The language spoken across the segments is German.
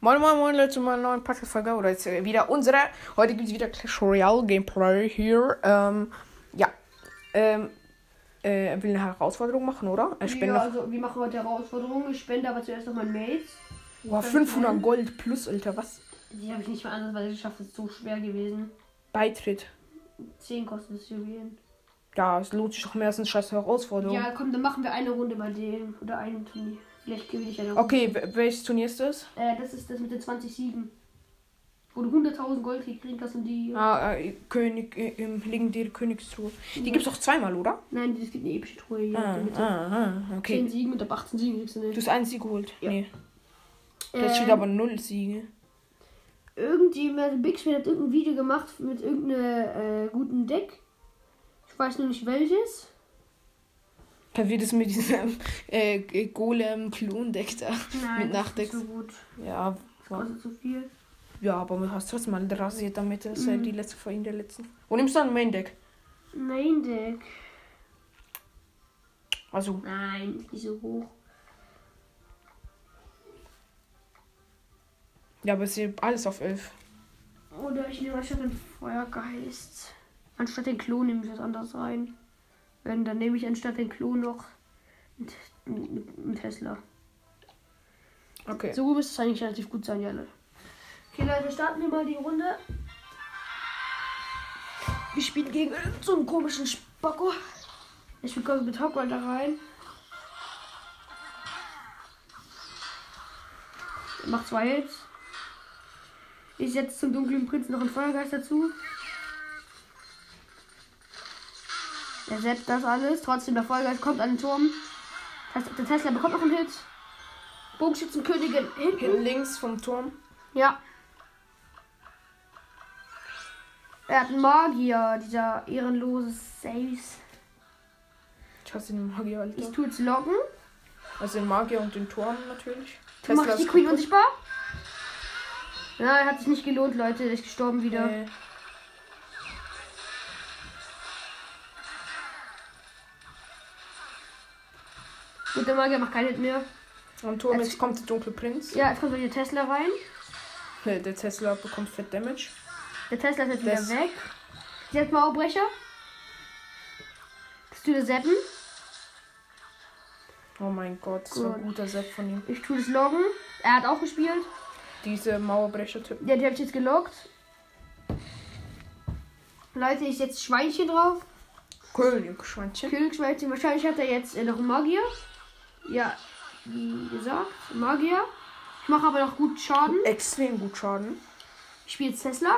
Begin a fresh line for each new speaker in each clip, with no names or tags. Moin moin moin Leute zu meiner neuen Podcast-Folge oder jetzt äh, wieder unsere. Heute gibt es wieder Clash Royale Gameplay hier. Ähm, ja. Ähm, äh, er will eine Herausforderung machen, oder? Ich bin
ja,
noch
also wir machen heute Herausforderungen. Ich spende aber zuerst nochmal Mails.
boah, 500 Gold plus, Alter, was?
Die habe ich nicht mal andersweise geschafft. Das ist so schwer gewesen.
Beitritt.
10 kostet das Juwelen.
Ja, es lohnt sich doch mehr als eine scheiß Herausforderung.
Ja, komm, dann machen wir eine Runde bei dem. Oder einen Turnier. Vielleicht gewinne ich eine Runde.
Okay, w- welches Turnier ist das?
Äh, das ist das mit den 20 Siegen. Wo du 100.000 Gold gekriegt hast und die.
Ah, äh, König, äh, im legendäre Königstruhe. Die gibt's auch zweimal, oder?
Nein, es gibt eine epische Truhe hier.
Ah,
mit
ah, ah,
10
okay.
Siegen und ab 18 Siegen kriegst du
Du
eine.
hast einen Sieg geholt.
Ja.
Nee. Da steht
Ähm,
aber null Siege.
irgendjemand, Big Spin hat irgendein Video gemacht mit irgendeinem äh, guten Deck. Ich weiß nur nicht welches.
Da wird es mit diesem äh, G- Golem-Klon-Deck da.
Nein,
Mit
das ist
Nachdecks.
nicht so gut.
Ja, wa-
Kostet zu viel.
ja, aber man hast trotzdem mal rasiert damit. Das ist ja die letzte von Ihnen der letzten. Und Mhm. nimmst dann ein Main-Deck.
Main Deck.
Also,
Nein, ist nicht so hoch.
ja, aber es ist alles auf 11.
Oder ich nehme anstatt den Feuergeist. Anstatt den Klon nehme ich was anderes rein. Wenn, dann nehme ich anstatt den Klon noch einen Tesla.
Okay.
So müsste es eigentlich relativ gut sein, ne? Jalle. Okay, Leute, starten wir mal die Runde. Wir spielen gegen so einen komischen Spacko. Ich bekomme mit Hogwarts da rein. Er macht zwei Hits. Ich setze zum dunklen Prinzen noch einen Feuergeist dazu. Er setzt das alles. Trotzdem, der Feuergeist kommt an den Turm. Das- Der Tesla bekommt noch einen Hit. Bogenschützenkönigin hinten.
Hinten links vom Turm.
Ja. Er hat einen Magier, dieser ehrenlose Saves.
Ich hasse den Magier,
Ich
Alter.
tue jetzt Locken.
Also den Magier und den Turm natürlich.
Du machst
Tesla
die
ist
Queen
kaputt.
unsichtbar. Nein, hat sich nicht gelohnt, Leute. Er ist gestorben wieder.
Äh,
Gut, der Magier macht keinen Hit mehr.
am Turm
Also-
jetzt kommt der dunkle Prinz.
Ja, jetzt kommt wieder Tesla rein.
Äh, der Tesla bekommt Fett Damage.
Der Tesla ist jetzt
Das-
wieder weg. Jetzt mal Aufbrecher. Bist du der Seppen?
Oh mein Gott, so ein
Gut.
guter Set von ihm.
Ich tue das Loggen. Er hat auch gespielt.
Diese Mauerbrecher-Typ.
Ja, die habe ich jetzt geloggt. Leute, ich setze Schweinchen drauf.
Königschweinchen.
Königsschweinchen, wahrscheinlich hat er jetzt äh, noch einen Magier. Ja, wie gesagt, Magier. Ich mache aber noch gut Schaden.
Extrem gut Schaden.
Ich spiele jetzt Tesla.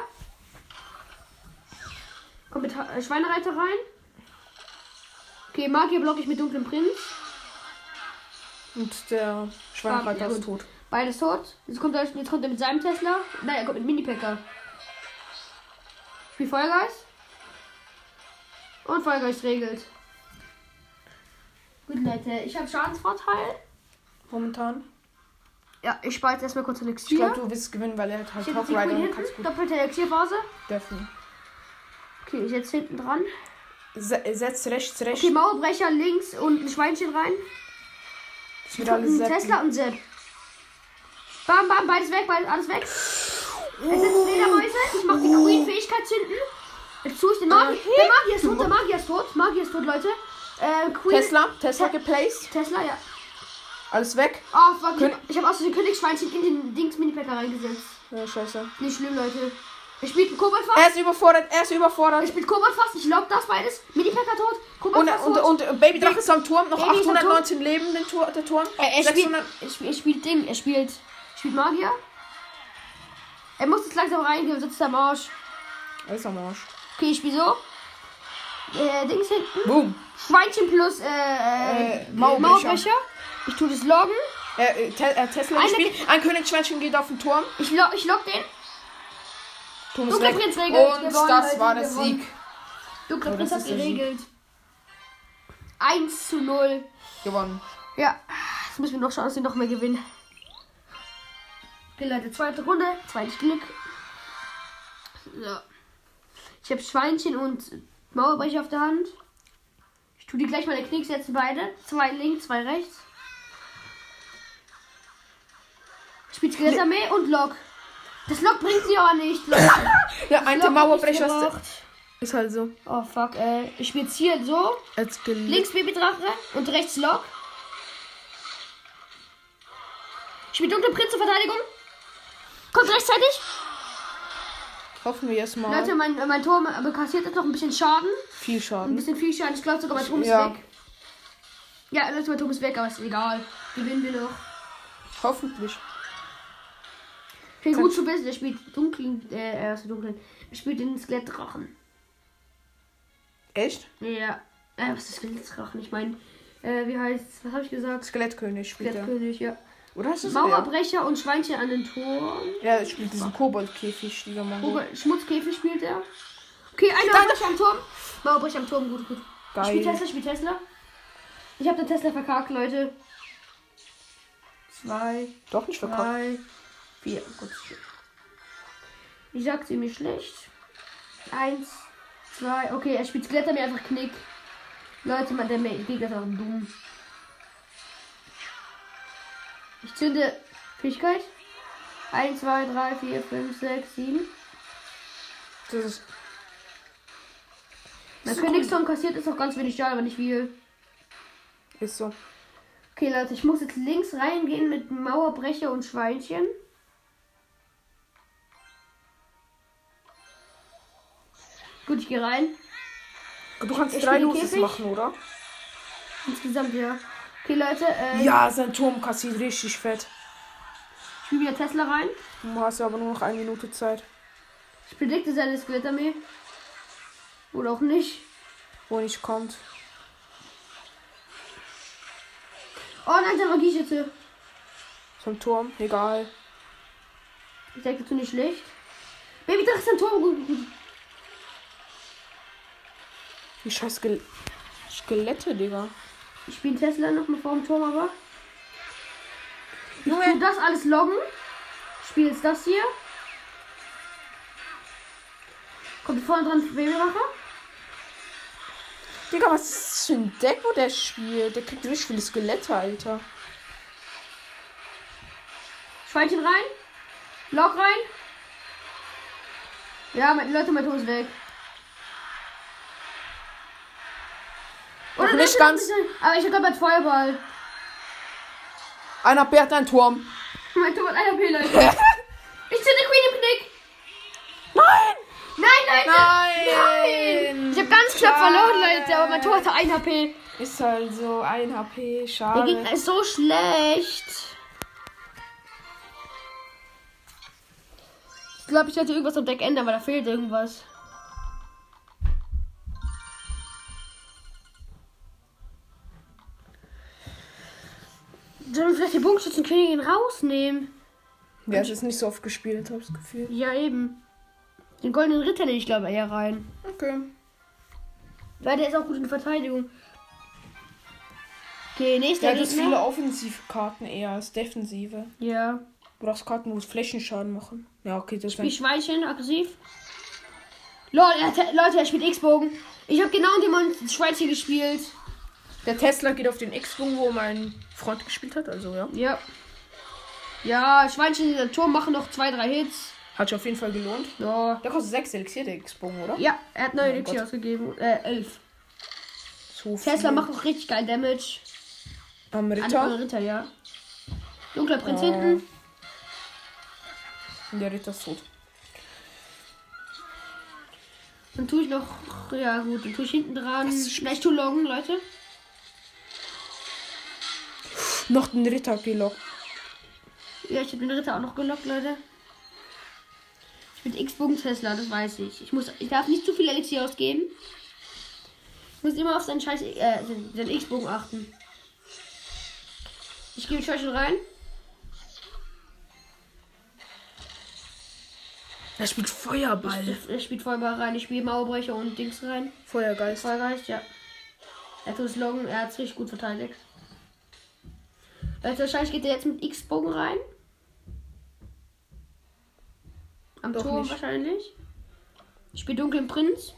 Kommt mit Ha- äh, Schweinereiter rein. Okay, Magier blocke ich mit dunklem Prinz.
Und der
Ah, ja,
Schweinreiter ist
gut.
tot.
Beides tot. Jetzt kommt, er, jetzt kommt er mit seinem Tesla. Nein, er kommt mit Minipacker. Ich spiele Feuergeist. Und Feuergeist regelt. Gut, Leute, ich habe Schadensvorteil.
Momentan.
Ja, ich spare jetzt erstmal kurz
Ich
Elixier.
glaube, du wirst gewinnen, weil er hat halt
Ich setze
Rock
die
Rider
Queen
und kannst
hinten,
gut
doppelte Elixierphase.
dürfen.
Okay, ich setze hinten dran.
Se setz rechts, rechts.
Okay, Mauerbrecher links und ein Schweinchen rein.
das wird alles
Ein
setzen.
Tesla und Sepp. Bam, bam, beides weg, beides, alles weg. Er setzt Ledermäuse. Ich mache
Oh.
die Queen-Fähigkeit zünden. Jetzt tue ich den Magier. Der Magier ist tot, der Magier ist tot. Magier ist tot, Leute. Äh, Queen.
Tesla, Tesla geplaced.
Tesla, ja.
Alles weg.
Oh, fuck.
Kön-
ich habe aus dem Königsschweinchen in den Dings-Minipacker reingesetzt.
Ja, scheiße.
Nicht schlimm, Leute. Ich spiele einen Kobold fast.
Er ist überfordert, er ist
Ich
überfordert.
spiele Kobold fast. Ich lock das beides. Minipacker tot. Kobold
Und,
fast
und,
tot.
und, äh, Baby Drache ist am Turm. Noch
Baby ist am Turm.
819 Leben, den Tur der Turm.
Er, er, spielt,
600
er, spielt, er spielt Ding, er spielt, spielt Magier. Er muss jetzt langsam reingehen, sitzt am Arsch.
Er ist am Arsch.
Okay, ich spiele so. Äh, Dings hinten.
Boom.
Schweinchen plus äh,
Äh,
äh,
Mauerbrecher.
Mauerbrecher. Ich tue das Loggen.
Äh, äh, Te äh, Tesla
Eine
gespielt. Ein Königschweinchen geht auf den Turm.
Ich, lo ich log den.
Turm
Dunkler Prinz regelt.
Und
Gewonnen,
das
Leute,
war der
gewonnen.
Sieg.
Du
Oh,
Prinz
das
hat
ist der Sieg.
geregelt. 1 zu 0.
Gewonnen.
Ja, jetzt müssen wir noch schauen, dass wir noch mehr gewinnen. Okay, Leute, zweite Runde, zweites Glück. So. Ich habe Schweinchen und Mauerbrecher auf der Hand. Ich tue die gleich mal in den Knick setzen, beide. Zwei links, zwei rechts. Spielt Skelettarmee und Lok. Das Lok bringt sie aber nicht. Lok.
Der eine
Lok hat
Mauerbrecher
nichts
ist,
gebracht.
ist halt so.
Oh fuck, ey. Ich spiele jetzt hier so.
Als gel-
Links Babydrache und rechts Lok. Ich spiele dunkle Prinz zur Verteidigung. Kommt rechtzeitig.
Hoffen wir jetzt mal.
Leute, mein, mein Turm äh, kassiert jetzt noch ein bisschen Schaden.
Viel
Ein
Schaden.
bisschen viel Schaden. Ich glaube sogar, mein Turm ist
Ja.
weg. Ja, Leute, mein Turm ist weg, aber ist egal. Gewinnen wir noch.
Hoffentlich.
Ich bin gut zu bist, der spielt dunklen, äh, äh, was für dunklen. Er spielt den Skelettdrachen.
Echt?
Ja. Äh, was ist Skelettdrachen? Ich meine, äh, wie heißt was habe ich gesagt?
Skelettkönig spielt er.
Skelettkönig, ja.
Oder ist es der?
Mauerbrecher und Schweinchen an den Toren.
Ja, er spielt diesen Koboldkäfig, die wir machen.
Ober Schmutzkäfig spielt er. Okay, einer
Dann-
Mauerbrecher am Turm. Mauerbrecher am Turm, gut, gut.
Geil.
Spielt Tesla, spielt Tesla. Ich habe den Tesla verkackt, Leute. Zwei,
Doch nicht verkauft.
drei, vier. Gut. Ich sag's ihm nicht schlecht. Eins, zwei. Okay, er spielt Skeletter mir einfach Knick. Leute, man, der Gegner ist auch dumm. Ich zünde Fähigkeit. Eins, zwei, drei, vier, fünf, sechs, sieben.
Das ist
Mein Königsturm kassiert ist noch ganz wenig Schaden, aber nicht viel.
Ist so.
Okay, Leute, ich muss jetzt links reingehen mit Mauerbrecher und Schweinchen. Gut, ich gehe rein.
Du kannst
Ich
drei
spiele
Loses
Käfig.
machen, oder?
Insgesamt, ja. Okay, Leute, äh,
Ja, sein Turm kassiert richtig fett.
ich spiele wieder Tesla rein.
Du hast ja aber nur noch eine Minute Zeit.
Ich predikte seine Skelettarmee. Oder auch nicht.
Wo nicht kommt.
Oh nein, da war Gischütze.
Zum Turm, egal.
Ich denke, dazu nicht schlecht. Baby, da ist ein Tor. Gut, gut, gut.
Die scheiß Skele Skelette, Digga.
Ich spiele Tesla nochmal vor dem Turm, aber. Ich tu
Junge,
das alles loggen. Spiel jetzt das hier. Kommt vorne dran Babymacher.
Digga, was ist das für ein Deck, wo der spielt? Der kriegt richtig viele Skelette, Alter.
Schweinchen rein. Log rein. Ja, mein, Leute, mein Ton ist weg.
Noch
Leute,
nicht ganz.
noch nicht- Aber ich hab grad mein Feuerball.
Einer bärt einen Turm.
Mein Ton hat 1 HP, Leute. ich zünde Queen im Knick.
Nein!
Nein, Leute.
Nein!
Ich hab ganz knapp verloren,
Schade.
Leute. Aber mein Tor hatte 1 HP.
Ist halt so, ein HP,
Der
schade.
Gegner ist so schlecht. Ich glaube, ich sollte irgendwas am Deck ändern, weil da fehlt irgendwas. Sollen wir vielleicht die Bogenschützenkönigin rausnehmen?
Ja, ich ist nicht so oft gespielt, hab ich das Gefühl.
Ja, eben. Den goldenen Ritter nehme ich, glaube ich, eher rein.
Okay.
Weil der ist auch gut in der Verteidigung. Okay, nächster
Ja, du hast viele
Gegner.
offensive Karten eher als defensive.
Ja.
Du brauchst Karten, wo es Flächenschaden machen. Ja, okay, das
Wie
ist
Schweinchen, aggressiv. Lol, er hat, Leute, er spielt X-Bogen. Ich habe genau den Mon Schweinchen gespielt.
Der Tesla geht auf den X-Bogen, wo mein Freund gespielt hat, also ja.
Ja. Ja, Schweinchen in der Turm machen noch zwei, drei Hits.
Hat sich auf jeden Fall gelohnt.
Ja.
Der kostet 6 Elixier, der X-Bogen, oder?
Ja, er hat neue
Oh mein
Elixir
Gott.
ausgegeben. Äh, elf.
So viel.
Tesla macht auch richtig geil Damage.
Am
Andere
Ritter.
Ritter, ja. Dunkler Prinz
Ja.
hinten.
Und der Ritter ist tot.
Dann tue ich noch. Ja, gut, dann tue ich hinten dran. Vielleicht tue Long, Leute.
Noch den Ritter gelockt.
Ja, ich habe den Ritter auch noch gelockt, Leute. Ich bin X-Bogen Tesla, das weiß ich. Ich, muss, ich darf nicht zu viel Elixier ausgeben. Ich muss immer auf seinen Scheiß, äh, seinen- seinen X-Bogen achten. Ich gehe mit Schwächen rein.
Er spielt Feuerball.
Er spielt Vollbar rein, ich spiele Mauerbrecher und Dings rein.
Feuergeist.
Vollgeist, ja. Er tut Slogan, er hat es richtig gut verteidigt. Also wahrscheinlich geht er jetzt mit X-Bogen rein. Am
Doch
Tor
nicht.
wahrscheinlich. Ich spiele dunklen Prinz.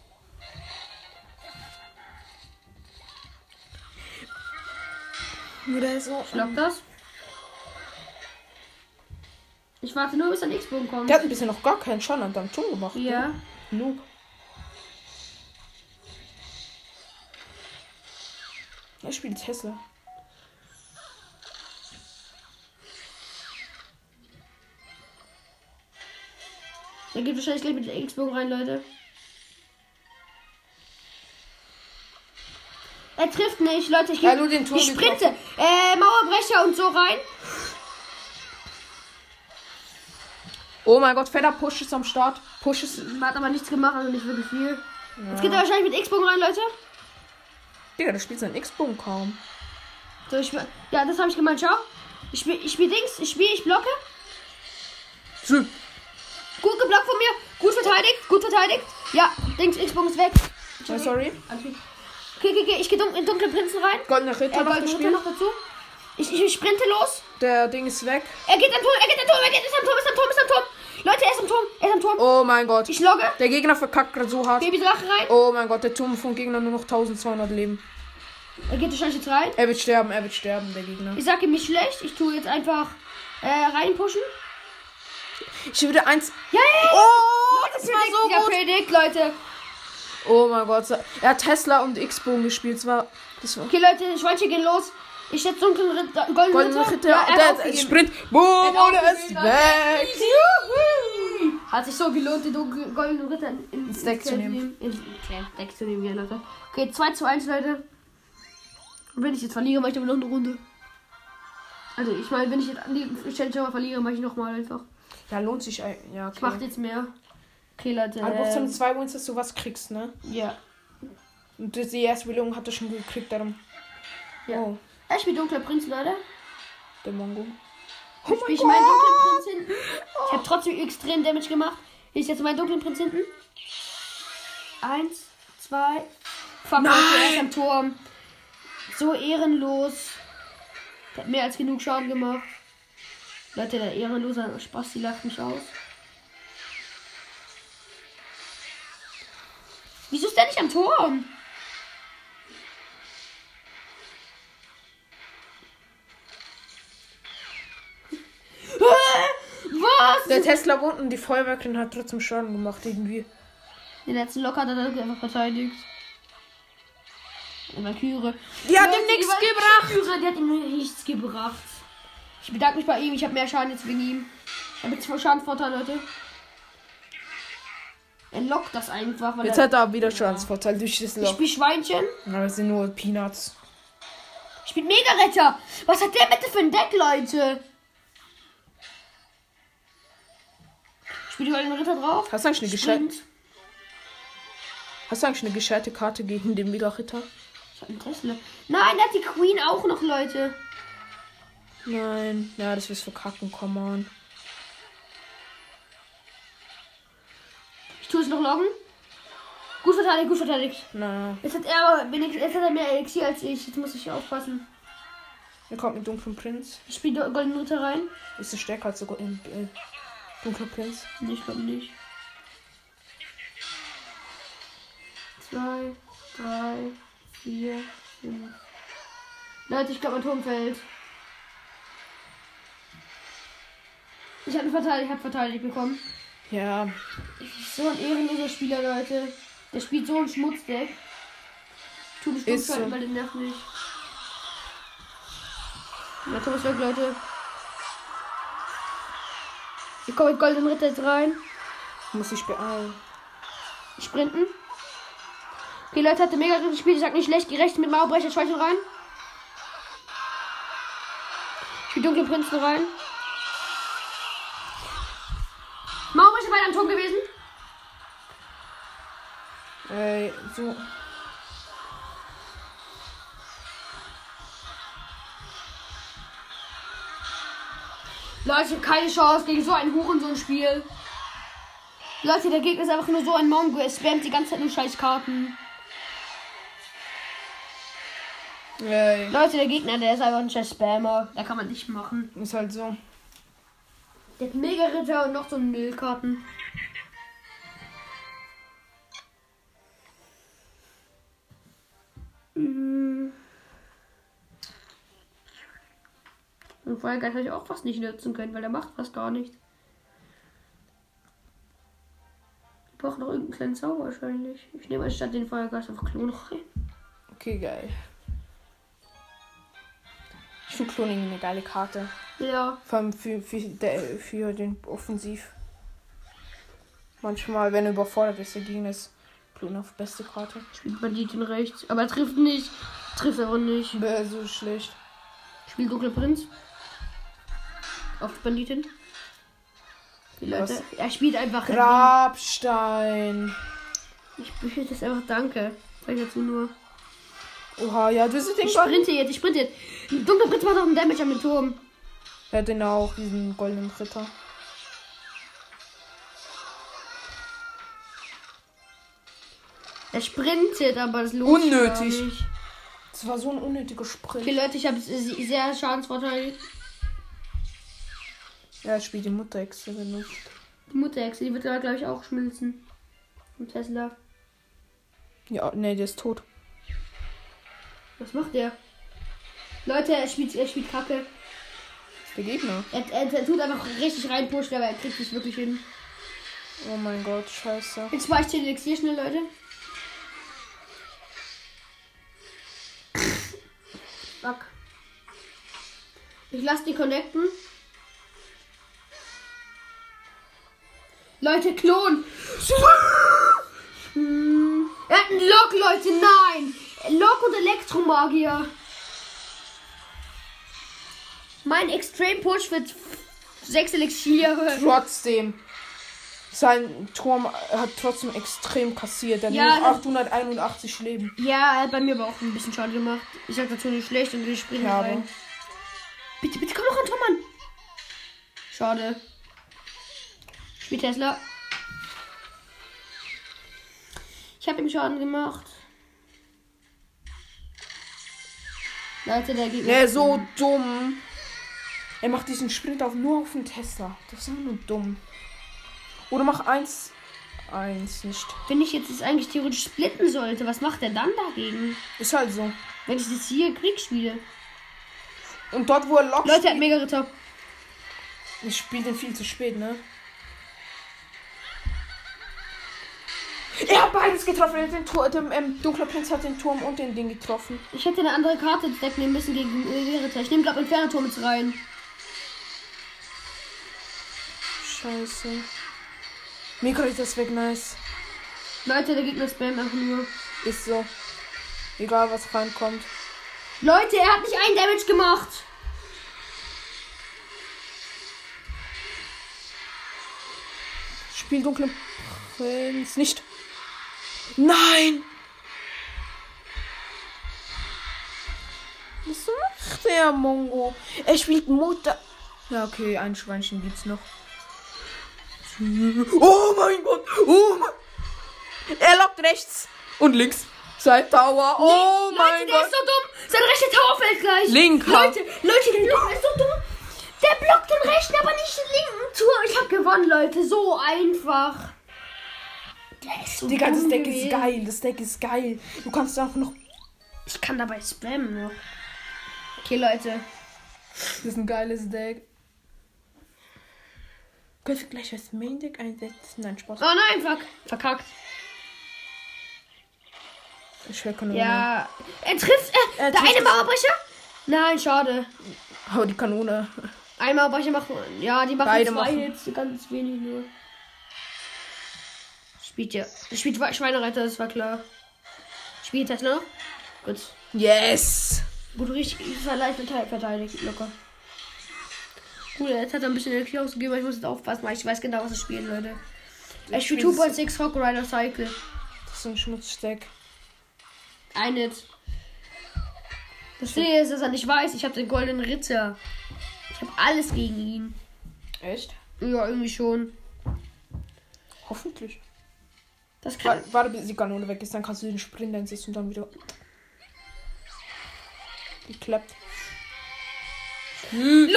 Nur der ist so. Mhm.
Schlag das. Ich warte nur, bis ein X-Bogen kommt.
Der hat ein bisschen noch gar keinen Schaden an deinem Turm gemacht. ne?
Ja.
Noob. Er spielt Tesla.
Der geht wahrscheinlich gleich mit dem X-Bogen rein, Leute. Er trifft nicht, Leute. Ich,
Hallo, den Turm
ich
getroffen.
sprinte. Äh, Mauerbrecher und so rein.
Oh mein Gott, fetter Push ist am Start. Push ist.
Hat aber nichts gemacht, also nicht wirklich viel. Jetzt geht er wahrscheinlich mit X-Bogen rein, Leute.
Digga, der spielt seinen X-Bogen kaum.
So, ich, ja, das habe ich gemeint, schau. Ich spiel, ich spiel Dings, ich spiel, ich blocke.
So.
Gut geblockt von mir. Gut verteidigt, gut verteidigt. Ja, Dings, X-Bogen ist weg.
Oh, sorry.
Alles gut. Okay, okay, okay. Ich gehe dun in dunkle Prinzen rein.
Goldener Äh, Ritter
Er
noch
Gold Ritter
gespielt.
noch dazu. Ich, ich, ich sprinte los.
Der Ding ist weg.
Er geht am Turm, er geht am Turm, er geht ist am Turm, ist am Turm, ist am Turm. Leute, er ist am Turm, er ist am Turm.
Oh mein Gott.
Ich logge.
Der Gegner verkackt gerade so hart.
Babydrache rein.
Oh mein Gott, der Turm vom Gegner nur noch 1200 Leben.
Er geht wahrscheinlich jetzt rein.
Er wird sterben, er wird sterben, der Gegner.
Ich sag ihm nicht schlecht. Ich tue jetzt einfach äh, reinpushen.
Ich würde eins.
Ja, ja, ja.
Oh, das
Predict, ja,
war so gut.
Predict, Leute.
Oh mein Gott. Er hat Tesla und X-Bogen gespielt. Das war. Das war
Okay, Leute, ich wollte gehen los. Ich setze dunklen Ritter, goldenen
Goldener Ritter.
Ja, er hat
der
aufgegeben.
Sprint. Boom,
Er hat
und er ist
aufgegeben, er
weg.
Juhu! Hat sich so gelohnt, den dunklen goldenen Ritter in- in-
Ins Deck zu
Feld
nehmen.
In, okay, Deck zu nehmen, ja, Leute. Okay, 2 zu 1, Leute. Und wenn ich jetzt verliere, mache ich aber noch eine Runde. Also, ich meine, wenn ich jetzt an die Stellschirmer verliere, mache ich nochmal einfach.
Ja, lohnt sich. ein- Ja, okay.
Ich mache jetzt mehr. Okay, Leute.
Aber brauchst du
ähm,
mit zwei Wins, dass du was kriegst, ne?
Ja.
Und das- die erste Belohnung hat er schon gekriegt, darum.
Ja.
Oh,
Ich bin dunkler Prinz, Leute.
der Mongo.
Oh ich spiele meinen dunklen Prinz hinten. Ich habe trotzdem extrem Damage gemacht. Hier ist jetzt mein dunklen Prinz hinten. Eins, zwei. Fuck, Leute, er ist am Turm. So ehrenlos. Der hat mehr als genug Schaden gemacht. Leute, der ehrenlose Spaß, die lacht mich aus. Wieso ist der nicht am Turm? Was?
Der Tesla wohnt und die Feuerwerkerin hat trotzdem Schaden gemacht, irgendwie.
Den letzten Locker hat er dann einfach verteidigt. Und Valkyrie.
Die hat
Leute,
ihm nichts
die
gebracht.
Valkyrie, Die hat ihm nichts gebracht. Ich bedanke mich bei ihm. Ich habe mehr Schaden jetzt wegen ihm. Ich habe jetzt voll Schadenvorteil, Leute. Er lockt das einfach, weil
Jetzt
er.
hat er wieder Schadensvorteil durch das
Ich
Loch.
spiel Schweinchen.
Aber es sind nur Peanuts.
Ich bin Mega-Retter. Was hat der bitte für ein Deck, Leute? Ich spiele den Ritter drauf.
Hast du eigentlich eine gescheite,
Sprint.
hast du eigentlich eine gescheite Karte gegen den Mega-Ritter?
Ich hab einen Tesla. Nein, der hat die Queen auch noch, Leute.
Nein. Ja, das wirst du verkacken, come on.
Ich tue es noch loggen. Gut verteidigt, gut verteidigt.
Na,
Jetzt hat er aber wenigstens, jetzt hat er mehr Elixier als ich. Jetzt muss ich aufpassen.
er kommt mit dunklem Prinz.
Ich spiele Do- Golden Ritter rein.
Ist er stärker als sogar im äh, dunkler Prinz?
Nee, ich glaube nicht. Zwei, drei, vier, fünf. Leute, ich glaube, mein Turm fällt. Ich habe verteidigt, ich habe verteidigt bekommen.
Ja,
So ein ehrenloser Spieler, Leute. Der spielt so ein Schmutzdeck. Ich tue mich
Ist
stumm schalten,
so.
weil der nervt mich. Na komm, ich weg, Leute. Ich komme mit Golden Ritter jetzt rein.
muss ich beeilen.
Sprinten. Okay, Leute, hat der mega gut gespielt. Ich sag nicht schlecht. Gerecht mit Mauerbrecher Schweinchen rein. Ich spiel dunkle Prinzen rein. Mauerbrecher weiter am Turm gewesen.
Äh, so.
Leute, ich hab keine Chance gegen so einen Hurensohn-Spiel. Leute, der Gegner ist einfach nur so ein Mongo. Er spammt die ganze Zeit nur scheiß Karten.
Äh,
Leute, der Gegner, der ist einfach ein scheiß Spammer. Da kann man nicht machen.
ist halt so.
Der hat Mega-Ritter und noch so einen Müllkarten. Mhm. Und vorher kann ich auch was nicht nutzen können, weil er macht was gar nicht. brauche noch irgendeinen kleinen Zauber wahrscheinlich. Ich nehme anstatt den Feuergeist einfach Klon rein.
Okay, geil. Ich finde Kloning eine geile Karte.
Ja.
Vor allem für, für, der, für den Offensiv. Manchmal, wenn er überfordert ist, der Gegner ist Klon auf beste Karte.
Spielt Banditen rechts. Aber trifft nicht. Trifft aber nicht.
Bäh, so schlecht.
Spielt Dunkle Prinz. Auf Banditen. Die Leute.
Was?
Er spielt einfach.
Grabstein.
Ich büche das einfach Danke. Sag ich dazu nur.
Oha, ja, das ist den
Ich
Gott.
sprinte jetzt, ich sprinte jetzt. Dunkle Prinz macht noch einen Damage an den Turm.
Er hat den auch, diesen goldenen Ritter.
Er sprintet, aber das lohnt sich gar
Unnötig.
nicht.
Das war so ein unnötiger Sprint.
Okay, Leute, ich habe sehr Schadensvorteil.
Ja, er spielt die Mutterechse benutzt.
Die Mutterechse, die wird aber, glaube ich, auch schmilzen. Und Tesla.
Ja, nee, der ist tot.
Was macht der? Leute, er spielt, er spielt Kacke.
Der Gegner.
Er, er, er tut einfach richtig reinpushen, aber er kriegt es wirklich hin.
Oh mein Gott, scheiße.
Jetzt war ich den Elixier schnell, Leute. Fuck. Ich lasse die connecten. Leute, Klon! Hm. Er hat einen Lock, Leute, nein! Lock und Elektromagier. Mein Extreme Push wird sechs Elixiere.
Trotzdem. Sein Turm hat trotzdem extrem kassiert. Er
Ja,
ja,
das-
881 Leben.
Ja, er hat bei mir aber auch ein bisschen Schaden gemacht. Ich sag dazu nicht schlecht und wir springen
Ja,
rein.
aber-
Bitte, bitte komm noch an, Tom an. Schade. Spiel Tesla. Ich habe ihm Schaden gemacht. Leute, der Gegner.
Ja, so dumm. Er macht diesen Sprint auf nur auf den Tesla. Das ist einfach nur dumm. Oder mach eins. Eins nicht.
Wenn ich jetzt das eigentlich theoretisch splitten sollte, was macht er dann dagegen?
Ist halt so.
Wenn ich das hier Krieg spiele.
Und dort, wo er lockt,
Leute, er hat mega Ritter.
ich spiele den viel zu spät, ne? Er hat beides getroffen. Er hat den Tor, dem, ähm, Dunkler Prinz hat den Turm und den Ding getroffen.
Ich hätte eine andere Karte ins Deck nehmen müssen gegen äh, Ritter. Ich nehme glaube Inferno-Turm mit rein.
Scheiße. Mikro ist das weg, nice.
Leute, der Gegner spammt einfach nur.
Ist so. Egal, was reinkommt.
Leute, er hat nicht einen Damage gemacht.
Spiel dunklen Prinz nicht. Nein! Was macht der Mongo? Er spielt Mutter. Ja, okay, ein Schweinchen gibt's noch. Oh mein Gott! Oh mein Er lockt rechts und links. Sein Tower. Oh mein
Leute, der
Gott!
ist so dumm. Sein rechter Tower fällt gleich.
Linker.
Leute, Leute, der Block ist so dumm. Der blockt den rechten, aber nicht den linken Tour. Ich habe gewonnen, Leute. So einfach. Der ist so
Digga, das
dumm
Deck
gewesen.
ist geil. Das Deck ist geil. Du kannst einfach noch.
Ich kann dabei spammen noch. Okay, Leute.
Das ist ein geiles Deck. Können wir gleich als Main Deck einsetzen? Nein, Spaß.
Oh nein, fuck. Verkackt.
Ich will Kanone.
Ja. Er trifft. Äh,
Er
der
trifft
eine
es.
Mauerbrecher? Nein, schade.
Hau die Kanone.
Ein Mauerbrecher macht. Ja, die machen
Beide
zwei
machen.
Hits, ganz wenig nur. Spielt ja. Spielt Wa- Schweinereiter, das war klar. Spielt Tesla noch? Gut.
Yes!
Gut, richtig verleitet verteidigt, locker. Gut, jetzt hat er ein bisschen Energie ausgegeben, aber ich muss jetzt aufpassen, weil ich weiß genau, was er spielt, Leute. Er spielt
spiel's-
2.6 Rock Rider Cycle.
Das ist ein Schmutzdeck.
Ein Hit. Das Ding ist, dass er nicht weiß, ich habe den goldenen Ritter. Ich habe alles gegen ihn.
Echt?
Ja, irgendwie schon.
Hoffentlich.
Das kann.
Warte, warte, bis die Kanone weg ist, dann kannst du den Sprint einsetzen und dann wieder. Geklappt.
Leute,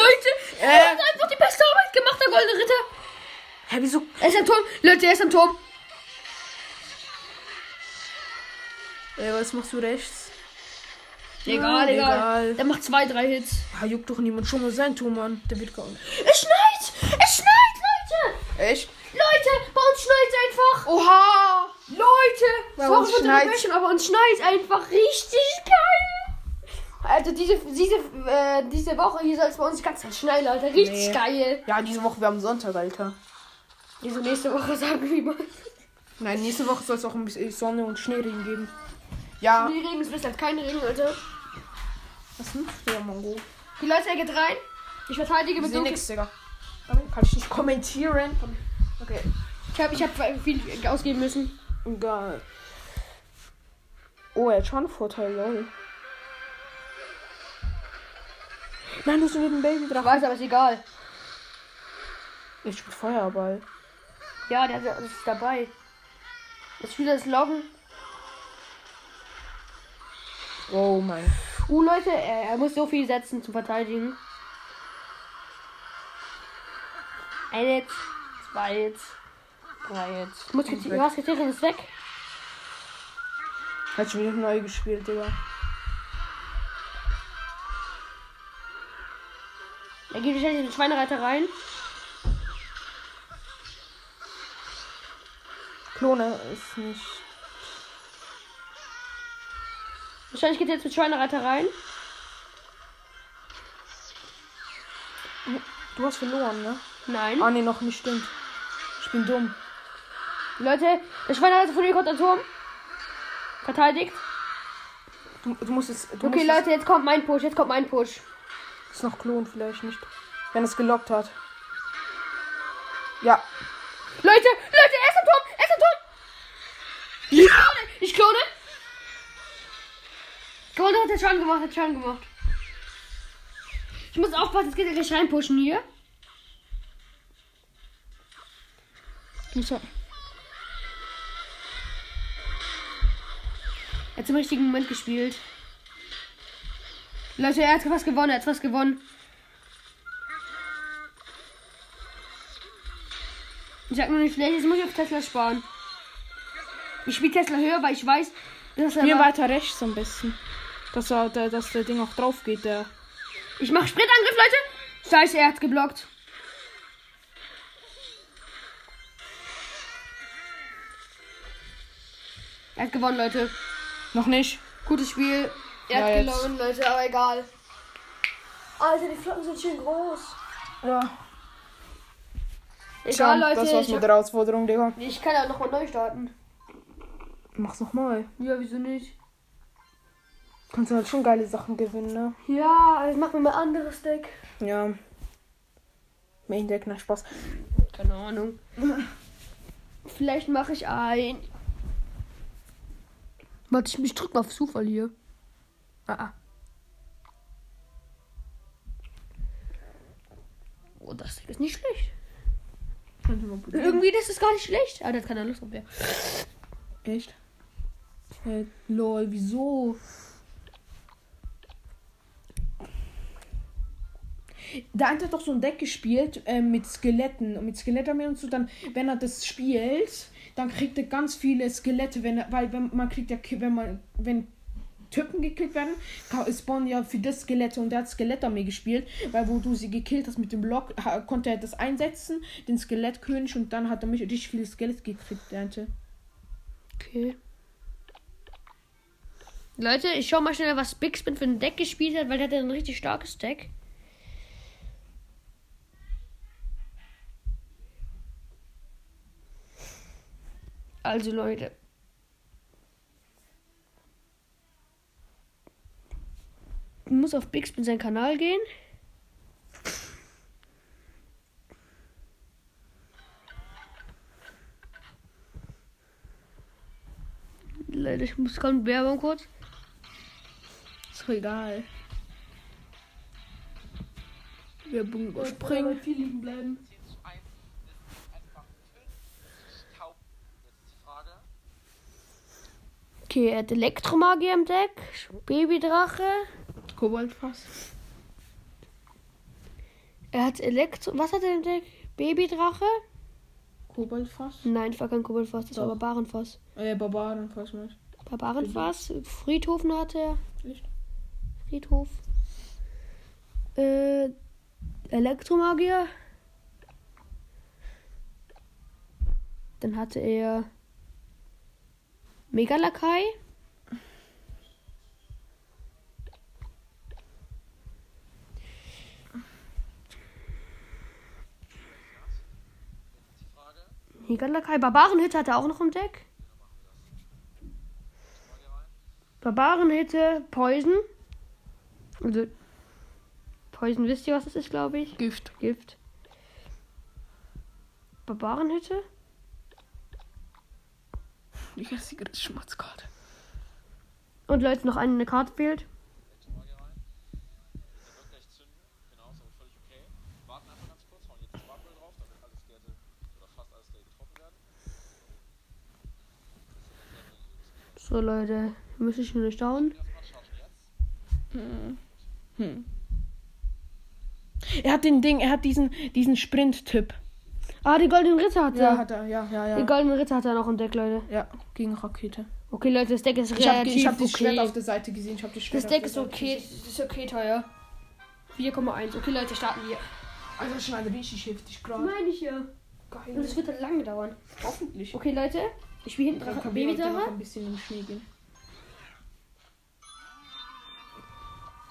Äh.
er hat einfach die beste Arbeit gemacht, der Goldene Ritter.
Hä, wieso?
Er ist am Turm. Leute, er ist am Turm.
Ey, was machst du rechts?
Egal,
Ja,
egal.
egal.
Der macht zwei, drei Hits.
Ja, juckt doch niemand schon mal sein Turm an. Der wird gar nicht.
Es schneit! Es schneit, Leute!
Echt?
Leute, bei uns schneit einfach.
Oha!
Leute,
Bei
sorry
uns
für die
schneit's.
Unterbrechung, aber uns schneit einfach richtig geil. Also diese, diese, äh, diese Woche hier soll es bei uns ganz, ganz schnell, Leute. Richtig
Nee.
geil.
Ja, diese Woche, wir haben Sonntag, Alter.
Diese nächste Woche sagen wir mal.
Nein, nächste Woche soll es auch ein bisschen Sonne und Schneeregen geben. Ja.
Die Regen ist halt kein Regen, Leute.
Was nutzt der Mongo?
Die Leute, er geht rein. Ich verteidige
Ich
mit
sehe
dunkel.
nichts, Digga. Kann ich nicht kommentieren. Okay.
Ich habe ich hab viel ausgeben müssen.
Egal. Oh, er hat schon einen Vorteil, lol. Nein, du bist mit dem Baby
Ich
drauf.
weiß, aber ist egal.
Ich spiele Feuerball.
Ja, der der ist dabei. Das Spieler ist loggen.
Oh mein.
Uh, Leute, er, er muss so viel setzen zum Verteidigen. Eins, zwei, jetzt, drei jetzt. Musketier,
weg.
Musketierin ist weg.
Hat schon wieder neu gespielt, Digga.
Er geht wahrscheinlich in den Schweinereiter rein.
Klone ist nicht.
Wahrscheinlich geht er jetzt mit Schweinereiter rein.
Du hast verloren, ne?
Nein.
Ah, ne, noch nicht stimmt. Ich bin dumm.
Leute, der Schweinereiter von mir kommt an Turm. Verteidigt.
Du, du musst jetzt. Du
Okay,
musst
Leute, jetzt kommt mein Push. Jetzt kommt mein Push.
Jetzt, ist noch klonen, vielleicht nicht. Wenn es gelockt hat. Ja.
Leute, Leute, er ist am Turm. Er ist am Turm.
Ja!
Ich klone. Gold hat Schaden gemacht, hat Schaden gemacht. Ich muss aufpassen, es geht ja gleich reinpushen hier. Er hat im richtigen Moment gespielt. Leute, er hat was gewonnen, er hat was gewonnen. Ich sag nur nicht schlecht, jetzt muss ich auf Tesla sparen. Ich spiele Tesla höher, weil ich weiß, dass er.
Mir weiter rechts so ein bisschen. Dass, er, der, dass der Ding auch drauf geht, der.
Ich mache Sprintangriff, Leute. Scheiße, er hat geblockt. Er hat gewonnen, Leute.
Noch nicht.
Gutes Spiel. Er
Ja,
hat
jetzt.
gelogen, Leute, aber egal. Alter, die Flocken sind schön groß.
Ja.
Egal,
Tja,
Leute.
Das war's
ich,
mit der Herausforderung, Digga.
ich kann ja nochmal neu starten.
Mach's nochmal.
Ja, wieso nicht?
Kannst du halt schon geile Sachen gewinnen, ne?
Ja, ich mach mir mal anderes Deck.
Ja. Main Deck, na Spaß.
Keine Ahnung. Vielleicht mache ich ein. Warte, ich, ich drück mal auf Zufall hier. Ah, ah. Oh, das Ding ist nicht schlecht. Irgendwie, das ist gar nicht schlecht. Ah, das kann er Lust auf mehr.
Echt? Hey, lol, wieso? Da hat er doch so ein Deck gespielt ähm, mit Skeletten und mit Skelettarmee und so. Dann, wenn er das spielt, dann kriegt er ganz viele Skelette, wenn er, weil wenn, man kriegt ja, ki- wenn man, wenn Typen gekillt werden, ka- spawnen ja für das Skelette und der hat Skelettarmee gespielt, weil wo du sie gekillt hast mit dem Block, ha- konnte er das einsetzen, den Skelettkönig und dann hat er mich richtig viele Skelette gekriegt, der hatte.
Okay. Leute, ich schau mal schnell, was Bigspin für ein Deck gespielt hat, weil der hat ja ein richtig starkes Deck. Also Leute. Ich muss auf Bigspin seinen Kanal gehen. Leute, ich muss kommen Werbung kurz.
Ist doch egal.
Werbung überspringen.
viel liegen bleiben.
10 zu 1 ist einfach nicht taub. Jetzt die Frage.
Okay, er hat Elektromagier im Deck, Babydrache.
Koboldfass.
Er hat Elektro. Was hat er im Deck? Babydrache?
Koboldfass.
Nein, das war kein Koboldfass, das war
Doch.
Barbarenfass.
Äh, Barbarenfass meinst
Barbarenfass, Friedhofen hatte er.
du? Echt?
Friedhof. Äh, Elektromagier. Dann hatte er Mega Lakai. Mega Lakai. Barbarenhitte hat er auch noch im Deck. Barbarenhitte, Poison. Also, Poison wisst ihr, was das ist, glaube ich.
Gift.
Gift. Barbarenhütte?
Die richtige Schmutzkarte.
Und Leute, noch eine Karte fehlt. So, Leute, müsste ich nur nicht dauern.
Er hat den Ding, er hat diesen, diesen Sprint-Tipp.
Ah, den goldenen Ritter hat
Ja,
er.
hat er, ja, ja,
Den
ja.
goldenen Ritter hat er noch entdeckt, Leute.
Ja, gegen Rakete.
Okay, Leute, das Deck ist
Ich habe
relativ
ich hab das Schwert
okay.
auf der Seite gesehen. Ich hab das Schwert auf
Das Deck
der
ist
Seite
okay, das ist okay teuer. 4,1. Okay, Leute, starten wir.
gesehen. Also schon richtig heftig gerade.
Meine ich ja. Und
Geil.
das wird dann lange dauern.
Hoffentlich.
Okay, Leute, ich spiele hinten
Dann
drauf
kann Baby
Babydrache.
noch ein bisschen im Schnee gehen.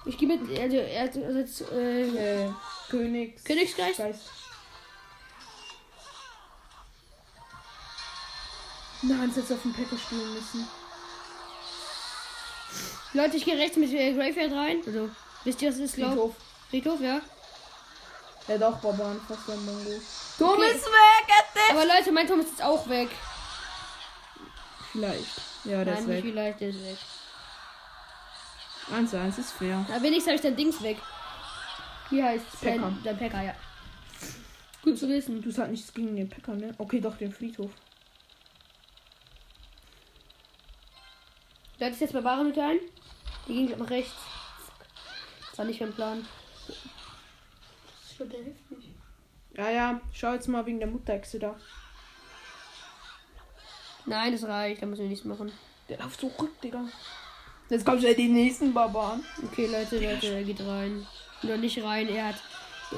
Ich gebe mit, also, also, also äh,
Äh, Königs.
Königsgeist?
Geist. Nein, es hätte auf dem Pekka spielen müssen.
Leute, ich gehe rechts mit äh, Graveyard rein. Also, wisst ihr, was das ist, glaube
Friedhof.
ich? Friedhof, ja.
Er hat auch Barbaren fast am Mongo.
Tom ist weg, Aber Leute, mein Tom ist jetzt auch weg.
Vielleicht. Ja, der
Nein,
ist
nicht
weg.
vielleicht, der ist weg.
1 zu 1 ist fair.
Na, wenigstens habe ich dein Dings weg. Hier heißt
Pekka.
dein, dein Packer, ja. Gut zu wissen.
Du hast halt nichts gegen den Pekka, ne? Okay, doch, den Friedhof.
Leute, ist jetzt bei Barenhütte ein. Die ging nach rechts. Das war nicht mein Plan. Ich glaub, der hilft nicht.
Ja, ja, schau jetzt mal wegen der Mutterechse da.
Nein, das reicht, da müssen wir nichts machen.
Der läuft so rück, Digga. Jetzt kommt schon die nächsten Barbaren.
Okay, Leute, Leute, er geht rein. Oder nicht rein, er hat,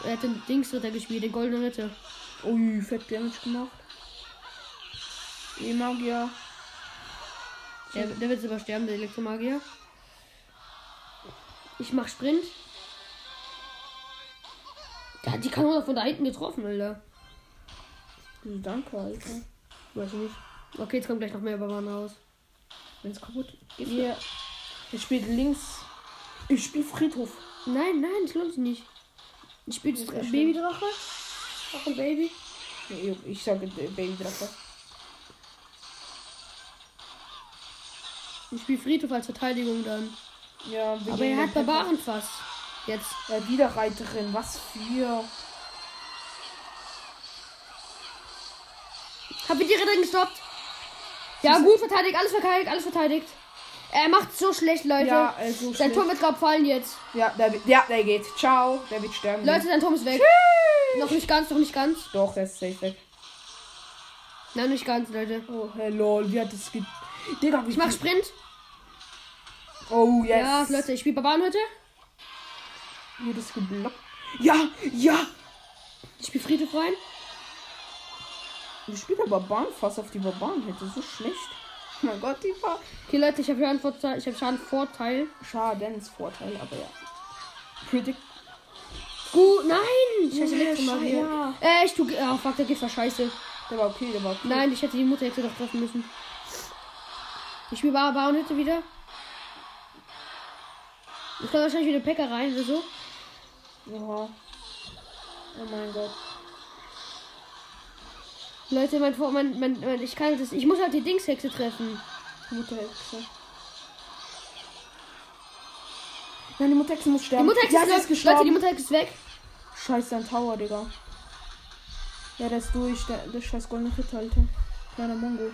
er hat den Dingsritter gespielt, den goldenen Ritter.
Ui, fett Damage gemacht. E-Magier.
Der, der wird aber sterben, der Elektromagier. Ich mach Sprint. Der hat die Kanone von da hinten getroffen, Alter.
Hm, Danke, Alter.
Weiß ich nicht. Okay, jetzt kommt gleich noch mehr Barbaren raus.
Wenn's kaputt geht. Ja. Er spielt links. Ich spiel Friedhof.
Nein, nein, das lohnt sich nicht. Ich spiele das
Sehr schön.
Babydrache. Auch ein Baby.
Nee, Ich sage äh, Babydrache.
Ich spiele Friedhof als Verteidigung dann.
Ja, wir
Aber
gehen
er
den
hat
Pekka.
Barbaren fast. Jetzt.
Ja, wieder Reiterin. Was für.
Hab ich die Ritter gestoppt? Ja, gut, verteidigt, alles verteidigt, alles verteidigt. Er macht so schlecht, Leute.
Ja, also.
Sein Turm wird gerade fallen jetzt.
Ja, der, wird- ja, der geht. Ciao. Der wird sterben.
Leute, sein Turm ist weg. Noch nicht ganz, noch nicht ganz.
Doch, der ist safe weg.
Nein, nicht ganz, Leute.
Oh, hey, lol. Wie hat das ge. Digga, wie
Ich mach
viel-
Sprint.
Oh, yes.
Ja, Leute, ich spiele Barbaren heute.
Wie das geblockt. Ja, ja.
Ich spiele Friedhof rein.
Ich spiele Barbaren fast auf die Barbaren hätte. So schlecht. Oh mein Gott, die war.
Okay, Leute, ich habe Schadenvorteil. Ich habe Schadenvorteil.
Schadensvorteil, aber ja. Predict.
Gut, nein! Scheiße, letzte Mal
Scheiße,
hier.
ja.
Äh, ich tu. Ah, fuck, der Gift war scheiße.
Der war okay, der war okay.
Nein, ich hätte die Mutter jetzt doch treffen müssen. Ich spiele Barbaren heute wieder. Ich kann wahrscheinlich wieder Päcker rein oder so.
Oha. Oh mein Gott.
Leute, mein, Vor- mein, mein, mein ich kann das. Ich muss halt die Dingshexe treffen.
Mutterhexe. Nein, die Mutterhexe muss
Die
sterben.
Mutterhexe
ja,
ist
sie
weg.
ist gestorben.
Leute, die Mutterhexe ist weg.
Scheiße, ein Tower, Digga. Ja, der ist durch. Der, der scheiß goldene Ritter, Alter. Kleiner Mongo.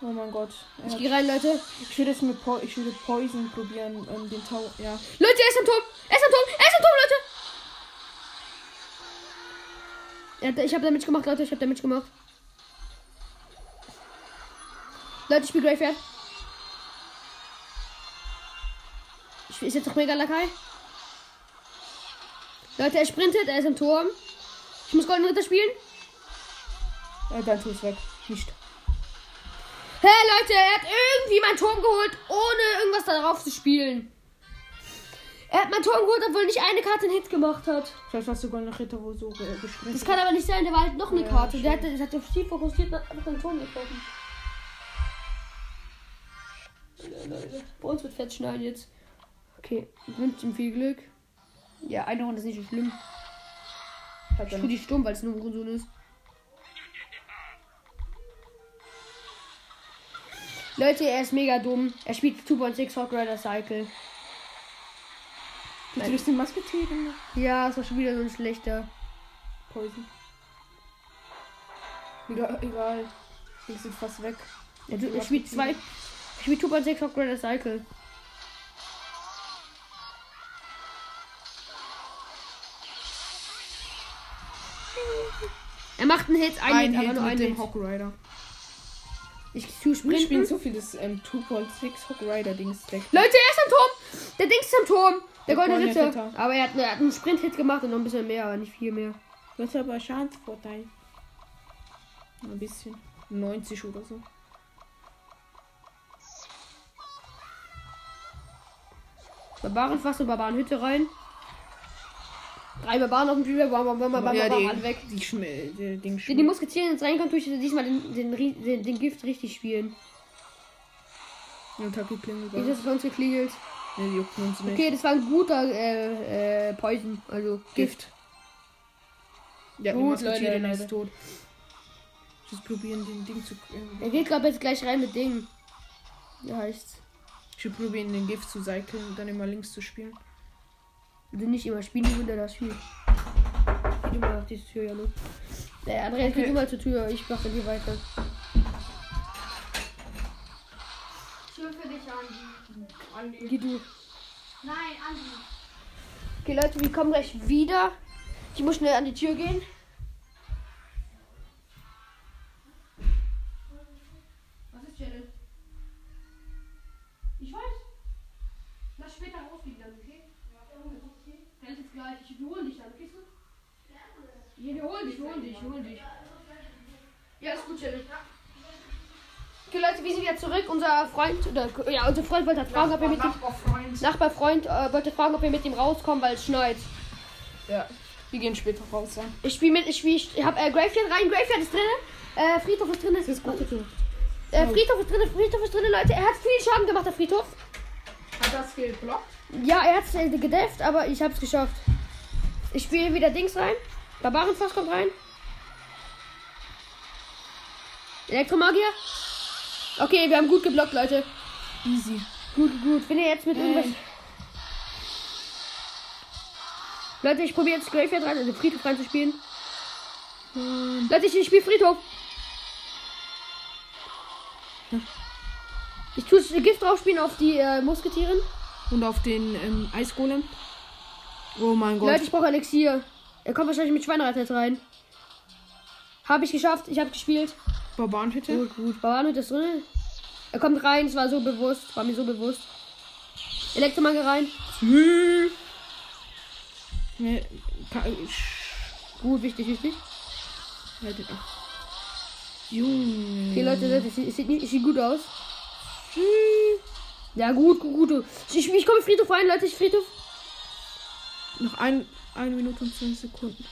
Oh mein Gott. Er
Ich
hat-
gehe rein, Leute.
Ich würde es mit po ich würde Poison probieren, ähm, den Tower. Ja.
Leute, er ist am Turm! Er ist am Turm! Er ist am Turm, Leute! Er hat, ich habe damit gemacht, Leute. Ich habe damit gemacht. Leute, ich spiele Graveyard. Ich, ist jetzt noch mega Lakai. Leute, er sprintet. Er ist am Turm. Ich muss Golden Ritter spielen.
Äh, dein Tor ist weg. Nicht.
Hey Leute, er hat irgendwie meinen Turm geholt, ohne irgendwas darauf zu spielen. Er hat meinen Turm geholt, obwohl nicht eine Karte einen Hit gemacht hat.
Vielleicht hast du sogar noch Ritter, wo so äh, gespielt
Das kann aber nicht sein, der war halt noch eine
Ja,
Karte. Der hat,
stimmt.
der hat auf Stil fokussiert und hat einfach den Turm getroffen. Leute, Bei uns wird fett schneiden jetzt. Okay, ich wünsche ihm viel Glück. Ja, eine Runde ist nicht so schlimm.
hat.
Ich tue die stumm, weil es nur Hurensohn ist. Leute, er ist mega dumm. Er spielt 2.6 Hawk Rider Cycle.
Du bist den Musketier gemacht.
Ja, es war schon wieder so ein schlechter.
Poison. Egal, egal. Ich sind fast weg.
Er, er spielt zwei. Er spielt 2.6 Hawk Rider Cycle. Er macht einen Hit, einen Hit, aber nur einen Hit.
Hawk Rider.
Ich tue
Wir spielen
sprinten.
so viel das ähm, 2.6 Hawk Rider Dings Deck.
Leute, er ist am Turm! Der Dings ist am Turm!
Der
Der goldene
goldene
Ritter.
Ritter.
Aber er hat, er hat einen Sprint-Hit gemacht und noch ein bisschen mehr, aber nicht viel mehr.
Das ist aber Schadensvorteil. Ein bisschen. 90 oder so.
Barbarenfass und Barbarenhütte rein. Drei Barbaren auf dem Spielfeld, Barbaren, Barbaren, Barbaren, Barbaren weg.
Die schnell, die Ding
Wenn die Musketieren jetzt reinkommen, tue ich diesmal den, den, Rie- den, den Gift richtig spielen.
Und Taki klingelt.
Ich
Ne,
ist sonst geklingelt.
die juckt uns nicht.
Okay, das war ein guter äh, äh, Poison, also Gift.
Gift. Ja, die
Gut,
Musketiere,
Leute,
die ist tot. Jetzt probieren, den Ding zu. Ähm,
Er geht, glaube ich, jetzt gleich rein mit Ding. Ja, heißt's.
ich will probieren, den Gift zu cyclen und dann immer links zu spielen.
Also nicht immer spielen, die Hunde das Spiel. Geht immer nach dieser Tür, ja, ne? Äh, Andreas geht
Okay.
immer zur Tür, ich mache hier weiter.
Schimpfe dich an. Andi.
Geh du.
Nein, Andi.
Okay, Leute, wir kommen gleich wieder. Ich muss schnell an die Tür gehen.
Was ist Challenge? Ich weiß. Lass später rausgehen dann, okay? Ja, Junge, okay. Dann jetzt gleich. Ich hol dich dann, okay? Ja, wir holen dich, wir holen dich, wir holen dich. Ja, ist gut, Challenge.
Okay, Leute, wir sind wieder zurück. Unser Freund, oder, ja, unser Freund wollte halt fragen, ob wir mit dem
Nachbarfreund.
Nachbarfreund äh, wollte fragen, ob wir mit ihm rauskommen, weil es schneit.
Ja. Wir gehen später raus, ja.
Ich spiele mit, ich spiel, ich hab äh, Graveyard rein, Graveyard ist drin. Äh, Friedhof ist drin.
Das ist gut.
Äh, Friedhof ist drin, Friedhof ist drin, Leute. Er hat viel Schaden gemacht, der Friedhof.
Hat das geblockt?
Ja, er hat es äh, gedeft, aber ich hab's geschafft. Ich spiele wieder Dings rein. Barbarenfass kommt rein. Elektromagier. Okay, wir haben gut geblockt, Leute.
Easy.
Gut, gut. Wenn ihr jetzt mit irgendwas.
Nein.
Leute, ich probiere jetzt Graveyard rein, also Friedhof reinzuspielen. Leute, ich, ich spiele Friedhof. Ich tue Gift draufspielen auf die äh, Musketieren.
Und auf den ähm, Eisgolem. Oh mein Gott.
Leute, ich brauche Elixier. Er kommt wahrscheinlich mit Schweinereiter jetzt rein. Habe ich geschafft. Ich habe gespielt.
Barbarenhütte.
Gut, gut. Bauernhütte ist drin. Er kommt rein. Es war so bewusst. War mir so bewusst. Elektromagie rein.
Hm. Ne, ka- sch-
Gut, wichtig, wichtig.
halt den ab. Junge.
Okay, Leute, Leute, es sieht, es sieht, nicht- es sieht gut aus. Hm. Ja, gut, gut, gut. Ich, ich komme Friedhof rein, Leute. Ich Friedhof.
Noch ein, eine Minute und 20 Sekunden.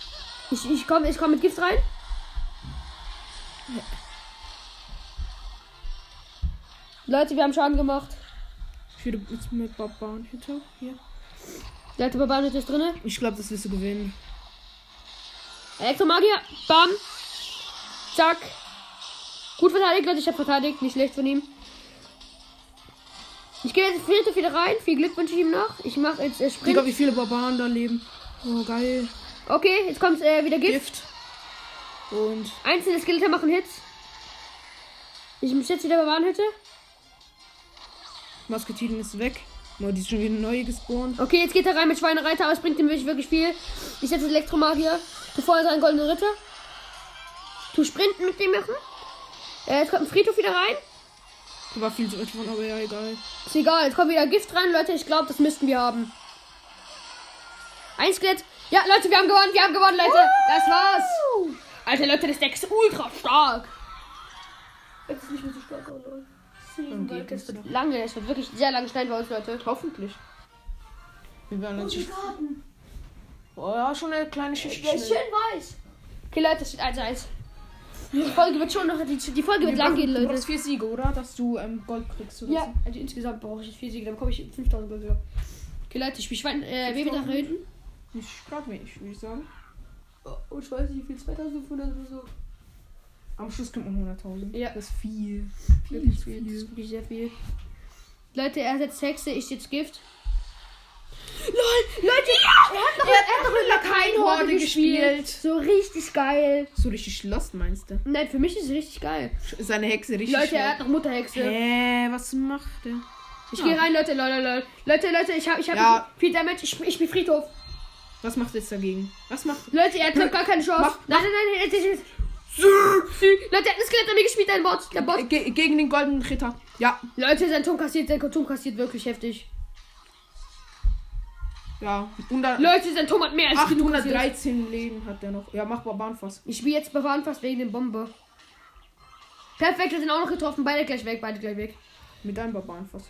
Ich, ich komme ich komm mit Gift rein. Leute, wir haben Schaden gemacht.
Ich würde jetzt mit Barbarenhütte hier.
Leute, Barbaren ist drin.
Ich glaube, das wirst du gewinnen.
Elektromagier. Bam. Zack. Gut verteidigt, Leute. Ich habe verteidigt. Nicht schlecht von ihm. Ich gehe jetzt viel zu viel rein. Viel Glück wünsche ich ihm noch. Ich mache jetzt äh,
Digga,
Sprint.
wie viele Barbaren da leben. Oh, geil.
Okay, jetzt kommt äh, wieder Gift.
Gift. Und
Einzelne Skelette machen Hits. Ich muss jetzt wieder Barbarenhütte.
Masketieren ist weg. Oh, die ist schon wieder neu gespawnt.
Okay, jetzt geht er rein mit Schweinereiter, aber es bringt ihm wirklich, wirklich viel. Ich setze Elektromagier. Bevor er seinen goldenen Ritter. Du sprinten mit dem machen. Äh, jetzt kommt ein Friedhof wieder rein.
Da war viel zu weit von, aber ja, egal.
Ist egal, jetzt kommt wieder Gift rein, Leute. Ich glaube, das müssten wir haben. Ein Skelett. Ja, Leute, wir haben gewonnen, wir haben gewonnen, Leute. Das war's. Alter, Leute, das Deck ist ultra stark. Jetzt ist nicht mehr so stark, oh nein.
Dann geht
Es
es
wird
doch.
lange, es wird wirklich sehr lange schneiden bei uns, Leute.
Hoffentlich. Wir werden natürlich.
Garten.
Oh ja, schon eine kleine Schicht.
Der ist schön
schnell.
weiß. Okay, Leute, es steht 1-1. Die Folge wird schon noch, die, die Folge wird
Wir
lang
brauchen-
gehen,
Du
Leute.
brauchst vier Siege, oder? Dass du ähm, Gold kriegst oder
Ja, also insgesamt brauche ich jetzt 4 Siege, dann komme ich 5000 Gold wieder. Okay, Leute, ich spiele Schwein, äh, Baby nach hinten.
so. Ich glaube nicht, würde ich sagen.
Oh, ich weiß nicht, wie viel, 2500 oder so.
Am Schluss kommt man 100.000.
Ja.
Das ist viel. Wirklich
Wirklich viel. Das ist wirklich sehr viel. Leute, er setzt Hexe, ich jetzt Gift.
Leute, ja! er hat noch, er hat noch eine Horde gespielt.
So richtig geil.
So richtig Lost meinst du?
Nein, für mich ist es richtig geil.
Seine Hexe richtig
Leute, er
schlau.
hat noch Mutterhexe.
Hä, was macht er?
Ich
Ja.
gehe rein, Leute, Leute, Leute. Leute, Leute, ich habe ich hab
Ja.
viel Damage. Ich, ich bin Friedhof.
Was macht er jetzt dagegen? Was macht
Leute, er hat glaub, gar keine Chance.
Mach-
nein, nein, nein, nein, nein, nein. Leute, er hat ein Skelett an mir gespielt, ein Bot. Der Bot.
Äh, Ge gegen den goldenen Ritter. Ja,
Leute, sein Turm kassiert, sein Turm kassiert wirklich heftig.
ja. 100,
Leute, sein Turm hat mehr als genug kassiert.
813 Leben hat er noch. Ja, mach Barbaren fast.
Ich bin jetzt bewahren fast wegen der Bombe. Perfekt, wir sind auch noch getroffen. Beide gleich weg, beide gleich weg.
Mit deinem Barbaren fast.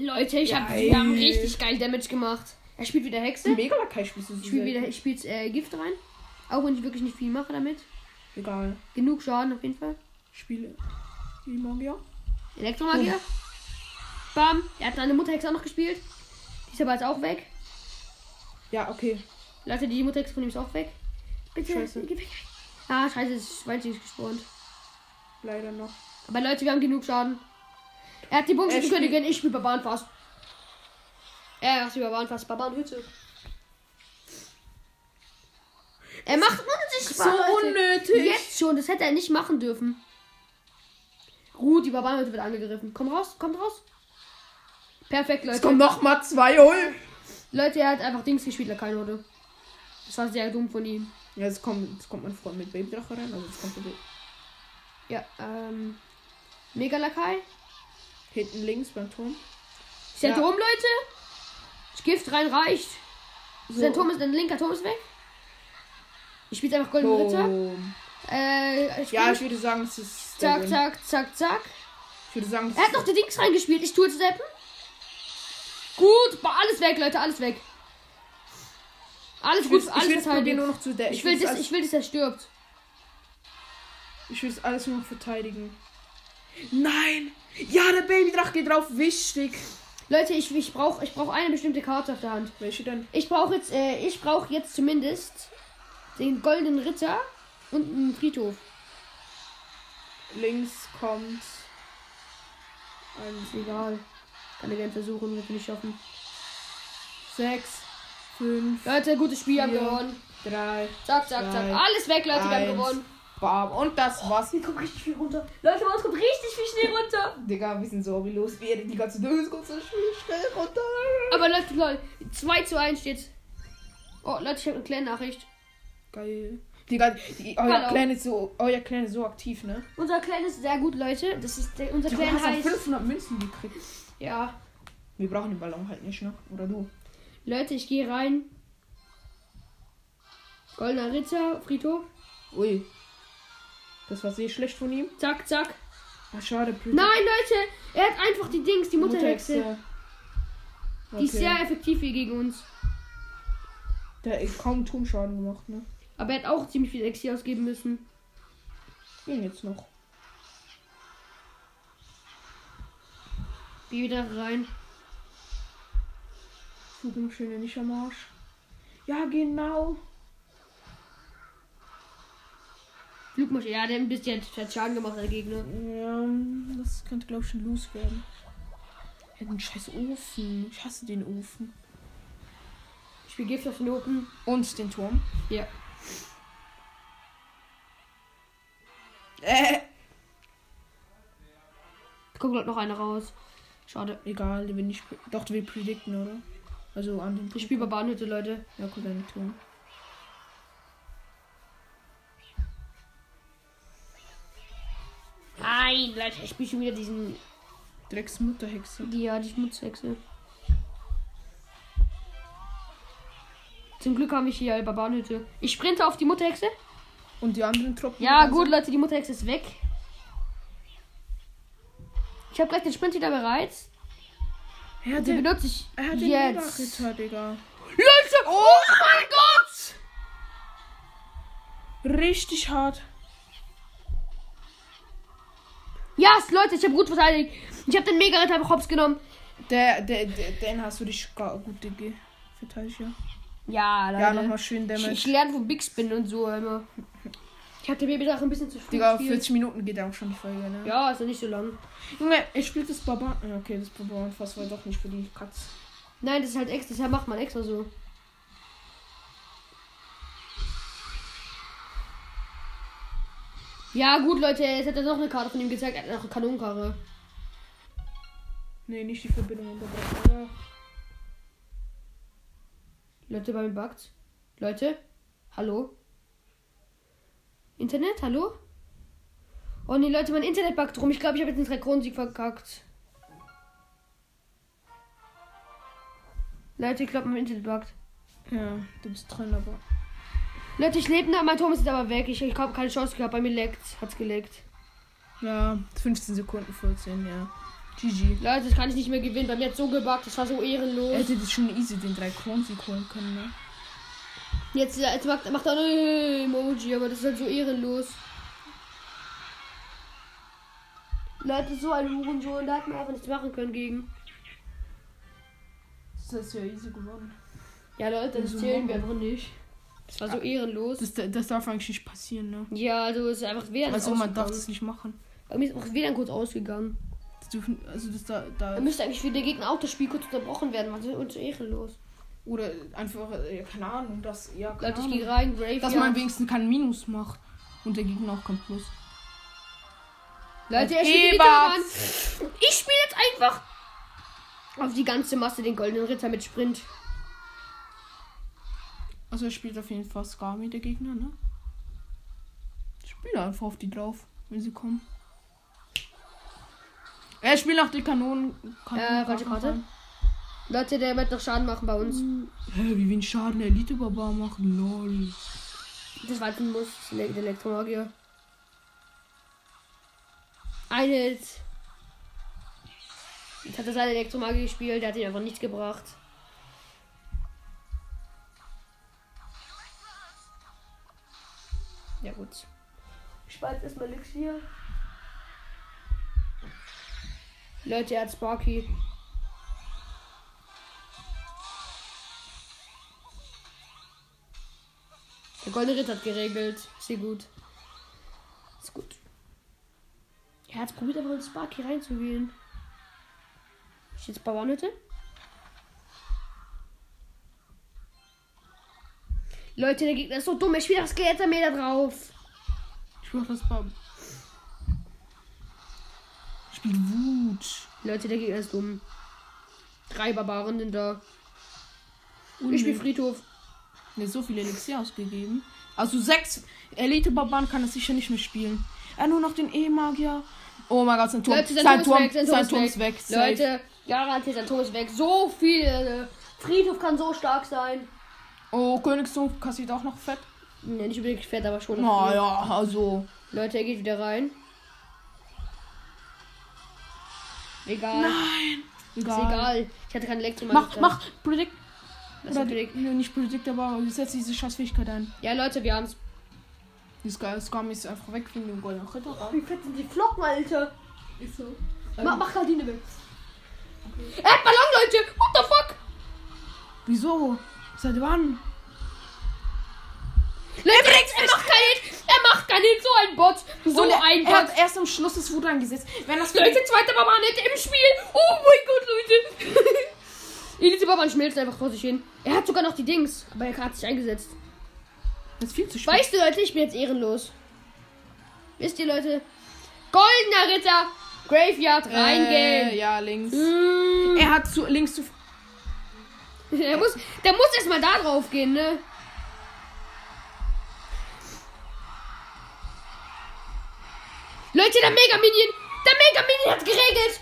Leute, ich habe
Geil.
wir haben richtig geil Damage gemacht. Er spielt wieder
Die
Hexe.
Mega Lakai spielst du so
Ich spiele
selten.
wieder ich spiel, äh, Gift rein. Auch wenn ich wirklich nicht viel mache damit.
Egal.
Genug Schaden auf jeden Fall.
Spiele. Die Magier.
Elektromagier.
Oh.
Bam. Er hat seine Mutterhexe auch noch gespielt. Die ist aber jetzt auch weg.
Ja, okay.
Leute, die Mutterhexe von ihm ist auch weg. Bitte,
Scheiße.
geh weg. Ah, scheiße, es ist Waldi ist gespawnt.
Leider noch.
Aber Leute, wir haben genug Schaden. Er hat die
Er spielt-
Bumschenkönigin, ich spiele Barbaren fast. Er macht Barbaren fast. Barbarenhütte. Er macht unsichtbar. Leute.
unnötig.
Jetzt schon, das hätte er nicht machen dürfen. Ruh, die Barbarenhütte wird angegriffen. Komm raus, kommt raus. Perfekt, Leute.
Es kommen nochmal zwei Hol.
Leute, er hat einfach Dings gespielt, Lakai wurde. Das war sehr dumm von ihm.
Ja, jetzt kommt, jetzt kommt mein Freund mit Babydrache rein. Also jetzt kommt der
Ja, ähm. Mega Lakai.
hinten links beim Turm.
Ist der
Ja.
Turm, Leute? Das Gift rein reicht. Sein Turm ist, sein linker Turm ist weg. Ich spiele einfach Golden Ritter.
Boom.
Äh, ich
Oh. Ja,
ja,
ich würde sagen, es ist. der
zack,
Win.
zack, zack, zack.
Ich würde sagen, es
Er hat noch die Dings reingespielt. Ich tue jetzt Seppen. Gut, ba- alles weg, Leute, alles weg. Alles
Ich
gut,
will, ich
alles
will probieren, nur
verteidigt.
noch zu der.
Ich will, das, ich will, dass er stirbt.
Ich will es alles nur noch verteidigen. Nein! Ja, der Babydrache geht drauf. Wichtig.
Leute, ich, ich brauche ich brauch eine bestimmte Karte auf der Hand.
Welche denn?
Ich brauche jetzt, äh, ich brauche jetzt zumindest den goldenen Ritter und einen Friedhof.
Links kommt. Eins,
Ist egal. Kann ich gerne versuchen, wird nicht schaffen.
sechs, fünf,
Leute, gutes Spiel, haben
Ja.
gewonnen.
drei.
Zack, zack, zack.
Drei,
Alles weg, Leute, wir haben
eins.
gewonnen.
Bam. Und das war's.
Hier kommt richtig viel runter. Leute, bei uns kommt richtig viel Schnee runter.
Digga, wir sind so hobbylos. Wir die ganze Dose kommt so schnell, schnell runter.
Aber Leute, lol. 2 zu 1 steht's. Oh, Leute, ich habe eine kleine Nachricht.
Geil. Digga, die, euer,
Hallo.
Clan ist so, euer Clan ist so aktiv, ne?
Unser Clan ist sehr gut, Leute. Das ist der, unser
Du
Clan
hast auch
heißt.
500 Münzen gekriegt.
Ja.
Wir brauchen den Ballon halt nicht, ne? Oder du?
Leute, ich gehe rein. Goldener Ritter, Friedhof.
Ui. Das war sehr schlecht von ihm.
Zack, zack.
Ach, schade, Plü-
Nein, Leute, er hat einfach die Dings, die Mutterhexe.
Okay.
Die ist sehr effektiv hier gegen uns.
Der hat kaum Turmschaden gemacht, ne?
Aber er hat auch ziemlich viel Exi ausgeben müssen.
Gehen jetzt noch.
Geh wieder rein.
Zugum schöne nicht am Arsch. Ja, genau.
Flugmasche, ja, der hat ein bisschen hat Schaden gemacht, der Gegner.
Ja, das könnte, glaube ich, schon loswerden. Er hat einen scheiß Ofen. Ich hasse den Ofen.
Ich spiel Gift auf den Noten.
Und den Turm.
Ja.
Äh.
Da kommt gerade noch einer raus. Schade.
Egal, der will nicht. pre- Doch, der will predikten, oder? Also an den
Ich spiele Barbarenhütte, Leute.
Ja, gut, deinen Turm.
Nein, Leute, ich spiele schon wieder diesen.
Drecks Mutterhexe.
Die, ja, die Schmutzhexe. Zum Glück habe ich hier Barbarenhütte. Ich sprinte auf die Mutterhexe.
Und die anderen Truppen. Also,
Ja,
die
gut, Leute, die Mutterhexe ist weg. Ich habe gleich den Sprint wieder bereit.
Er hat
Den
den,
benutze ich
er hat den
jetzt.
Niederritter, Digga.
Leute, oh mein Gott!
Richtig hart.
Ja, yes, Leute, ich habe gut verteidigt. Ich habe den Mega-Ritter Hops genommen.
Der, der, der, den hast du dich gar gut, Digga. Verteidigt, ja.
Ja,
Ja,
Leute.
nochmal schön
ich, ich
Damage.
lerne von Big Spin und so immer. Ich habe den Baby-Drache ein bisschen zu früh
Digga, auf
gespielt.
40 Minuten geht auch schon die Folge, ne?
Ja, ist ja nicht so lang.
Junge, ich spiele das Baba. Ja, Okay, das Baba fast war doch nicht für die Katz.
Nein, das ist halt extra, deshalb macht man extra so. Ja, gut, Leute, jetzt hat er noch eine Karte von ihm gezeigt. Er hat noch eine Kanonenkarre.
Nee, nicht die Verbindung unterbrochen, oder?
Leute, bei mir buggt. Leute, hallo? Internet, hallo? Oh ne, Leute, mein Internet buggt rum. Ich glaube, ich habe jetzt einen Dreikonensieg verkackt. Leute, ich glaube, mein Internet buggt.
Ja, du bist dran, aber.
Leute, ich lebe noch. Mein Turm ist jetzt aber weg. Ich, ich habe keine Chance gehabt. Bei mir leckt. Hat's geleckt.
Ja, 15 Sekunden 14, ja. GG.
Leute, das kann ich nicht mehr gewinnen. Bei mir hat so gebuggt. Das war so
Er
ehrenlos.
hätte das schon easy den 3 Kronensieg holen können, ne?
Jetzt, jetzt macht, macht er ein Emoji, aber das ist halt so ehrenlos. Leute, so ein Hurensohn, da hat man einfach nichts machen können gegen.
Das ist ja easy geworden.
Ja, Leute, das
So
zählen
machen
wir
wir.
einfach nicht. Das war so ehrenlos.
Das, das darf eigentlich nicht passieren, ne?
ja, also ist einfach wieder
Also man darf
ausgegangen.
das nicht machen.
Bei mir ist auch wieder kurz ausgegangen.
Das dürfen, also das da,
Da
da
müsste eigentlich für den Gegner auch das Spiel kurz unterbrochen werden, weil das ist uns ehrenlos.
oder einfach, äh, keine Ahnung, das, ja, keine
Leute, ich
Ahnung.
gehe rein, Brave.
Dass man wenigstens keinen Minus macht und der Gegner auch kein Plus.
Leute, er spielt wieder an. Ich spiele jetzt einfach auf die ganze Masse den goldenen Ritter mit Sprint.
Also er spielt auf jeden Fall Skami, der Gegner, ne? Spiel einfach auf die drauf, wenn sie kommen. Er spielt nach die Kanonen.
Äh, falsche Karte.
rein.
Leute, der wird noch Schaden machen bei uns.
Hä, wie wenig Schaden Elite Barbar macht? Lol.
Das war ein Muss, der Elektromagier. Ein Hit. Jetzt hat er seine Elektromagier gespielt, der hat ihn einfach nichts gebracht. Ja gut. Ich spalte erstmal Elixier. Leute, er hat Sparky. Der Goldene Ritter hat geregelt. Ist hier gut. Ist gut. Er hat probiert, einfach in Sparky reinzugehen. Ist jetzt Bauernhütte? Leute, der Gegner ist so dumm. Er spielt das Skelettameter drauf.
Ich mach das Bam. Spielt Wut.
Leute, der Gegner ist dumm. Drei Barbaren sind da. Ich spiele Friedhof.
Mir so viel Elixier ausgegeben. Also sechs Elite-Barbaren kann es sicher nicht mehr spielen. Er nur noch den E-Magier. Oh mein Gott, sein Turm.
Leute, sein, Turm ist weg.
sein Turm ist weg. Safe.
Leute, garantiert, sein Turm ist weg. So viel. äh, Friedhof kann so stark sein.
Oh, Königshof kassiert auch noch fett.
Ne, nicht unbedingt fett, aber schon.
Naja, also.
Leute, er geht wieder rein. Egal. Ist egal. Ich hatte keinen Elektro
Mach, mach, predict.
Das ist ein
Oder-
Predict.
Nö, nicht predict, aber wir setzen diese Schatzfähigkeit ein.
Ja, Leute, wir haben's.
Die Sky Skami ist einfach weg wegen dem goldenen Ritter.
Wie fett sind die Flocken, Alter?
Ist so.
Mach, mach Gardine weg. Ähm. Er hat Ballon, Leute! What the fuck?
Wieso? Seit wann?
Leute, er macht keinen Hit! Er macht keinen Hit! So ein Bot! So
Und er, er
ein Bot!
hat erst am Schluss das Wut angesetzt. Wenn das
Leute, zweiter Baba nicht im Spiel! Oh mein Gott, Leute! Elite Baba schmilzt einfach vor sich hin. Er hat sogar noch die Dings, aber er hat sich eingesetzt.
Das ist viel zu spät.
Weißt du, Leute, ich bin jetzt ehrenlos. Wisst ihr, Leute? Goldener Ritter, Graveyard, reingehen.
Äh, ja, links.
Mm.
Er hat zu, links zu.
Der muss, der muss erstmal da drauf gehen, ne? Leute, der Mega Minion! Der Mega Minion hat geregelt!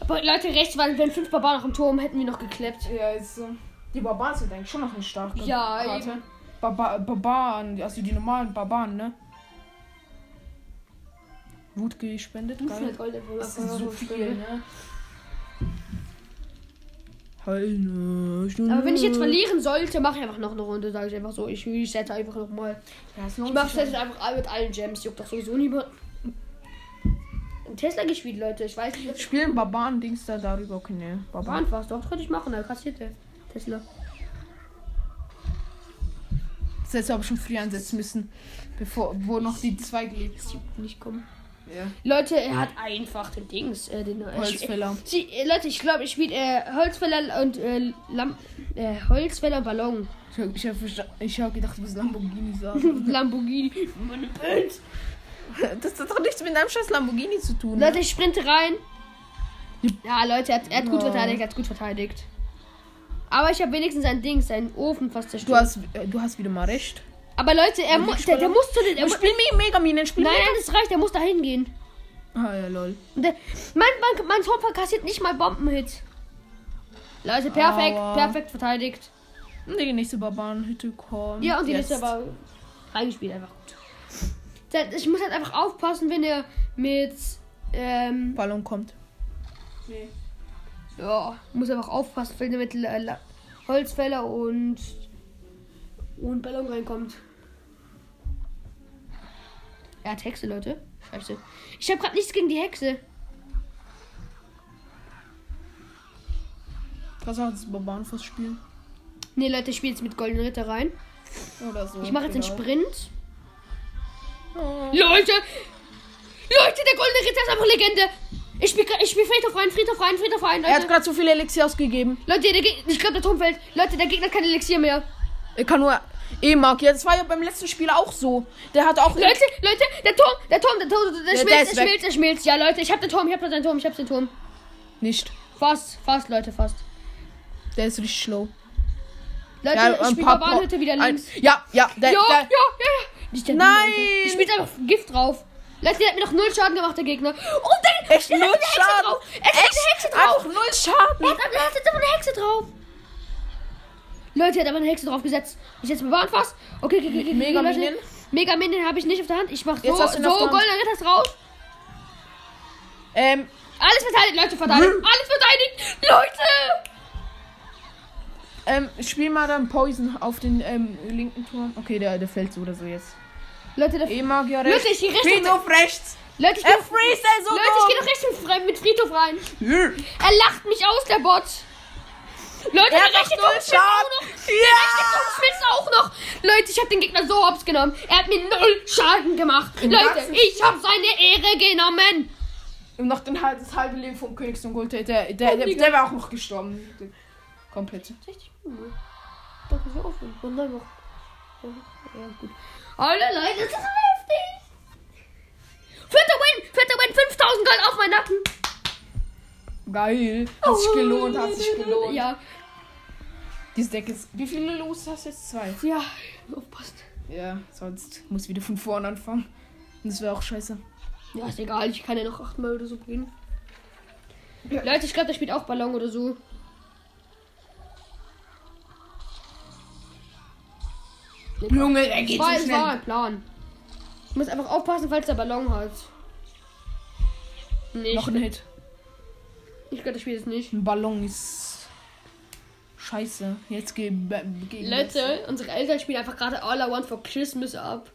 Aber Leute, rechts waren, wenn fünf Barbaren noch im Turm, hätten wir noch geklappt.
Ja, ist so. Die Barbaren sind eigentlich schon noch eine starke
Ja,
Karte.
eben.
Barba Barbaren, also die normalen Barbaren, ne? Blut gespendet. Geil.
500 halt Gold in
Das ist so viel,
Aber
ne? Heine Stunde.
wenn ich jetzt verlieren sollte, mache ich einfach noch eine Runde, sage ich einfach so. Ich resette einfach nochmal.
Ja, es
Ich
lohnt
mache
sich
jetzt einfach all- mit allen Gems, juckt doch sowieso niemand. Ein Tesla gespielt, Leute. Ich weiß nicht,
Spielen Barbaren-Dings da darüber, okay, ne? Barbaren.
Verband war es doch, könnte ich machen, da kassiert der Tesla.
Das hätte aber schon früh ansetzen müssen, bevor, wo noch die zwei gelebt sind.
Nicht kommen.
Ja.
Leute, er hat einfach den Dings, äh, den äh,
Holzfäller.
Sie, äh, Leute, ich glaube, ich spiele äh, Holzfäller und äh, Lam äh, Holzfäller und Ballon.
Ich hab, ich hab, versta- ich hab gedacht, du bist Lamborghini sagen.
Lamborghini. Meine Welt.
Das hat doch nichts mit einem scheiß Lamborghini zu tun. ne?
Leute, ich sprinte rein. Ja, Leute, er hat, er hat gut verteidigt, er hat gut verteidigt. Aber ich habe wenigstens sein Ding, seinen Ofen fast
Du
zerstört.
hast, äh, du hast wieder mal recht.
Aber Leute, er
Und
mu
ich
der, der
Ballon.
muss zu den. Er mu
Ich spiel mir Mega Minen, spiel
nein,
Mega-
nein, das reicht, er muss da hingehen.
Ah ja, lol.
Und der- Mein, mein, mein Tor kassiert nicht mal Bombenhits. Leute, perfekt,
Aua.
perfekt verteidigt.
Und die nächste Barbarenhütte kommt.
Ja, und die
jetzt.
letzte war reingespielt einfach gut. Das- Ich muss halt einfach aufpassen, wenn er mit. Ähm,
Ballon kommt.
ja, muss einfach aufpassen, wenn er mit La- La- Holzfäller und. und Ballon reinkommt. Er hat Hexe, Leute. Scheiße. Ich habe gerade nichts gegen die Hexe.
Was hat das Barbaren fürs Spiel?
Ne, Leute, ich spiele jetzt mit Goldenen Ritter rein.
Oder so.
Ich mache jetzt einen
genau.
Sprint.
Oh.
Leute! Leute, der Goldene Ritter ist einfach Legende! Ich spiele ich spiel Friedhof rein, Friedhof rein, Friedhof rein,
Er
Leute!
hat gerade so viele Elixier ausgegeben.
Leute, der Gegner, ich glaube, der Turm fällt. Leute, der Gegner hat kein Elixier mehr.
Er kann nur E-Mark. Ja, das war ja beim letzten Spiel auch so. Der hat auch.
Leute, Leute, der Turm, der Turm, der Turm, der,
Ja,
schmilzt,
der
der
ist weg.
schmilzt, der schmilzt. Ja, Leute, ich hab den Turm, ich hab den Turm, ich hab den Turm.
Nicht.
Fast, fast, Leute, fast.
Der ist richtig schlau.
Leute, ich spiele Barbarenhütte wieder
ein-
links.
ja, ja, der,
Ja, ja,
der,
ja, ja. Nicht der
Nein.
Gegner, Leute. Ich spiele einfach Gift drauf. Leute, der hat mir noch null Schaden gemacht, der Gegner. Und der,
Echt
der
null
hat eine Hexe
Schaden.
drauf. Er hat eine Hexe drauf.
Einfach null Schaden.
Er hat, er hat jetzt aber eine Hexe drauf. Leute, er hat aber eine Hexe drauf gesetzt. Ich setze mir fast. Okay, okay, okay, okay.
Mega
Leute.
Minion.
Mega Minion habe ich nicht auf der Hand. Ich mach so,
Jetzt
so
hast du ihn auf der Hand.
goldener Ritter ist raus.
Ähm,
Alles verteidigt, Leute, verteidigt.
Hm.
Alles verteidigt. Leute.
ähm, spiel mal dann Poison auf den ähm, linken Turm. Okay, der, der fällt so oder so jetzt. Eh,
Leute, das,
E-Magier
Leute,
rechts.
ich gehe rechts.
Friedhof rechts.
Leute, ich, geh-
Er freest er so
Leute, ich gehe doch rechts mit Fre- mit Friedhof rein.
Leute,
Er lacht mich aus, der Bot. Leute,
Er
der
hat
rechte
doch null
Kopf schmilzt auch
Schaden.
noch.
Ja!
Schmilzt auch noch. Leute, ich habe den Gegner so hops genommen. Er hat mir null Schaden gemacht. Leute,
ganzen-
ich habe seine Ehre genommen.
Und noch den, halb- das halbe Leben vom König zum Gold. Der, der, der, der, der wäre auch noch gestorben. Komplett.
60 Minuten. Danke für offen. Und dann noch. Ja, gut. Alle Leute, das ist heftig. Vierter Win, vierter Win, 5000 Gold auf meinen Nacken.
Geil. Hat sich gelohnt, hat sich gelohnt.
Ja,
Dieses Deck ist. Wie viele los hast du jetzt? Zwei.
ja, aufpasst.
Ja, sonst muss wieder von vorn anfangen. Und das wäre auch scheiße.
Ja, ist egal, ich kann ja noch achtmal oder so gehen.
Ja.
Leute, ich glaube, der spielt auch Ballon oder so.
Junge, er geht
War,
so
war
schnell.
ein Plan. Ich muss einfach aufpassen, falls der Ballon halt. hat. Nee,
Noch
ich,
ein Hit.
ich glaube, der spielt es nicht.
Ein Ballon ist. Scheiße. Jetzt ge gegen.
Leute, unsere Eltern spielen einfach gerade All I Want for Christmas ab.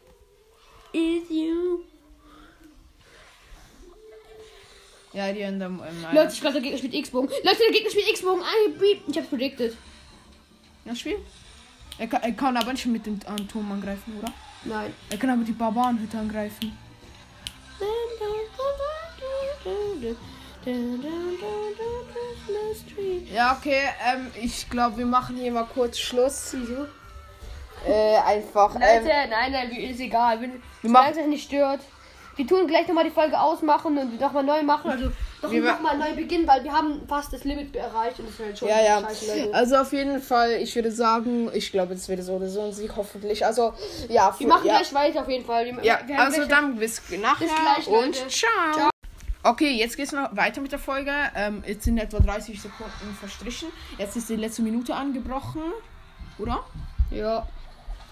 Is you.
Ja, die in der. Äh,
Leute, ich glaube, der Gegner spielt X-Bogen. Leute, der Gegner spielt X-Bogen. I beat- Ich hab's predicted.
Das Spiel? Er kann, er kann aber nicht mit dem äh, Turm angreifen, oder?
Nein.
Er kann aber die Barbarenhütte angreifen. Ja, okay. Ähm, ich glaube, wir machen hier mal kurz Schluss.
Wieso?
Äh, einfach.
Leute, nein, nein, wie- ist egal. Wenn
Wir machen-
es nicht stört. Wir tun gleich nochmal die Folge ausmachen und nochmal neu machen. Also noch-
Wir ma-
nochmal neu beginnen, weil wir haben fast das Limit erreicht und es ist halt schon
Ja, ja.
scheiße, Leute.
Also auf jeden Fall, ich würde sagen, ich glaube, das wird so oder so ein Sieg hoffentlich. Also, ja.
Wir machen
ja.
gleich weiter auf jeden Fall. Wir,
Ja,
wir haben
also
gleich-
dann bis nachher
gleich,
und
Leute.
ciao. Okay, jetzt geht's noch weiter mit der Folge. Ähm, jetzt sind etwa 30 Sekunden verstrichen. Jetzt ist die letzte Minute angebrochen, oder?
Ja.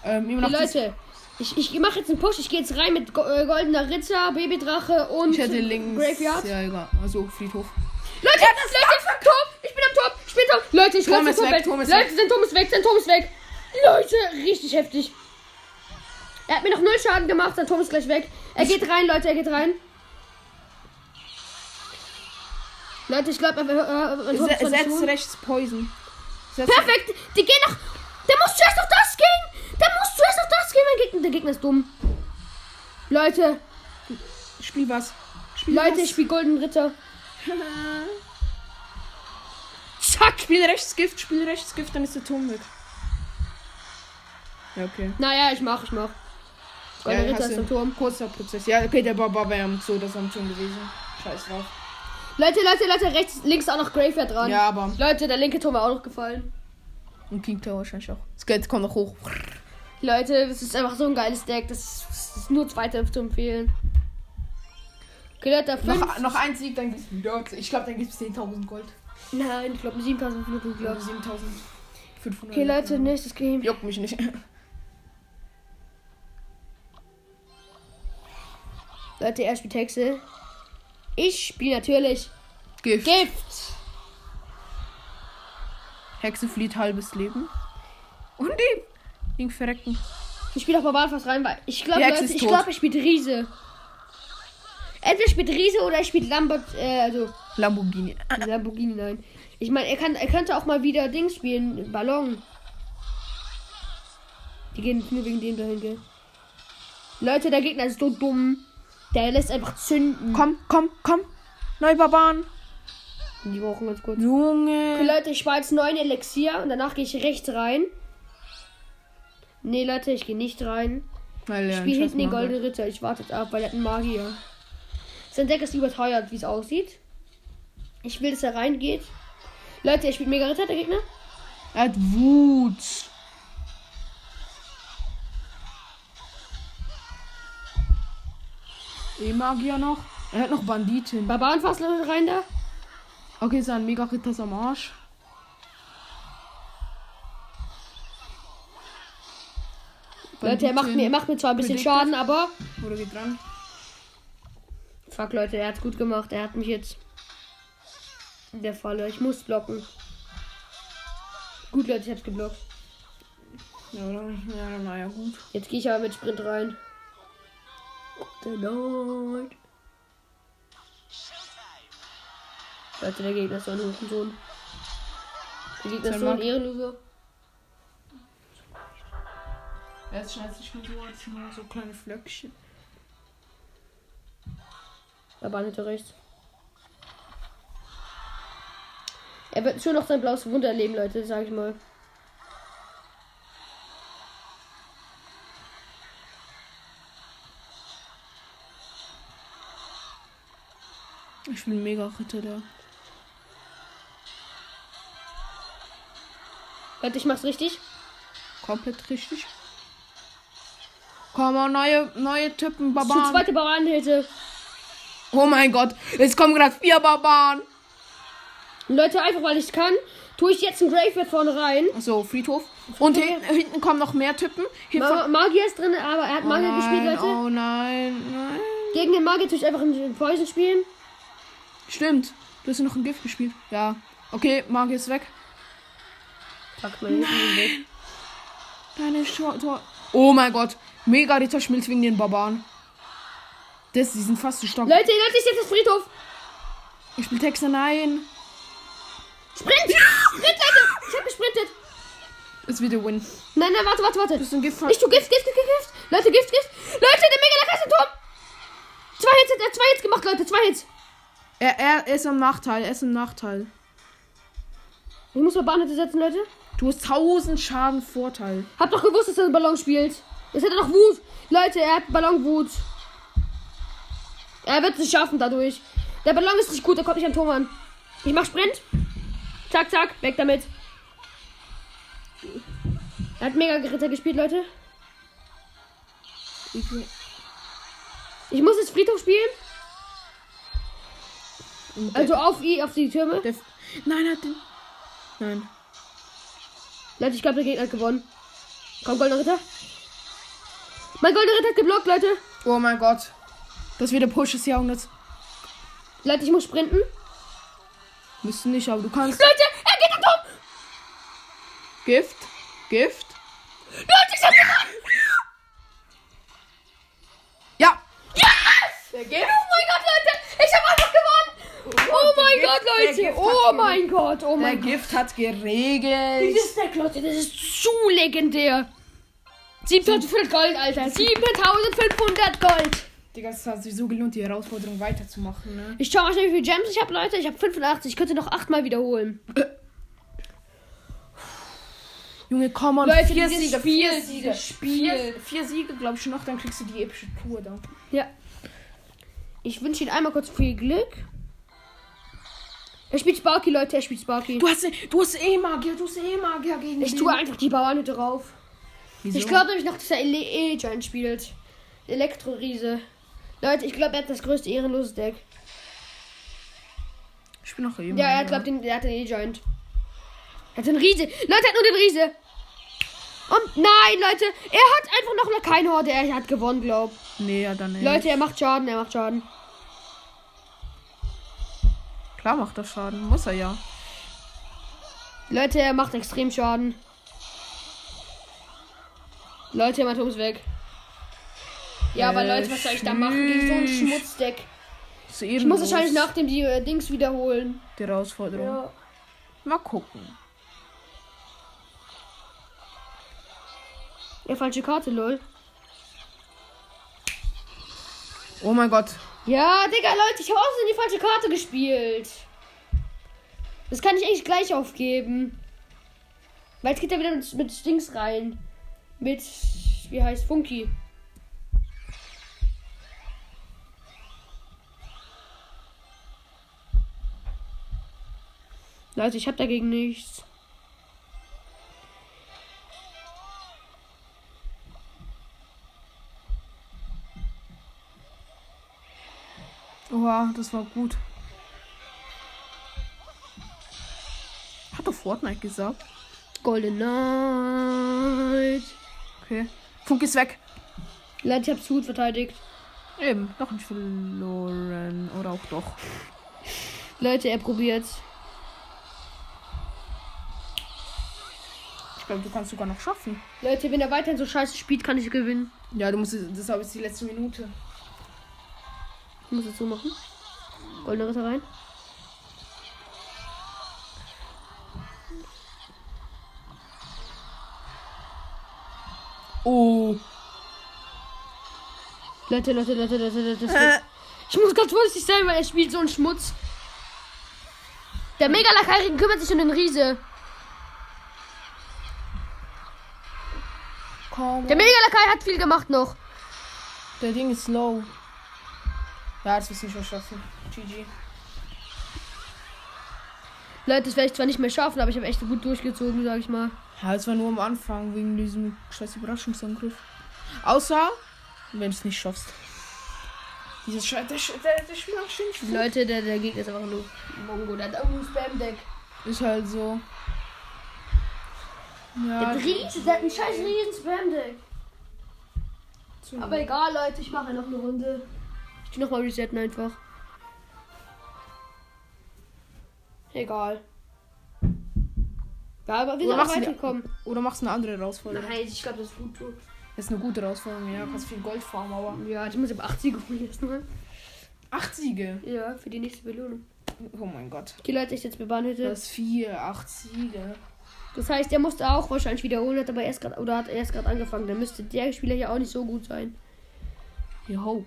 Ähm, immer noch
Leute, Ich, ich mache jetzt einen Push. Ich gehe jetzt rein mit Go äh, goldener Ritter, Babydrache und
Ich hätte links.
Graveyard.
Ja, egal. Also Friedhof.
Leute, Leute, Top! Ich bin am Top! Ich bin am Top! Leute, ich
Tom
hol den
ist
Top
weg,
weg!
Tom ist
Leute,
weg.
sein Tom ist weg! Sein Tom ist weg! Leute, richtig heftig! Er hat mir noch null Schaden gemacht, sein Tom ist gleich weg. Er geht rein, Leute, er geht rein. Leute, ich glaube, er äh, mein Tom ist
Se
von
setz
zu.
rechts Poison. Setz
Perfekt! Die gehen noch. Der muss zuerst auf das gehen! Der muss zuerst auf das gehen, mein Gegner. Der Gegner ist dumm. Leute,
Spiel was. Spiel
Leute,
was.
ich spiel Golden Ritter.
Zack, spiel rechts Gift, spiel rechts Gift, dann ist der Turm weg. Ja, okay.
Naja, ich mach, ich mach. Golden
ja,
Ritter
hast
ist
du.
am Turm.
Kurzer Prozess. Ja, okay, der Barbar wäre am Zoo, das ist am Turm gewesen. Scheiß drauf.
Leute, Leute, Leute, rechts, links auch noch Graveyard dran.
Ja, aber.
Leute, der linke Turm war auch noch gefallen.
Und King Tower wahrscheinlich auch. Skelett kommt noch hoch.
Leute, es ist einfach so ein geiles Deck. Das ist, das ist nur zweite zu empfehlen. Okay, Leute, fünf.
Noch, noch ein Sieg, dann gibt's wieder. Ich glaube, dann gibt's 10.000 Gold.
Nein, ich glaube 7500,
Oder
glaube ich.
7.500.
Okay, Leute, nächstes Game.
Juckt mich nicht.
Leute, er spielt Hexe. Ich spiele natürlich
Gift.
Gift.
Hexe flieht halbes Leben. Und die. Ding verrecken.
Ich spiele auch Barbar fast rein, weil ich glaube,
Die Hexe
Leute,
ist
ich
tot.
glaube, er spielt Riese. Entweder spielt Riese oder er spielt Lambert, äh, also
Lamborghini.
Lamborghini, nein. Ich meine, er, kann, er könnte auch mal wieder Dings spielen, Ballon. Die gehen nur wegen dem dahin, gell? Leute, der Gegner ist so dumm. Der lässt einfach zünden.
Komm, komm, komm. Neubarbaren.
Die brauchen ganz kurz. Okay,
Junge.
Leute, ich spare jetzt neun Elixier und danach gehe ich rechts rein. Nee, Leute, ich gehe nicht rein.
Weil,
Ich spiele hinten den goldenen Ritter. Ich warte jetzt ab, weil er hat einen Magier. Sein Deck ist überteuert, wie es aussieht. Ich will, dass er reingeht. Leute, er spielt Mega Ritter, der Gegner.
Er hat Wut. E-Magier noch. Er hat noch Banditen.
Barbarenfassler rein da.
Okay, sein Mega-Ritter ist am Arsch.
Leute, er macht mir, er macht mir zwar ein bisschen Schaden, aber.
Oder geht dran.
Fuck, Leute, er hat's gut gemacht. Er hat mich jetzt. In der Falle. Ich muss blocken. Gut, Leute, ich hab's geblockt.
Ja, oder? Ja, naja, gut.
Jetzt gehe ich aber mit Sprint rein. Gute Nacht. Leute, der Gegner ist so ein Hurensohn. Der Gegner ist so ein
Zermatt.
Ehrenloser.
Er ist scheiße, ich bin so als nur so kleine Flöckchen.
Aber nicht rechts. Er wird schon noch sein blaues Wunder erleben, Leute, sag ich mal.
Ich bin Mega-Ritter da.
Leute, ich mach's richtig.
Komplett richtig. Komm, oh, neue, neue Typen,
Schon
Barbaren.
zweite Baranenhilfe.
Oh mein Gott, es kommen gerade vier Barbaren.
Und Leute, einfach weil ich kann, tue ich jetzt einen Graveyard vorne rein.
So, Friedhof. Und hin, hinten kommen noch mehr Typen. Hier
Ma Magier ist drin, aber er hat
oh
Magier
nein,
gespielt, Leute.
Oh nein, nein.
Gegen den Magier tue ich einfach einen Poison spielen.
Stimmt. Du hast ja noch ein Gift gespielt. Ja. Okay, Magier ist weg.
Fuck, meine Hilfe sind weg.
Deine Schau. Oh mein Gott. Mega Ritter schmilzt wegen den Barbaren. Das, die sind fast gestorben.
Leute, Leute, ist jetzt das Friedhof.
Ich spiele Texte, nein.
Sprint! Sprint, Leute! Ich hab gesprintet.
Ist wieder Win.
Nein, nein, warte, warte, warte.
Das ist ein Gift von.
Ich tu Gift, Gift, Gift, Gift. Leute, Gift, Gift. Leute, der mega lecker ist Tom. Zwei Hits, er hat zwei Hits gemacht, Leute, zwei Hits.
Er, er ist im Nachteil. Er ist im Nachteil.
Ich muss mal Bahnhütte setzen, Leute.
Du hast 1000 Schaden Vorteil.
Hab doch gewusst, dass er einen Ballon spielt. Jetzt hat er noch Wut. Leute, er hat Ballonwut. Er wird es nicht schaffen dadurch. Der Ballon ist nicht gut, er kommt nicht am Tor an. Ich mach Sprint. Zack, zack, weg damit. Er hat mega Ritter gespielt, Leute.
Ich,
Ich muss jetzt Friedhof spielen.
also.
Also auf, i- auf die Türme.
Der, nein, er hat den. Nein.
Leute, ich glaube, der Gegner hat gewonnen. Komm, Goldener Ritter. Mein goldener Ritter hat geblockt, Leute.
Oh mein Gott. Das wird der Push des Jahrhunderts.
Leute, ich muss sprinten. Leute,
Müssen nicht, aber du kannst.
er geht da um.
Gift. Gift.
Leute, ich hab gewonnen.
Ja.
Oh mein Gott, Leute. Ich hab einfach gewonnen. Oh mein
der
Gott,
Gift- der
Leute.
Gift hat
Oh
gewonnen.
mein Gott.
Der
Oh mein Gott.
Gift hat geregelt.
Dieses Deck, Leute, das ist zu legendär. 7500 Gold, Alter. 7500 Gold.
Digga, es hat sich so gelohnt, die Herausforderung weiterzumachen, ne?
Ich schau mal schnell, wie viele Gems ich habe, Leute. Ich habe 85. Ich könnte noch 8 mal wiederholen.
Junge, komm on.
Leute,
vier
dieses
Siege,
Spiel,
vier
dieses
Siege,
Spiel.
Vier, vier Siege, glaube ich, noch, dann kriegst du die epische Tour da.
Ja. Ich wünsche Ihnen einmal kurz viel Glück. Er spielt Sparky, Leute. Er spielt Sparky.
Du hast, du hast eh Magier, du hast eh Magier gegen
Ich
den.
tue einfach die Bauernhütte drauf.
Wieso?
Ich glaube nämlich noch, dass er Ele Giant spielt. Elektroriese. Leute, ich glaube, er hat das größte ehrenlose Deck.
ich bin noch eben.
Ja, er hat, glaubt, den, er hat den E-Joint. Er hat den Riese. Leute, er hat nur den Riese. Und nein, Leute, er hat einfach noch keine Horde. Er hat gewonnen, glaub.
Nee, ja, dann. ey.
Leute, er macht Schaden, er macht Schaden.
Klar macht das Schaden, muss er ja.
Leute, er macht extrem Schaden. Leute, mein Turm ist weg. Ja, aber Leute, was soll ich da machen gegen so ein
Schmiesch.
Schmutzdeck?
Ist ehrenlos.
Ich muss wahrscheinlich nach dem die äh, Dings wiederholen.
Die Herausforderung.
Ja.
Mal gucken.
ja, falsche Karte, lol.
Oh mein Gott.
Ja, Digga, Leute, ich habe außerdem die falsche Karte gespielt. Das kann ich eigentlich gleich aufgeben. Weil jetzt geht er wieder mit, mit Dings rein. Mit, wie heißt, Funky. Leute, ich habe dagegen nichts.
Oha, das war gut. Hat doch Fortnite gesagt.
Golden Knight.
Okay. Funk ist weg.
Leute, ich hab's gut verteidigt.
Eben, noch nicht verloren. Oder auch doch.
Leute, er probiert's.
Ich glaube, du kannst sogar noch schaffen.
Leute, wenn er weiterhin so scheiße spielt, kann ich gewinnen.
Ja, du musst. Das war jetzt die letzte Minute.
Ich muss es so machen. Goldener Ritter rein.
Oh.
Leute, Leute, Leute, Leute, Leute. Das wird- ich muss ganz vorsichtig sein, weil er spielt so einen Schmutz. Der mega Lakai kümmert sich um den Riese.
Komm.
Der mega Lakai hat viel gemacht noch.
Der Ding ist low. Ja, das wirst du nicht mehr schaffen. GG.
Leute, das werde ich zwar nicht mehr schaffen, aber ich habe echt gut durchgezogen, sag ich mal.
Ja, es war nur am Anfang wegen diesem scheiß Überraschungsangriff. Außer, wenn du es nicht schaffst. Dieses Scheiß. Der, Sch- der, der Spieler steht nicht vor.
Leute, der, der Gegner ist einfach nur Mongo. Der hat irgendein Spam-Deck.
Ist halt so. Ja,
Riese, der hat einen scheiß riesen Spam-Deck. Aber egal, Leute, ich mache noch eine Runde. Ich tu nochmal resetten einfach. Egal. Ja, aber
Oder
wir sind auch
machst du die-
weitergekommen.
oder machst eine andere Herausforderung.
Nein, ich glaube, das ist gut. so.
Das ist eine gute Herausforderung, ja. Kannst viel Gold farmen, aber.
Ja, ich muss eben 80 geholt erstmal.
Acht Siege.
Ja, für die nächste Belohnung.
Oh mein Gott.
Okay, Leute, ich jetzt bebannt hätte.
Das vier, acht Siege.
Das heißt, der musste auch wahrscheinlich wiederholen, hat aber erst gerade oder hat erst gerade angefangen. Dann müsste der Spieler hier auch nicht so gut sein.
You hope.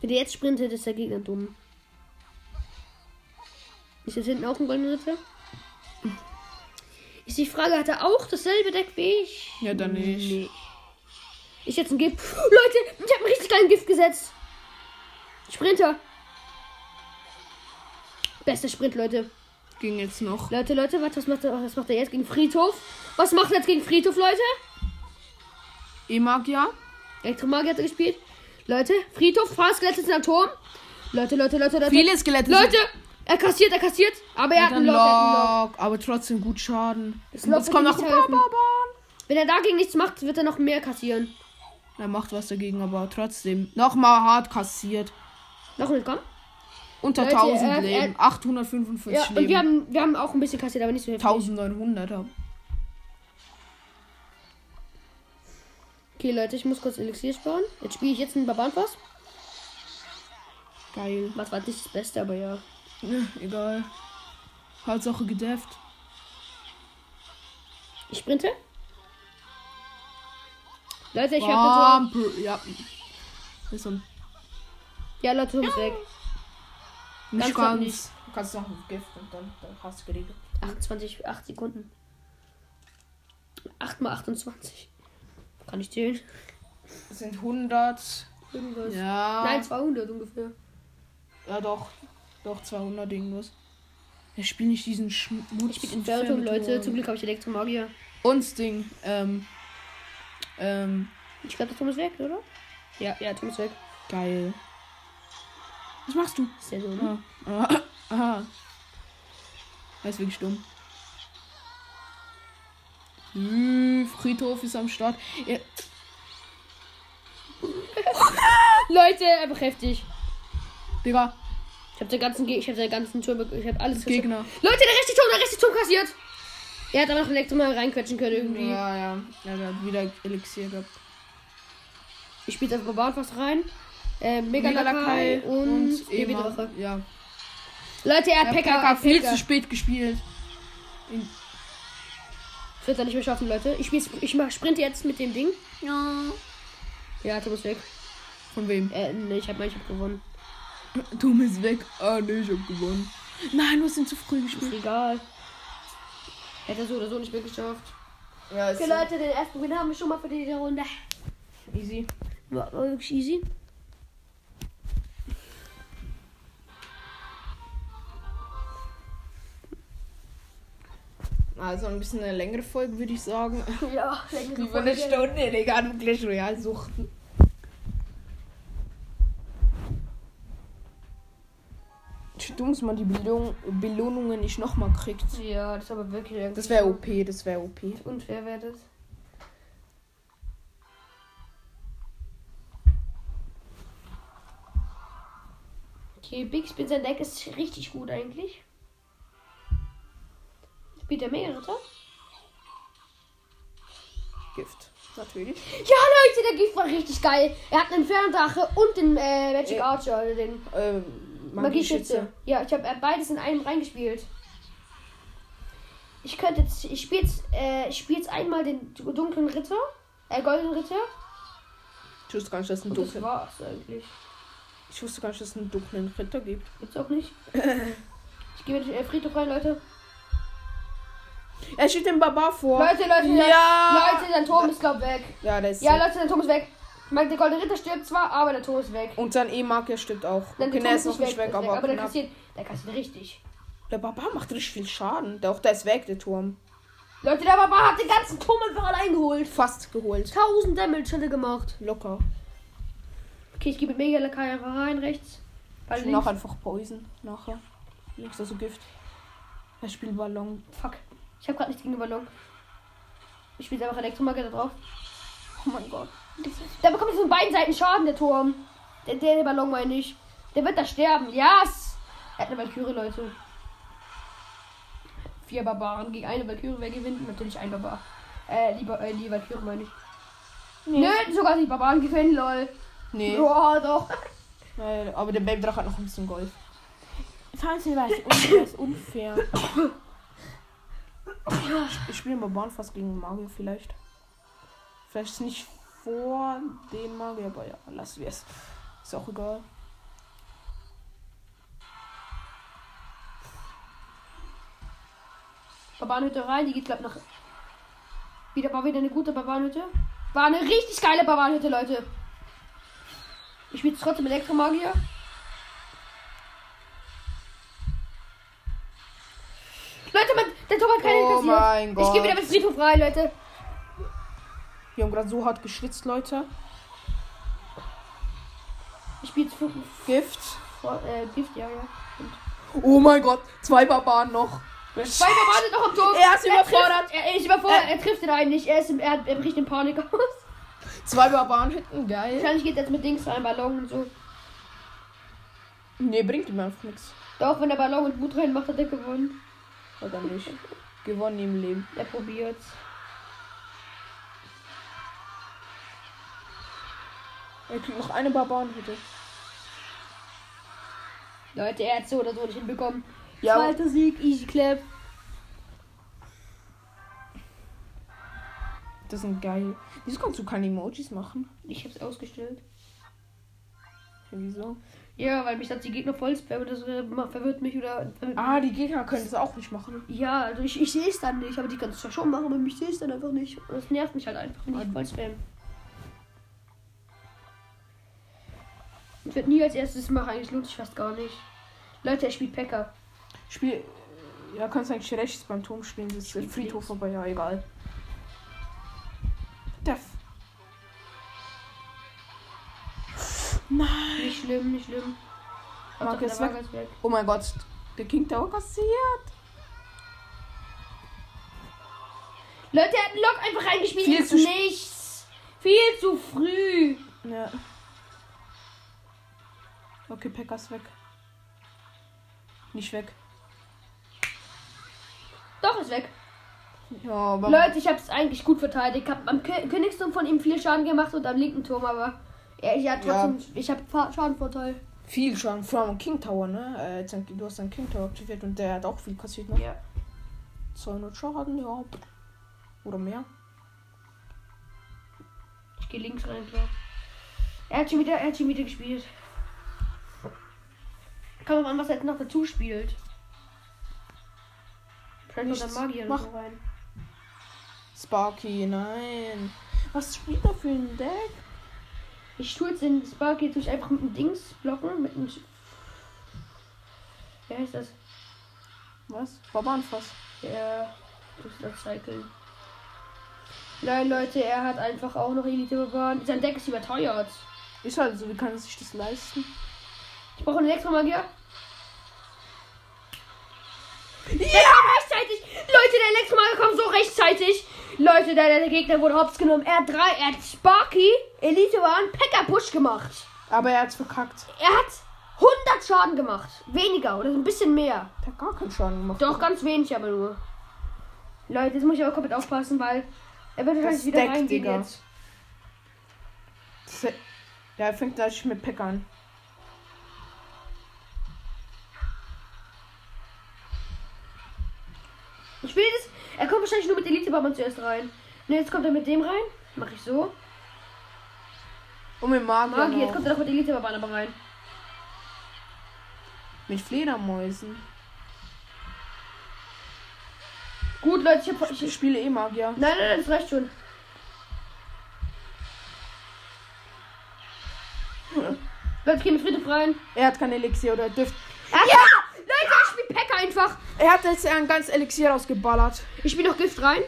Wenn der jetzt sprintet, ist der Gegner dumm. Ist jetzt hinten auch ein goldener Ritter? Ist die Frage, hat er auch dasselbe Deck wie ich?
Ja, dann nicht.
Nee. Ist jetzt ein Gift. Leute, ich habe einen richtig geilen Gift gesetzt. Sprinter. Bester Sprint, Leute.
Ging jetzt noch.
Leute, Leute, was, was, macht er, was macht er jetzt gegen Friedhof? Was macht er jetzt gegen Friedhof, Leute?
E-Magier.
Elektromagier hat er gespielt. Leute, Friedhof, Fahrskelett ist in der Turm. Leute, Leute, Leute, Leute.
Viele Skelette. sind-
Leute, er kassiert, er kassiert, aber er hat
Dann
einen Lock. er hat einen Lock.
Lock, aber trotzdem gut Schaden.
Das
Und
Lock
Jetzt
wird
kommt
ihm
noch
nicht
ein
helfen.
Bababahn.
Wenn er dagegen nichts macht, wird er noch mehr kassieren.
Er macht was dagegen, aber trotzdem. Nochmal hart kassiert.
Noch nicht kommen?
Unter
Leute,
1000
er- er-
Leben. 845
Ja,
Leben.
und wir haben, wir haben auch ein bisschen kassiert, aber nicht so heftig.
1900 hab.
Okay, Leute, ich muss kurz Elixier sparen. Jetzt spiele ich jetzt einen Barbarenfass.
Geil.
Was war nicht das Beste, aber ja.
Ne, egal. Hauptsache gedeft.
Ich sprinte. Leute, ich hab jetzt
Bam, pr- ja. Ist ein
so... Ja, Leute, Tom ist weg.
nicht
Ganz ab
ganz. Du kannst noch ein Gift und dann, dann hast du geregelt.
28, 8 Sekunden. 8 mal 28. Kann ich zählen?
Das sind 100.
Irgendwas.
Ja.
Nein, 200 ungefähr.
Ja, doch. Doch, 200 irgendwas. Ich spiele nicht diesen Schmutz.
Ich bin in Belgium, Leute. Zum Glück habe ich Elektromagier.
Uns Ding. Ähm. Ähm.
Ich glaube, der Tom ist weg, oder? Ja, ja, Tom ist weg.
Geil. Was machst du?
Ist der so, ne?
Ah. Ah. ah. Er ist wirklich dumm. Hm, Friedhof ist am Start. Ja,
Leute, einfach heftig.
Digga,
Ich habe den ganzen, Ge ich habe den ganzen Turm, ich habe alles kassiert.
Gegner.
Leute, der rechte Turm, der rechte Turm kassiert. Er hat aber noch Elektromagier reinquetschen können irgendwie.
Ja, ja. Ja, der hat wieder Elixier gehabt.
Ich spiele das Barbarenfass rein. Äh, Mega
Megalakai
Lakai und, und
Ema.
Babydrache.
Ja.
Leute, er
Der
hat
Pekka
Pekka,
hat viel
Pekka.
zu spät gespielt.
Wird er nicht mehr schaffen, Leute. Ich, spiel, ich mach Sprint jetzt mit dem Ding. Ja, Tom ist weg.
Von wem?
Äh, nee, ich habe ich hab gewonnen.
Tom ist weg. Ah, nee, ich hab gewonnen. Nein, du hast ihn zu früh
Ist
gespielt.
egal. Hätte er so oder so nicht mehr geschafft.
Ja, ist
Okay, Leute, den ersten Gewinn haben wir schon mal für diese Runde.
easy.
War, war wirklich easy.
Also ein bisschen eine längere Folge, würde ich sagen.
Ja,
Über eine Stunde, Digga, du Clash Royale suchten. Dumm dass man die Belohnung, Belohnungen nicht nochmal kriegt.
Ja, das ist aber wirklich irgendwie
Das wäre OP, das wäre OP.
unfair, wäre das. Okay, Big Spin, sein Deck ist richtig gut eigentlich. Spielt der Mega-Ritter?
Gift. Natürlich.
Ja, Leute, der Gift war richtig geil. Er hat einen Ferndrache und den äh, Magic
Äh,
Archer, also den
Ähm,
Magieschütze.
Magieschütze.
Ja, ich habe beides in einem reingespielt. Ich könnte jetzt, ich spiele jetzt, äh, ich spiel jetzt einmal den dunklen Ritter, äh, goldenen Ritter.
Ich wusste gar nicht, dass es einen
Und das
dunklen,
war's eigentlich.
ich wusste gar nicht, dass es einen dunklen Ritter gibt.
Jetzt auch nicht. ich gehe mit äh, Friedhof rein, Leute.
Er steht dem Barbar vor.
Leute, Leute,
Ja.
Leute, sein Turm ist glaub weg.
Ja, der ist.
Ja,
so.
Leute, sein Turm ist weg. Ich meine, der goldene Ritter stirbt zwar, aber der Turm ist weg.
Und sein E-Magier stirbt auch.
Nein,
okay,
der
der
Turm
ist noch nicht weg,
der ist
aber,
aber der
knapp.
kassiert, der kassiert richtig.
Der Barbar macht richtig viel Schaden. Der, auch der ist weg, der Turm.
Leute, der Barbar hat den ganzen Turm einfach allein geholt.
Fast geholt.
1000 Damage hat er gemacht.
Locker.
Okay, ich gehe mit Mega Lakai einfach rein, rechts. Ball
Ich
links.
noch einfach Poison nachher. Links also Gift. Er spielt Ballon.
Fuck. Ich habe gerade nichts gegen den Ballon. Ich spiele einfach Elektromagier da drauf. Oh mein Gott. Da bekommt jetzt von beiden Seiten Schaden, der Turm. Der, der, der Ballon meine ich. Der wird da sterben. Yes! Er hat eine Valkyrie, Leute. Vier Barbaren gegen eine Valkyrie. Wer gewinnt? Natürlich ein Barbar. Äh, die, Ba- äh, die Valkyrie meine ich. Nö, sogar die Barbaren gewinnen, lol.
Nee.
Ja, doch.
Weil- Äh, Aber der Babydrache hat noch ein bisschen Gold.
Franzi war es unfair.
Ich spiele Barbaren fast gegen den Magier vielleicht. Vielleicht ist nicht vor den Magier, aber ja, lassen wir es. Ist auch egal.
Barbarenhütte rein, die geht glaube nach. Wieder war wieder eine gute Barbarenhütte. War eine richtig geile Barbarenhütte, Leute. Ich spiele trotzdem Elektromagier. Leute, man, der Tom hat keine
Oh
kassiert.
mein
Ich
Gott.
gehe wieder mit Friedhof rein, Leute.
Wir haben gerade so hart geschwitzt, Leute.
Ich spiele jetzt Fu-
Gift.
Fu- äh, Gift, ja, ja.
Oh mein Gott, zwei Barbaren noch.
Zwei Barbaren sind noch am Turm.
Er ist überfordert.
Trifft, halt er, er ist überfordert.
Er-
Er, trifft den einen nicht. Er, ist, im- er, er bricht in Panik aus.
Zwei Barbaren hinten, geil.
Wahrscheinlich geht jetzt mit Dings rein, Ballon und so.
Nee, bringt ihm einfach nichts.
Doch, wenn der Ballon und Wut reinmacht, hat er gewonnen.
Oder nicht. Gewonnen im Leben.
Er probiert's.
Er kriegt noch eine Barbarenhütte.
Leute, er hat so oder so nicht hinbekommen.
Ja.
Zweiter Sieg, easy clap.
Das sind geil. Wieso kannst du keine Emojis machen?
Ich hab's ausgestellt.
Ja, wieso?
Ja, weil mich hat die Gegner voll spammen, das äh, ma- verwirrt mich oder. verwirrt
Ah, die Gegner können das auch nicht machen.
mich. Ja, also ich, ich sehe es dann nicht, aber die kann es zwar schon machen, aber mich sehe es dann einfach nicht. Und das nervt mich halt einfach nicht. Voll spammen. Ich werde nie als erstes machen, eigentlich lohnt sich fast gar nicht. Leute, er spielt Packer.
Spiel. Ja, kannst eigentlich rechts beim Turm spielen. Das ist der
Spiel
Friedhof
links.
vorbei. Ja, egal. Der. F Nein.
Nicht schlimm, nicht schlimm.
Marc
Hauptsache,
ist
der
weg.
Wagen ist weg.
Oh mein Gott. Der King Tower kassiert.
Leute, er hat einen Lock einfach reingespielt.
Viel
ins
zu sp-
nichts. Viel zu früh.
Ja. Okay, Packers weg. Nicht weg.
Doch, ist weg.
Ja, aber.
Leute, ich habe es eigentlich gut verteidigt. Ich habe am Kö Königsturm von ihm viel Schaden gemacht und am linken Turm, aber er, ja, trotzdem, ich habe Schadenvorteil.
Viel schon. Vor allem King Tower, ne? Äh, jetzt ein- du hast einen King Tower aktiviert und der hat auch viel kassiert, ne?
Ja.
200 Schaden, ja. Oder mehr.
Ich gehe links rein, glaub. Er hat schon wieder, er hat schon wieder gespielt. Kommt drauf an, was er jetzt noch dazu spielt. Vielleicht kommt
Nichts.
der Magier
Mach.
noch rein.
Sparky, nein. Was spielt er für ein Deck?
Ich tue jetzt den Spark jetzt durch einfach mit dem Dings blocken, mit dem. Sch- Wie heißt das?
Was? Barbarenfass.
Ja, durch das Cycling. Nein, Leute, er hat einfach auch noch Elite bewahren. Sein Deck ist überteuert.
Ist halt so, wie kann er sich das leisten?
Ich brauche einen Elektromagier.
Ja!
Rechtzeitig! Leute, der Elektromagier kommt so rechtzeitig! Leute, der, der Gegner wurde hops genommen. Er hat drei, er hat Sparky, Elite bewahren, Pekka Push gemacht.
Aber er hat's verkackt.
Er hat 100 Schaden gemacht. Weniger oder ein bisschen mehr.
Er hat gar keinen Schaden gemacht.
Doch, ganz wenig aber nur. Leute, jetzt muss ich aber komplett aufpassen, weil er wird wahrscheinlich wieder
Deck,
reingehen
Digga.
jetzt.
Das ist- Ja, er fängt gleich mit Pack an.
Ich will das. Er kommt wahrscheinlich nur mit Elite Barmann zuerst rein. Ne, jetzt kommt er mit dem rein. Mach ich so.
Und mit Magier.
Magi, jetzt
noch.
kommt er doch mit Elite Barmann aber rein.
Mit Fledermäusen.
Gut, Leute, ich hab.
Ich
Ich, ich,
spiele eh Magier.
nein, nein, nein, das reicht schon. Leute, geh mit Friedhof rein.
Er hat kein Elixier oder Düft.
Ja! Leute, ich spiel Packer einfach.
Er hat jetzt ein ganz Elixier rausgeballert.
Ich spiel noch Gift rein.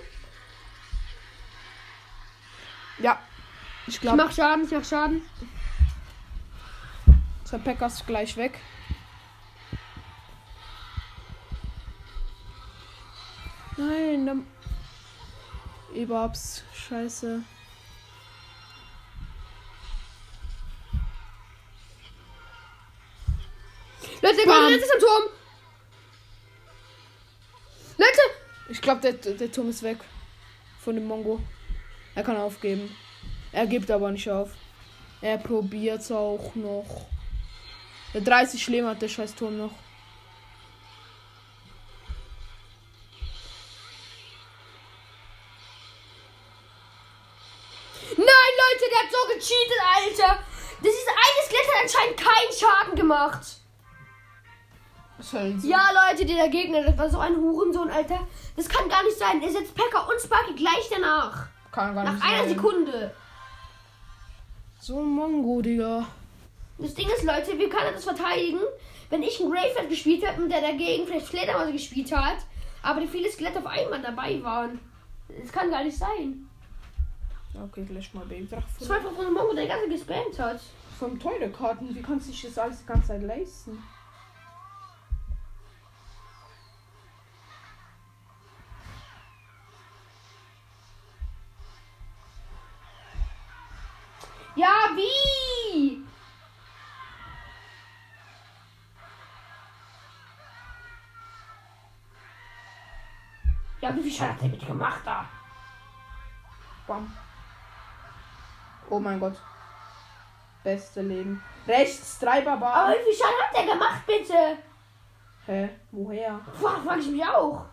Ja. Ich
Ich
glaube,
mach Schaden, ich mach Schaden.
zwei Packers gleich weg. Nein, dann. Überhaupt scheiße.
Leute, der
Bam.
Goldriss ist am Turm. Leute,
Ich glaube, der, der Turm ist weg. Von dem Mongo. Er kann aufgeben. Er gibt aber nicht auf. Er probiert's auch noch. Der 30 Leben hat der scheiß Turm noch.
Nein, Leute, der hat so gecheatet, Alter. Das ist eine Skelett hat anscheinend keinen Schaden gemacht. Ja, Leute, der Gegner, das war so ein Hurensohn, Alter. Das kann gar nicht sein. Er setzt Packer und Sparky gleich danach.
kann gar
Nach einer Sekunde.
So ein Mongo, Digga.
Das Ding ist, Leute, wie kann er das verteidigen, wenn ich einen Graveyard gespielt habe und der dagegen vielleicht Fledermäuse gespielt hat, aber die viele Skelette auf einmal dabei waren? Das kann gar nicht sein.
Okay, gleich mal Babydrache.
Das war einfach so ein Mongo, der die ganze Zeit gespammt hat.
Vom teure Karten, wie kannst du dich das alles die ganze Zeit leisten?
Ja, wie viel Schaden Oh, hat der bitte gemacht da?
Bam. Oh mein Gott. Beste Leben. Rechts, drei
Aber
Barbaren.
wie viel Schaden hat der gemacht bitte?
Hä? Woher?
Boah, frag ich mich auch.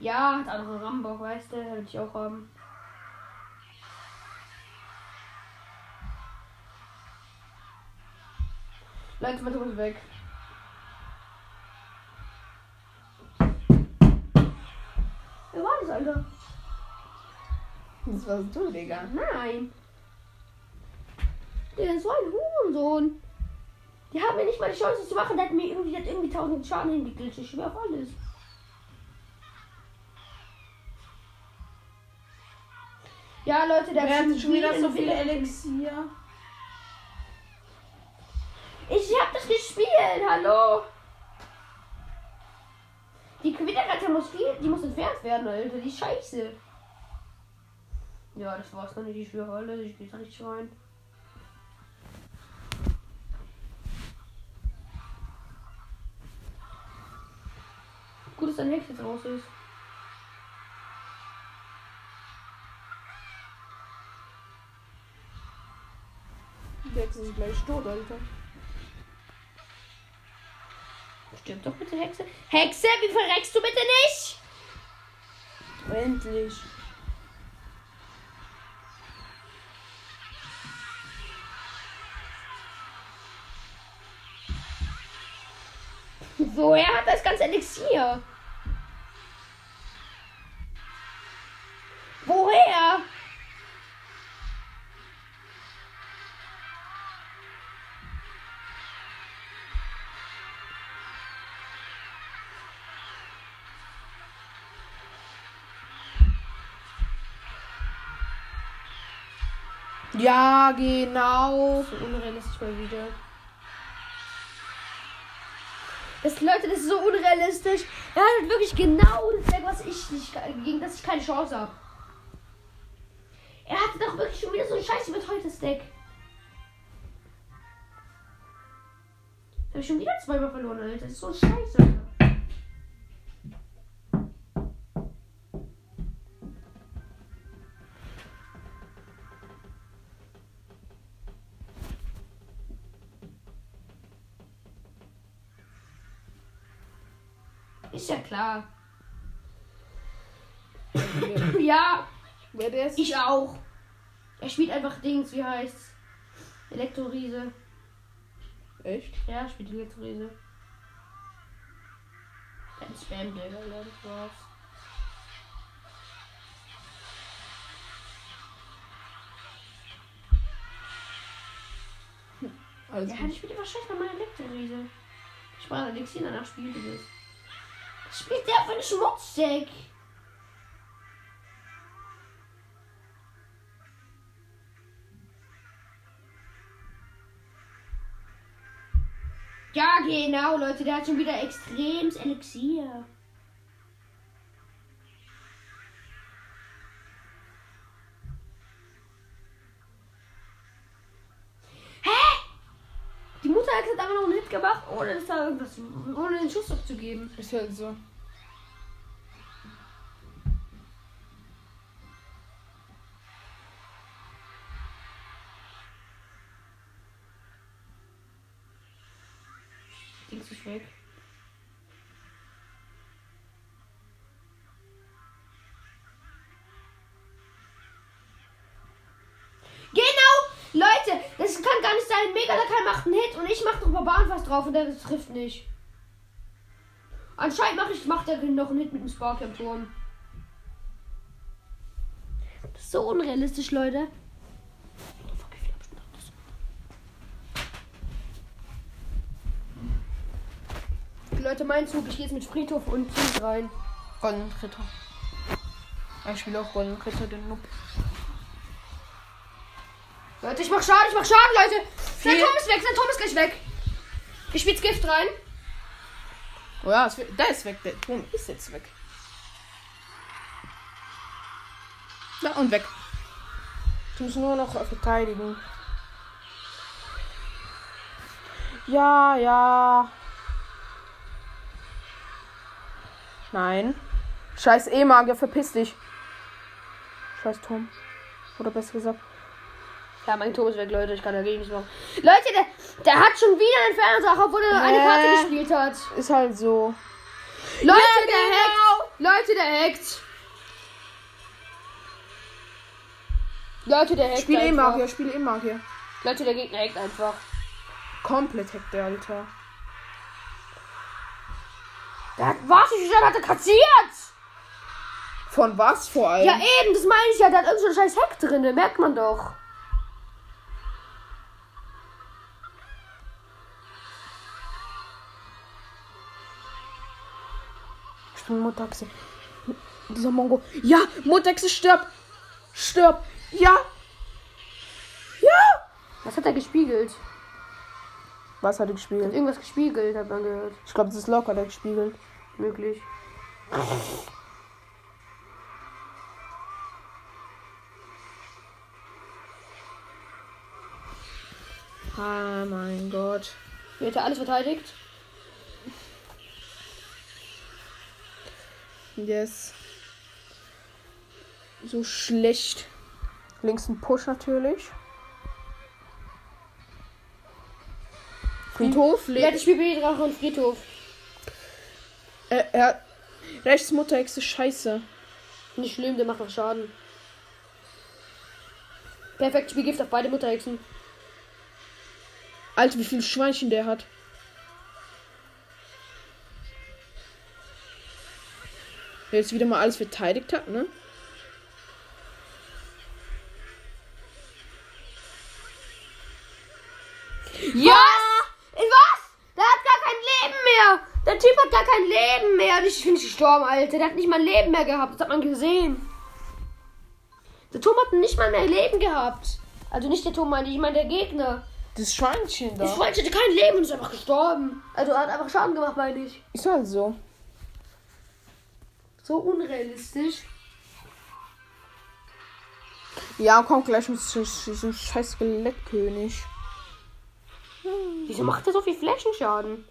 Ja, hat andere Rambock, weißt du, würde ich auch haben. Leute, mal drüben weg. Wer war das, Alter?
Das warst du, Digga.
Nein. Der ist so ein Hurensohn. Die haben mir nicht mal die Chance das zu machen. Der hat mir irgendwie, der hat irgendwie 1000 Schaden hingekillt. Ich schwör auf alles. Ja, Leute, der
Wer hat
bestimmt
schon wieder
nie
so
in-
viele Elixier?
Ich hab das gespielt, hallo. Die Quitterkarte muss viel, die muss entfernt werden, Alter, die Scheiße. Ja, das war's dann nicht, ich schwöre alle, ich geh da nicht rein. Gut, dass dein Hex jetzt raus ist.
Die Hexen sind gleich tot, Alter.
Stimmt doch bitte, Hexe. Hexe, wie verreckst du bitte nicht?
Endlich.
Woher hat das ganze Elixier? Woher?
Ja, genau.
So unrealistisch mal wieder. Das, Leute, das ist so unrealistisch. Er hat halt wirklich genau das Deck, was ich nicht, gegen das ich keine Chance habe. Er hatte doch wirklich schon wieder so ein scheiß überteuertes Deck. Hab ich schon wieder zweimal verloren, Alter. Das ist so scheiße. Alter. Ist ja klar. ja,
Wer der ist?
ich auch. Er spielt einfach Dings, wie heißt's? Elektroriese.
Echt?
Ja, ich spiele die Elektroriese. Dann spam Digga, Leute, drauf.
Also,
Ja, ich spiele wahrscheinlich mal meine Elektroriese. Ich war Elixir, danach spielte das. Was spielt der für einen Schmutzdeck? Ja, genau, Leute, der hat schon wieder extremes Elixier. Die Mutter hat jetzt einfach noch einen Hit gemacht, ohne dass da irgendwas, ohne den Schuss abzugeben.
ist halt so.
Dings ist weg. Genau! Leute, das kann gar nicht sein. Megalakal macht einen Hit und ich mache noch Barbaren was drauf und der trifft nicht. Anscheinend mache ich macht der noch einen Hit mit dem Spark im Turm. Das ist so unrealistisch, Leute. Fuck, wie viel hab ich denn noch? Leute, mein Zug, ich gehe jetzt mit Friedhof und Zug rein.
Goldenritter. Ich spiele auch Goldenritter, den Noob.
Leute, ich mach Schaden, ich mach Schaden, Leute. Sein
Viel-
Turm ist weg, sein Turm ist gleich weg. Ich spiel's Gift rein.
Oh ja, es wird- der ist weg. Der Ton ist jetzt weg. Na und weg. Du musst nur noch verteidigen. Ja, ja. Nein. Scheiß E-Magier, verpiss dich. Scheiß Turm. Oder besser gesagt.
Ja, mein Turm ist weg, Leute. Ich kann dagegen nichts machen. Leute, der, der hat schon wieder einen Fernseher, obwohl er eine
Hä?
Karte gespielt hat.
Ist halt so.
Leute, genau. der hackt. Leute, der hackt. Leute, der hackt.
Spiel
einfach.
E-Magier, Spiel E-Magier.
Leute, der Gegner hackt einfach.
Komplett hackt der, Alter.
Der hat, was? Ich hat er kassiert.
Von was vor allem?
Ja, eben, das meine ich ja. Da hat irgendein scheiß Hack drin, merkt man doch.
ich bin Mutaxe. Dieser Mongo. Ja, Mutaxe, stirb! Stirb! Ja! Ja!
Was hat er gespiegelt?
Was hat er gespiegelt?
Irgendwas gespiegelt, hat man gehört.
Ich glaube, das ist locker der gespiegelt.
Möglich.
Ah, mein Gott.
Wird er alles verteidigt?
Yes. So schlecht. Links ein Push natürlich. Friedhof,
Ja,
links.
das Spiel bin Drache und Friedhof.
Äh, er, rechts Mutterexe, scheiße.
Nicht schlimm, der macht noch Schaden. Perfekt, Spiel Gift auf beide Mutterhexen.
Alter, wie viel Schweinchen der hat. Der jetzt wieder mal alles verteidigt hat, ne?
Ja! Was? In was? Der hat gar kein Leben mehr! Der Typ hat gar kein Leben mehr! Und Ich bin gestorben, Alter. Der hat nicht mal ein Leben mehr gehabt. Das hat man gesehen. Der Turm hat nicht mal mehr Leben gehabt. Also nicht der Turm, meine ich, ich meine der Gegner.
Das Schweinchen
Ich wollte hatte kein Leben und ist einfach gestorben. Also er hat einfach Schaden gemacht, meine ich.
Ist halt so.
So unrealistisch.
Ja, kommt gleich mit so- so- so scheiß Skelettkönig.
Wieso macht er so viel Flächenschaden?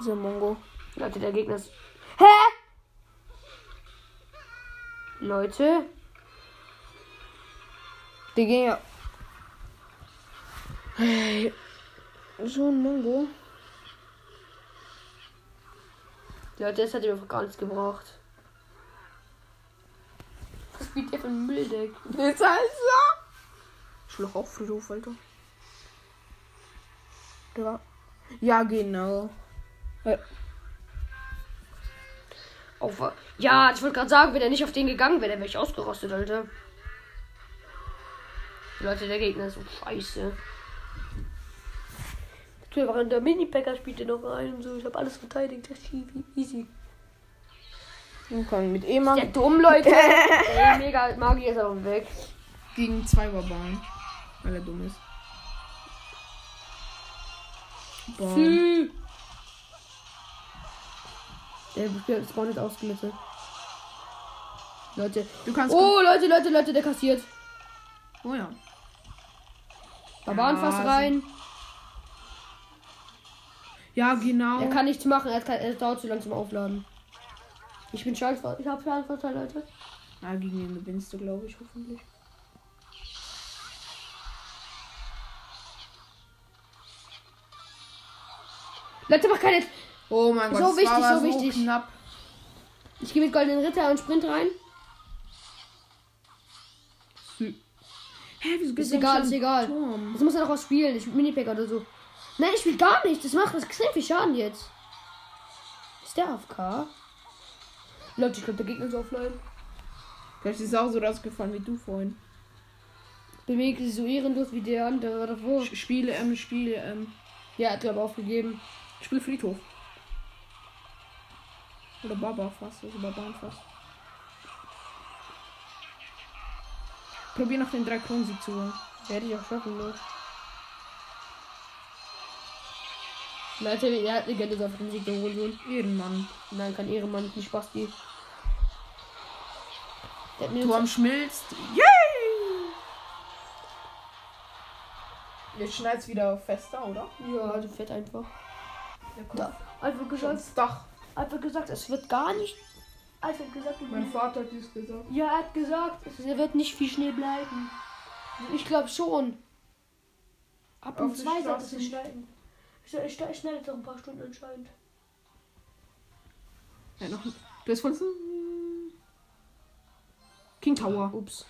Dieser Mongo.
Leute, der Gegner ist. Hä? Leute?
Die gehen ja. Hey. So ein Mongo.
Leute, das hat ihm einfach gar nichts gebracht. Was spielt ihr für ein Mülldeck?
Ist halt so. Ich will auch auf Friedhof, Alter. Ja. Ja, genau.
Auf, ja, ich wollte gerade sagen, wenn er nicht auf den gegangen wäre, dann wäre ich ausgerostet, Alter. Leute, der Gegner ist so scheiße. Natürlich, auch in der Mini-Packer spielt er noch rein und so. Ich habe alles verteidigt. Das ist easy- easy.
Wir können mit
Der
E-Mail
dumm, Leute. Ey, mega Magier ist auch weg.
gegen zwei Barbaren. Weil er dumm ist. Bam.
Hm. Der Spawn ist ausgelöst. Leute.
Du kannst.
Oh, Leute, Leute, Leute, der kassiert.
oh ja.
Barbaren fast
Rasen.
rein.
Ja, genau.
Er kann nichts machen, er, hat kein, er dauert zu lang zum Aufladen. Ich bin Schadenvorteil, ich habe Schadenvorteil, Leute.
Ah, gegen ihn gewinnst du, glaube ich, hoffentlich.
Leute, mach keine.
Oh mein Gott,
So
das
wichtig,
war aber
so wichtig.
knapp.
Ich gehe mit goldenen Ritter und Sprint rein.
Hä, wieso
Ist
geht's
egal,
denn
ist
schon
egal.
Turm?
Das muss er doch was spielen, ich Minipack oder so. Nein, ich will gar nichts, das macht extrem viel Schaden jetzt. Ist der AFK? Leute, ich glaube, der Gegner ist offline.
Vielleicht ist es auch so rausgefallen wie du vorhin.
Bewegt sich so ehrenlos wie der andere davor.
Ich spiele, ähm, spiele, ähm,
Ja, hat glaube aufgegeben.
ich spiele Friedhof. Oder Baba fast, also Barbaren fast. Probier noch den drei Kronen Sieg zu holen.
Hätte ich auch schaffen ne? müssen. Leute, er hat Legende auf den Sieg geholt. und-
Ehrenmann.
Nein, kein Ehrenmann, nicht Spasti. Der hat mir
Turm schmilzt. Yay! Jetzt schneid's wieder fester, oder?
Ja, der fährt einfach.
Der
Da. Einfach
Schon
geschossen.
ins Dach.
Einfach gesagt, es wird gar nicht. Also gesagt,
Mein Vater hat dies gesagt.
ja, er hat gesagt, es wird nicht viel Schnee bleiben. Ich glaube schon. Ab um
Auf die
zwei soll es
Straße.
nicht schneiden. Ich, ich, ich schneide es noch ein paar Stunden anscheinend.
Ja, noch. Du hast voll. King Tower. Ups.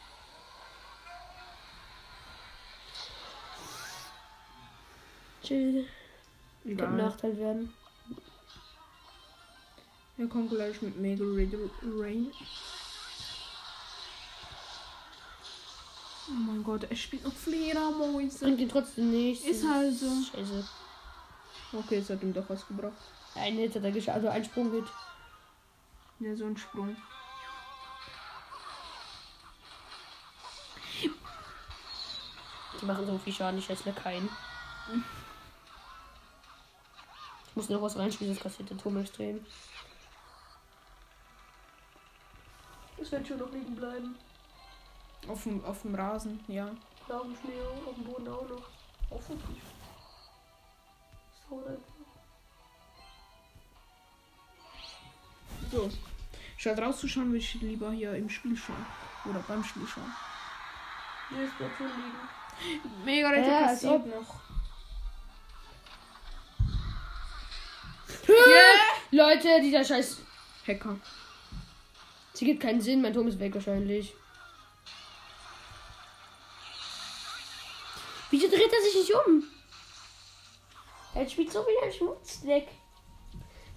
Chill. Könnte ein
Egal.
Nachteil werden.
Wir kommen gleich mit Mega Radio Rain. Oh mein Gott, er spielt noch Fledermäuse.
Bringt ihn trotzdem nicht.
Ist halt so.
Scheiße.
Okay, es hat ihm doch was gebracht.
Ein Hit hat er geschafft, also ein Sprung geht.
Ja, so ein Sprung.
Die machen so viel Schaden, ich hätte keinen. Ich muss noch was reinspielen, sonst kassiert der Turm extrem. Es wird schon noch liegen bleiben.
Auf dem, auf dem Rasen, ja.
Da auf dem Schnee, auf dem Boden auch noch. Hoffentlich. So, dann.
So. Statt rauszuschauen, will ich lieber hier im Spiel schauen. Oder beim Spiel schauen.
Nee, es wird schon liegen.
Mega Rette
Ja, als
kassiert
ob.
noch.
Leute, dieser Scheiß.
Hacker.
Sie gibt keinen Sinn, mein Turm ist weg wahrscheinlich. Wieso dreht er sich nicht um?
Er spielt so wie ein Schmutzdeck.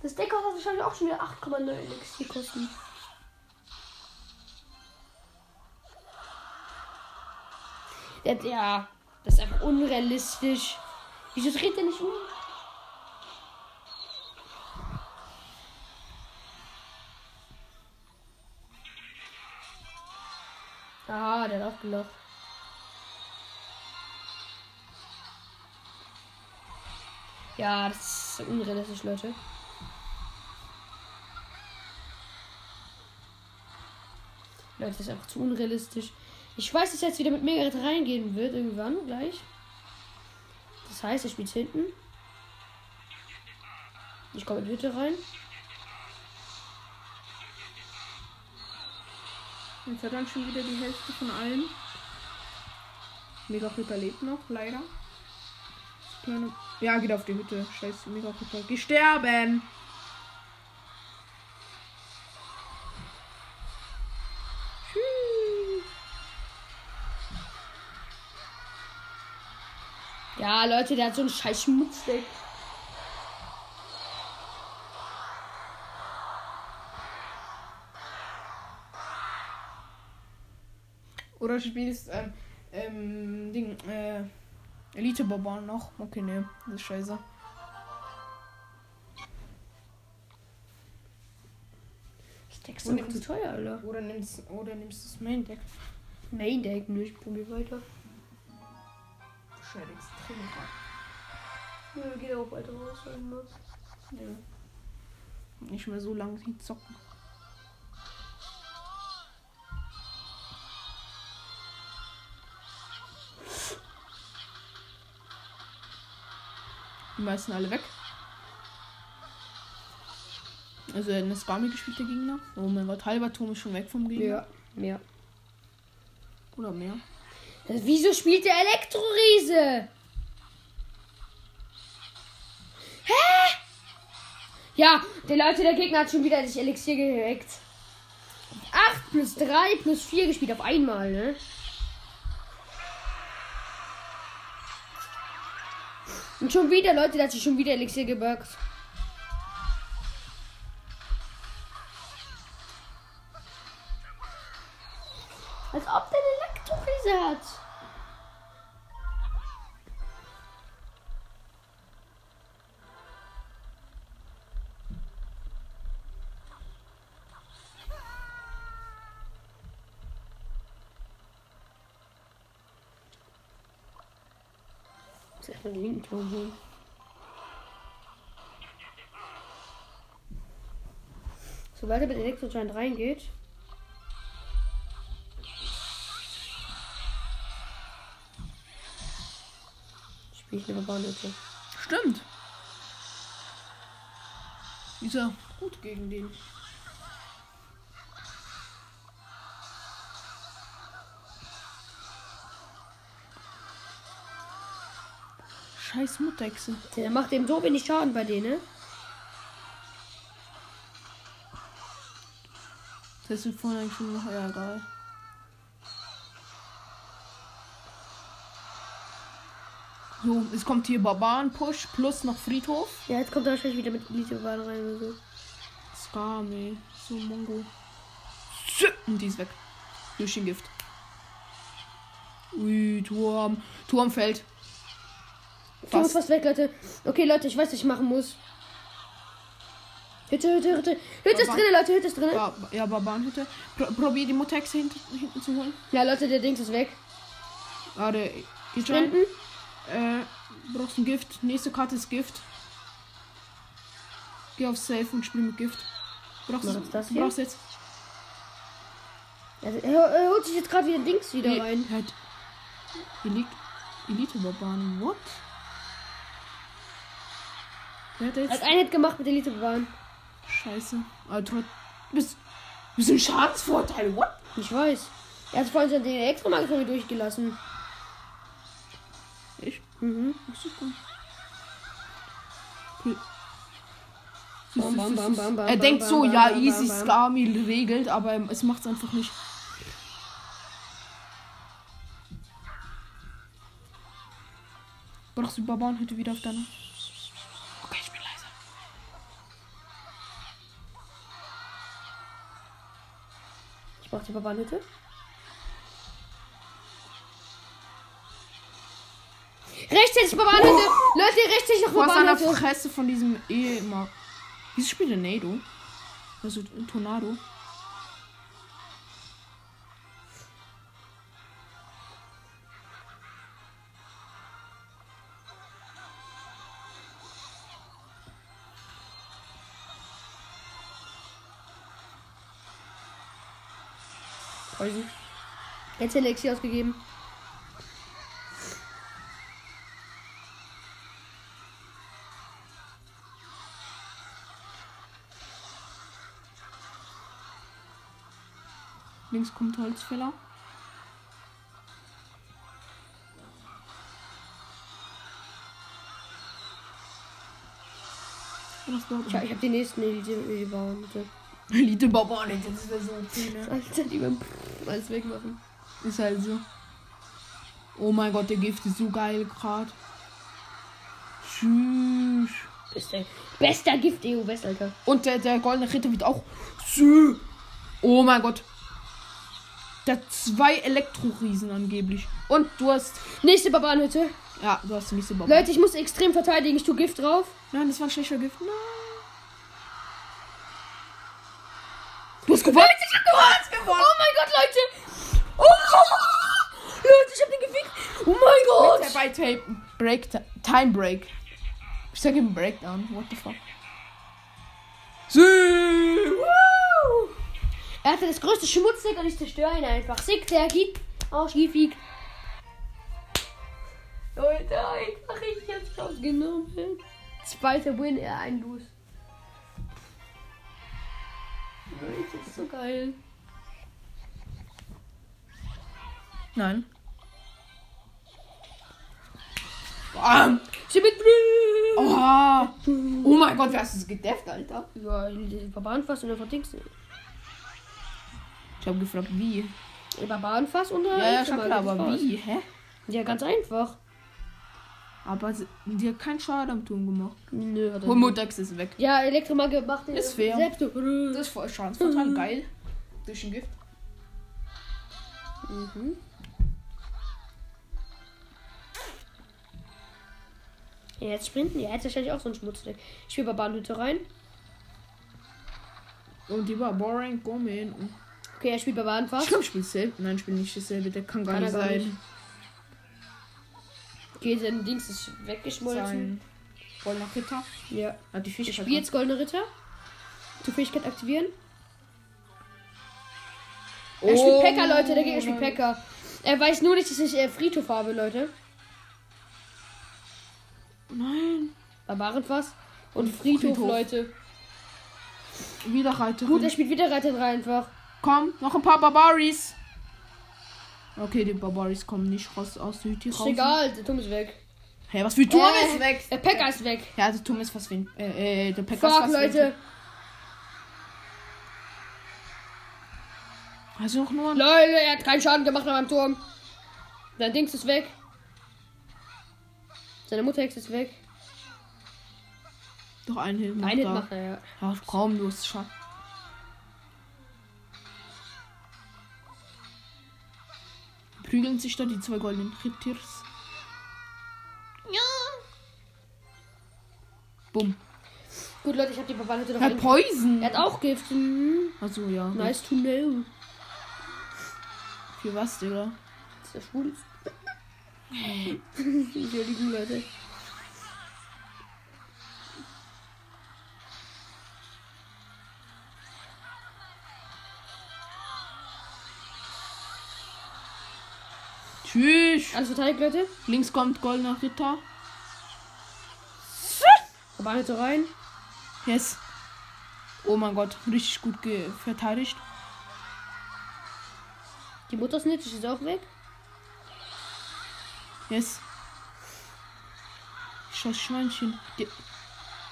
Das Deck hat wahrscheinlich auch schon wieder 8,9 NXT kosten.
Der, ja, das ist einfach unrealistisch. Wieso dreht er nicht um? Ah, der hat auch gelacht. Ja, das ist unrealistisch, Leute. Leute, das ist einfach zu unrealistisch. Ich weiß, dass er jetzt wieder mit Megaret reingehen wird, irgendwann gleich. Das heißt, er spielt hinten. Ich komme mit Hütte rein.
Jetzt hat er halt schon wieder die Hälfte von allem. Mega Krüger lebt noch, leider. Das Kleine ja, geht auf die Hütte. Scheiße, Mega Krüger. Geh sterben!
Ja, Leute, der hat so einen scheiß Schmutzdeck.
Oder spielst ähm, ähm, Ding, äh, Elite Barbaren noch? Okay, ne, das ist scheiße.
Das Deck ist einfach zu teuer, Alter.
Oder nimmst, oder nimmst das Main Deck.
Main Deck, nö, ich probiere weiter.
Scheiße, extrem hart.
Nö, geht auch weiter raus, wenn man muss.
Ja. Nicht mehr so lange nicht zocken. Die meisten alle weg. Also er hat eine Spami gespielt, der Gegner. Oh mein Gott, halber Turm ist schon weg vom Gegner.
Ja, ja.
Oder mehr.
Das, wieso spielt der Elektroriese? Hä? Ja, der Leute, der Gegner hat schon wieder sich Elixier gehackt. 8 plus 3 plus 4 gespielt auf einmal, ne? Und schon wieder, Leute, der hat sich schon wieder Elixier gebackt. Als ob der eine Elektrokrise hat. Muss erstmal den linken Turm holen. Sobald er mit Elektroschein reingeht, spiele ich eine Barbahn-Hütte.
Stimmt. Ist ja gut gegen den. Scheiß Mutterechse.
Der macht dem so wenig Schaden bei ne? denen.
Das ist vorhin eigentlich schon noch ja, egal. So, es kommt hier Barbaren-Push plus noch Friedhof.
Ja, jetzt kommt er wahrscheinlich wieder mit Elite-Bahn rein oder so.
Skame, so Mongo. Zü- Und die ist weg. Luschengift. Ui, Turm. Turm fällt.
Du
Fast.
musst fast weg, Leute. Okay, Leute, ich weiß, was ich machen muss. Hütte, Hütte, Hütte. Hütte ist
Aber-
drin, Leute, Hütte ist drin.
Ba ja, Barbarenhütte. Pro probier die Mutterechse hinten, hinten zu holen.
Ja, Leute, der Dings ist weg.
Warte, geht schon.
Sprinten.
Äh, brauchst ein Gift. Nächste Karte ist Gift. Geh auf Safe und spiel mit Gift. Brauchst
Was ist das hier?
Brauchst jetzt.
Also, er, er holt sich jetzt gerade wieder Dings wieder
Nee,
rein.
Halt. Elite, Elite Barbaren. What? Wer hat da
Er hat
jetzt?
einen Hit gemacht mit Elite bewahren.
Scheiße. Alter, bist, bist ein Schadensvorteil. What?
Ich weiß. Er hat vorhin schon den extra mal von mir durchgelassen.
Ich?
Mhm.
Ach, super.
Bam, bam, bam, bam, bam,
Hm. Er
bam,
denkt
bam,
so,
bam,
ja,
bam,
easy,
bam, bam.
Skami regelt, aber es macht's einfach nicht. Brauchst du Barbarenhütte wieder auf deiner? Okay, ich bin leiser.
Ich brauche die Verbandelte. Rechtzeitig Verbandelte!
Oh.
Leute, rechtzeitig noch
Du hast eine
Verbandelte!
Fresse von diesem eh immer. Dieses Spiel der Nado. Also Tornado.
Jetzt hätte Lexi ausgegeben.
Links kommt Holzfäller. Was
Ich, hab- ich habe den nächsten Elite Elite Verbandelte.
Elite Barbaren, das ist ja so okay, ne?
Alter, die beim alles wegmachen.
Ist halt so. Oh mein Gott, der Gift ist so geil gerade. Tschüss.
Bester, bester Gift EU West, Alter.
Und der, der goldene Ritter wird auch. Tschüss. Oh mein Gott. Der zwei Elektroriesen angeblich. Und du hast.
Nächste Barbarenhütte.
Ja, du hast nicht so Barbaren.
Leute, ich muss extrem verteidigen. Ich tue Gift drauf.
Nein, das war ein schlechter Gift. Nein. Du hast gewonnen.
Ich hab gewonnen! Oh mein Gott, Leute! Oh, Leute, ich hab den gefickt! Oh mein Gott!
Bei Tape. Break. Time Break. Ich sag ihm Breakdown. What the fuck? Sie. Woo!
Er hatte das größte Schmutzdeck und ich zerstöre ihn einfach. Sick, der geht. Ausgefickt. Leute, einfach ich jetzt rausgenommen. Zweiter Win, er ein Los. Leute, Das ist so geil.
Nein. Bam.
Ich bin blöd.
Oha. Oh mein Gott, wer hast es gedefft, Alter?
Ja, die Barbarenfass und der Verdingste.
Ich habe gefragt, wie.
Die Barbarenfass und der
Ja, ja, schon
Insta-Market
klar,
ist
aber
raus.
wie? Hä?
Ja, ganz einfach.
Aber sie- die hat keinen Schaden am Turm gemacht.
Nö, hat er
Und Mutex ist weg.
Ja, Elektromagier macht den
Ist fair.
selbst. Mhm.
Das ist voll Schadensvorteil, geil. Durch ein Gift.
Ja, jetzt sprinten. Ja, jetzt wahrscheinlich auch so ein Schmutzdeck. Ich spiele Barbarenhütte rein.
Und die war boring, kommen.
Okay, er spielt
Ich
Barbarenfass.
glaube, ich spiele selber. Nein, ich spiele nicht dasselbe. Der kann gar
Kann er
nicht
gar
sein.
Okay, sein Dings ist weggeschmolzen.
sein. Voll nach Ritter.
Ja.
Hat die Fische
Ich spiele jetzt Goldene Ritter. Zur Fähigkeit aktivieren. Er
Oh
spielt Packer, Leute. Der Gegner spielt Packer. Er weiß nur nicht, dass ich äh, Friedhof habe, Leute.
Nein.
Barbarenfass. Und Friedhof,
Friedhof.
Leute.
Wieder Reiterin.
Gut, er spielt wieder Reiter 3 einfach.
Komm, noch ein paar Barbaris. Okay, die Barbaris kommen nicht raus aus der Hütte
Ist
raus.
egal, der Turm ist weg.
Hä, was für Turm
Äh,
ist weg?
Der Packer ist weg.
Ja, also Turm ist fast wie ein- äh, äh, der Packers
Fuck,
fast wie ein-
Leute.
Also noch nur ein
Leute, er hat keinen Schaden gemacht an meinem Turm. Sein Dings ist weg. Seine Mutterhex ist weg.
Doch einen Hit macht
Ein Hit
er.
macht er, ja.
Ja, traumlos, Schatz. Prügeln sich da die zwei goldenen Reptiers. Ja. Bumm.
Gut, Leute, ich hab die Verwandte noch
Er hat
ein.
Poison.
Er hat auch Gift. Mhm.
Also ja.
Nice to know.
Für was, Digga?
Ist der schwul? Entschuldigung, Leute.
Tschüss.
Alles verteidigt, Leute.
Links kommt goldener Ritter.
Verwandte rein.
Yes. Oh mein Gott, richtig gut ge- verteidigt.
Die Muttersnitch ist auch weg.
Yes. Scheiß Schweinchen. Die-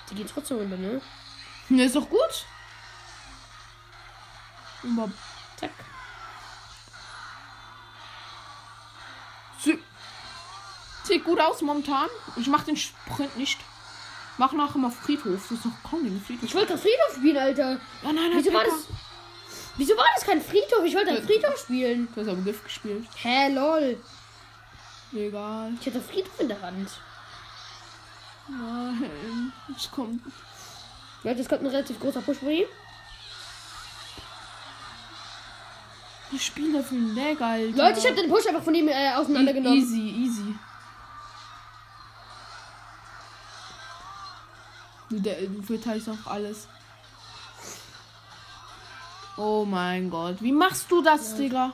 Die geht trotzdem runter, ne?
Ja, ist doch gut. Aber
Zack.
sie- sieht gut aus momentan. Ich mach den Sprint nicht. Mach nachher mal Friedhof. Das ist doch kaum den Friedhof.
Ich wollte gerade Friedhof spielen, Alter.
oh nein, nein,
Wieso war
Pekka.
das? Wieso war das kein Friedhof? Ich wollte einen Friedhof spielen.
Du hast aber Gift gespielt.
Hä, lol.
Egal.
Ich hatte Friedhof in der Hand.
Nein. Es kommt.
Leute, es kommt ein relativ großer Push von ihm.
Ich spiele für den Lag, Alter.
Leute, ich habe den Push einfach von ihm äh, auseinandergenommen.
E- Easy, easy. Du, der, du verteilst auch alles. Oh mein Gott, wie machst du das, Digga?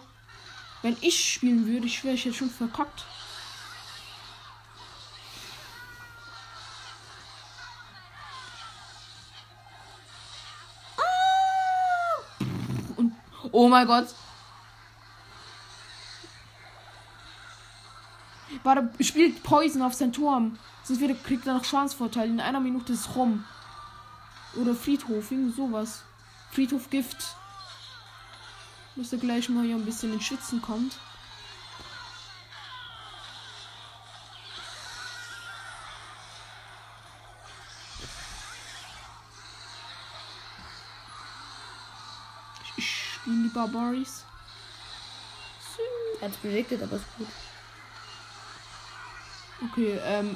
Wenn ich spielen würde, ich wäre ich jetzt schon verkackt. Ah! Und, oh mein Gott, Warte, spielt Poison auf seinen Turm. Sonst wird, kriegt er noch Schwanzvorteil. In einer Minute ist rum. Oder Friedhof, irgendwie sowas. Friedhof Gift. Müsste gleich mal hier ein bisschen in Schwitzen kommt. Ich- Ich spiele die Barbaris.
Er hat's predicted, aber ist gut.
Okay, ähm,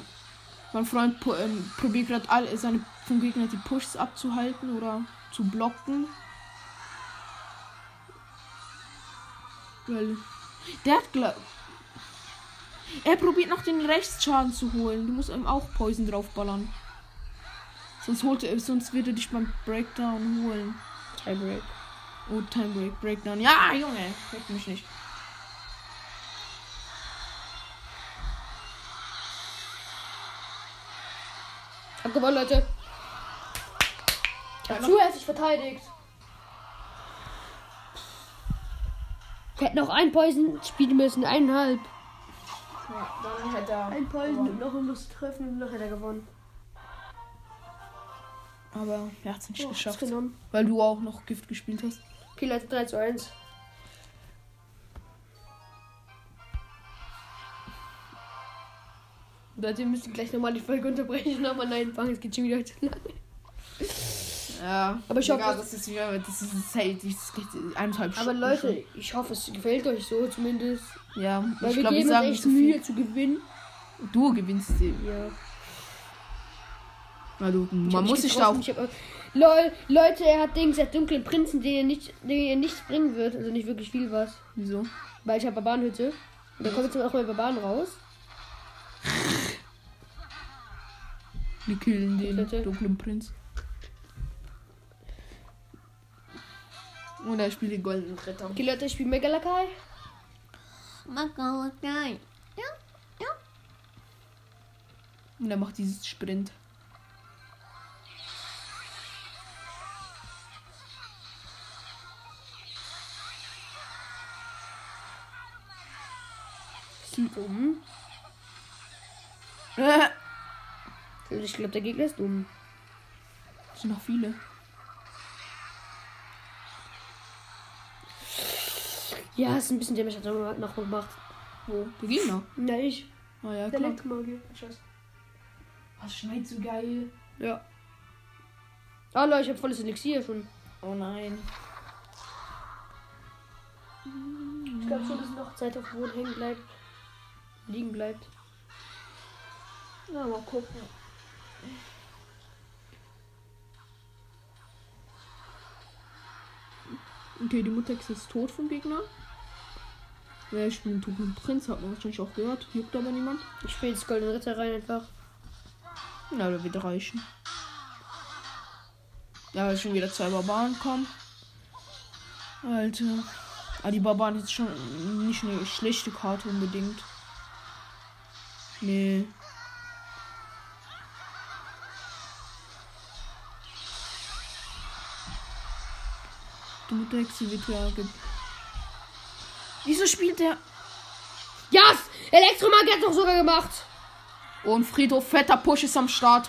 mein Freund pu- ähm, probiert gerade all seine vom Gegner die Pushs abzuhalten oder zu blocken. Weil der hat glaub er probiert noch den Rechtsschaden zu holen. Du musst ihm auch Poison draufballern. Sonst holt er, sonst wird er dich beim Breakdown holen.
Tiebreak.
Oh, Time Break, Breakdown. Ja, Junge, hört mich nicht.
Hab gewonnen, Leute. Ich hab zu hässlich verteidigt. Wir hätten noch ein Poison spielen müssen, eineinhalb.
Dann hätte er.
Ein Poison und noch ein Lust treffen und noch hätte er gewonnen.
Aber er hat es nicht geschafft.
genommen.
Weil du auch noch Gift gespielt hast.
Okay, Leute, 3 zu 1. Leute, wir müssen gleich nochmal die Folge unterbrechen, aber nein, Fang, es geht schon wieder zu lang.
Ja.
Aber ich hoffe,
Digga,
dass-
das ist wieder, das ist halt, das hält sich das geht eineinhalb
Aber Leute, ich hoffe, es gefällt euch so zumindest.
schon. ja,
Weil
ich
wir
glaube, wir
geben
sagen
uns
nicht
echt
so
Mühe
viel.
zu gewinnen.
Du gewinnst den.
Ja.
Weil du,
Ich hab
man
mich
muss sich da auch.
getroffen, ich hab- äh, Lol, Leute, er hat Dings, er hat dunklen Prinzen, den ihr nicht, den ihr nicht bringen wird. Also nicht wirklich viel was.
Wieso?
Weil ich habe Barbarenhütte. Und da kommen jetzt auch mal Barbaren raus.
Wir killen den
Leute.
dunklen Prinz. Und er spielt den goldenen Ritter.
Okay, Leute, ich spiele Megalakai.
Und er macht dieses Sprint.
ist dumm. Also Ich glaube, der Gegner ist dumm.
Es sind noch viele.
Ja, ist ein bisschen dämlich, hat er noch gemacht.
Wo? Die Gegner?
Na, ich.
Ah ja,
Der
klar.
Elektromagier. Scheiße.
Was schneit so geil?
Ja. Ah, Leute, ich habe volles Elixier schon.
Oh nein.
Ich glaube schon, dass noch Zeit auf dem Boden hängen bleibt. Liegen bleibt. Na, mal gucken.
Okay, die Mutex ist tot vom Gegner. Ja, ich bin ein Tuchen Prinz, hat man wahrscheinlich auch gehört. Juckt aber niemand.
Ich spiele jetzt Golden Ritter rein einfach.
Na, da wird reichen. Ja, weil schon wieder zwei Barbaren kommen. Alter. Aber die Barbaren ist schon nicht eine schlechte Karte unbedingt. Nee. Die Mutterhexe wird ja ge Wieso spielt der.
Yes! Elektromagier hat noch sogar gemacht.
Oh, ein Friedhof, fetter Push ist am Start.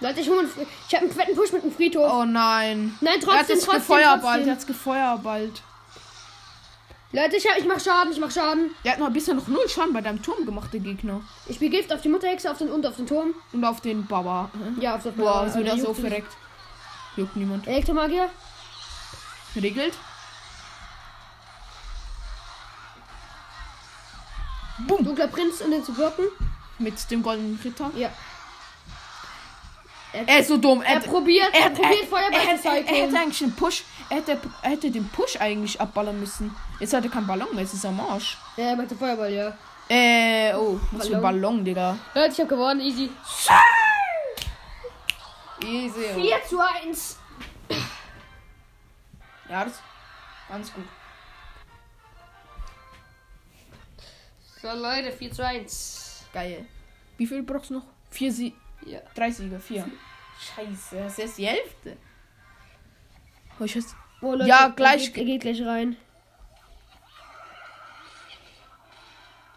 Leute, ich, hol einen Fri- ich habe einen fetten Push mit dem Friedhof.
Oh nein. er
Nein,
hat
trotzdem,
es
trotzdem,
gefeuerbald, er
trotzdem.
hat es gefeuerbald.
Leute, ich, hab, ich mach Schaden, ich mach Schaden.
Der hat noch bisher noch null Schaden bei deinem Turm gemacht, der Gegner.
Ich spiel Gift auf die Mutterhexe, auf den und auf den Turm.
Und auf den Baba.
Ja, auf den
Boah, ist
Äh,
wieder
der
so
juckt nicht.
verreckt. Juckt niemand.
Elektromagier?
Regelt. Boom.
Dunkler Prinz und den zu blocken?
Mit dem goldenen Ritter.
Ja.
Er ist so dumm.
Er
Er,
probiert, er,
er,
probiert
er,
Feuerball zu
hätte- er, er
cyclen.
hätte eigentlich einen Push. Er hätte, er hätte den Push eigentlich abballern müssen. Jetzt hat er keinen Ballon mehr, es ist am Arsch.
Ja, er meinte Feuerball, ja.
Äh, oh, was für ein Ballon, Digga.
Leute, ich hab gewonnen, easy.
Easy.
4 zu 1.
Ja, das ganz gut.
So, Leute, 4 zu 1.
Geil. Wie viel brauchst du noch? Vier Sie.
Ja.
Drei Siege, vier. Scheiße, das ist erst die Hälfte. Oh, ich weiß,
Oh, Leute,
Ja,
er
gleich-
Geht, er geht gleich rein.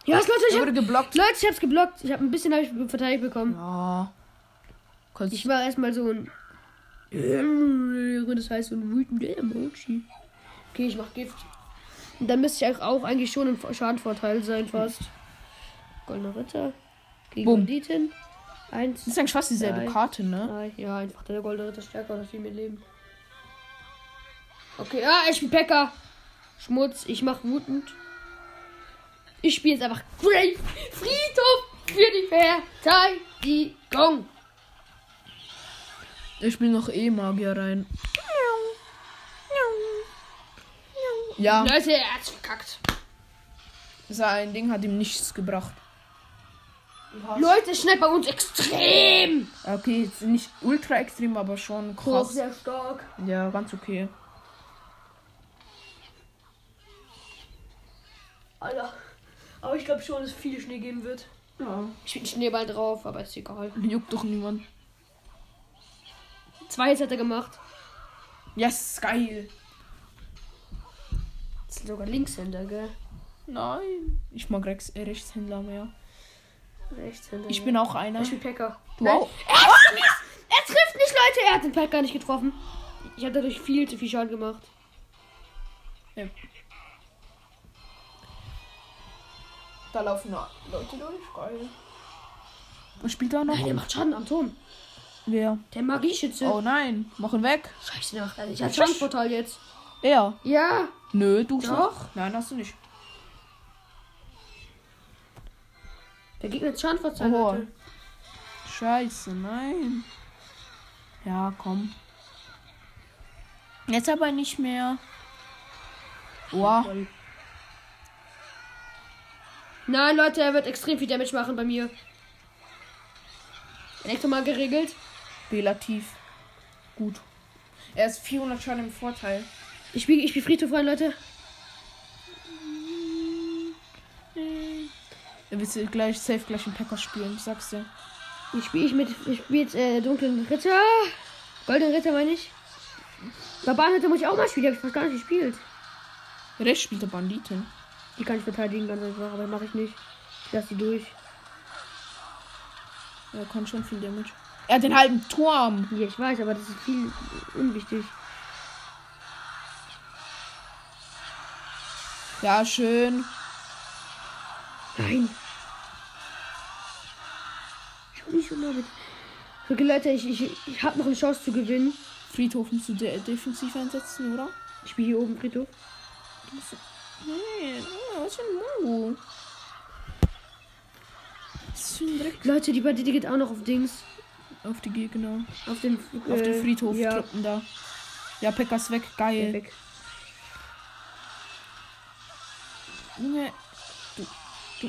Ja, yes, Leute, ich
ich
hab,
wurde geblockt. Ah.
Leute, ich hab's geblockt. Ich hab ein bisschen hab ich verteidigt bekommen.
Ja. Kannst
Ich war erstmal so ein. Das heißt so ein wütender Emoji. Okay, ich mach Gift. Und dann müsste ich auch- auch eigentlich schon im Schadenvorteil sein, fast. Goldener Ritter. Gegen
Bumm.
Banditen. Eins,
Das ist eigentlich fast dieselbe
Nein.
Karte, ne?
drei. Ja, einfach der Goldene Ritter stärker oder viel mehr Leben. Okay, ah, ja, ich bin Packer. Schmutz, ich mach wütend. Ich spiele jetzt einfach Grave Friedhof für die Verteidigung.
Ich spiele noch E-Magier rein. Ja,
Leute, er hat's verkackt.
sein Ding hat ihm nichts gebracht.
Leute, schnell bei uns extrem
Okay, jetzt nicht ultra extrem, aber schon krass.
sehr stark.
Ja, ganz okay.
Alter. Aber ich glaube schon, dass es viel Schnee geben wird.
Ja.
Ich bin Schneeball drauf, aber ist egal.
Juckt doch niemand.
Zwei Hits hat er gemacht.
Yes, geil.
Das sind sogar Linkshänder, gell?
Nein. Ich mag Rex, äh, Rechtshändler mehr.
Rechtshänder.
Ich bin auch einer.
Ich bin Packer.
Wow.
Er trifft nicht, Leute! Er hat den Packer nicht getroffen. Ich habe dadurch viel zu viel Schaden gemacht.
Da laufen noch Leute durch. Geil. Was spielt da noch?
Nein, der macht Schaden am Turm.
Wer?
Der Magieschütze.
Oh nein. Machen weg.
Scheiße, nach. Also ich hatte Schadensportal jetzt.
Er.
Ja.
Nö, du
Doch.
schon. Nein, hast du nicht.
Der Gegner hat Schadensportal.
Oh.
Leute.
Scheiße, nein. Ja, komm. Jetzt aber nicht mehr. Wow.
Nein, Leute, er wird extrem viel Damage machen bei mir. Elektromal geregelt.
Relativ. Gut. Er ist 400 Schaden im Vorteil.
Ich bin, ich bin Friedhof rein, Leute.
Er wird gleich safe gleich im Packer spielen, ich sag's dir.
Ich spiele ich mit. Ich spiele jetzt äh, dunklen Ritter. Goldenen Ritter meine ich. Barbarenritter muss ich auch mal spielen, die habe ich fast gar nicht gespielt.
Recht spielt der Banditen.
Die kann ich verteidigen ganz einfach, aber mache ich nicht. Lass sie durch.
Er kann schon viel Damage. Er hat den halben Turm.
Ja, ich weiß, aber das ist viel unwichtig.
Ja, schön.
Nein. Ich hab nicht schon damit. Okay, Leute, ich, ich, ich habe noch eine Chance zu gewinnen.
Friedhofen zu de defensiv einsetzen, oder?
Ich bin hier oben, Friedhof.
Nee, nee, was für ein Mongo. Was für ein Dreck
Leute, die Bandite geht auch noch auf Dings.
auf die Gegner. genau.
Auf den,
Auf den Friedhof
Ja,
Truppen da. Ja, Pekkas weg, geil.
weg.
Junge. Du, du.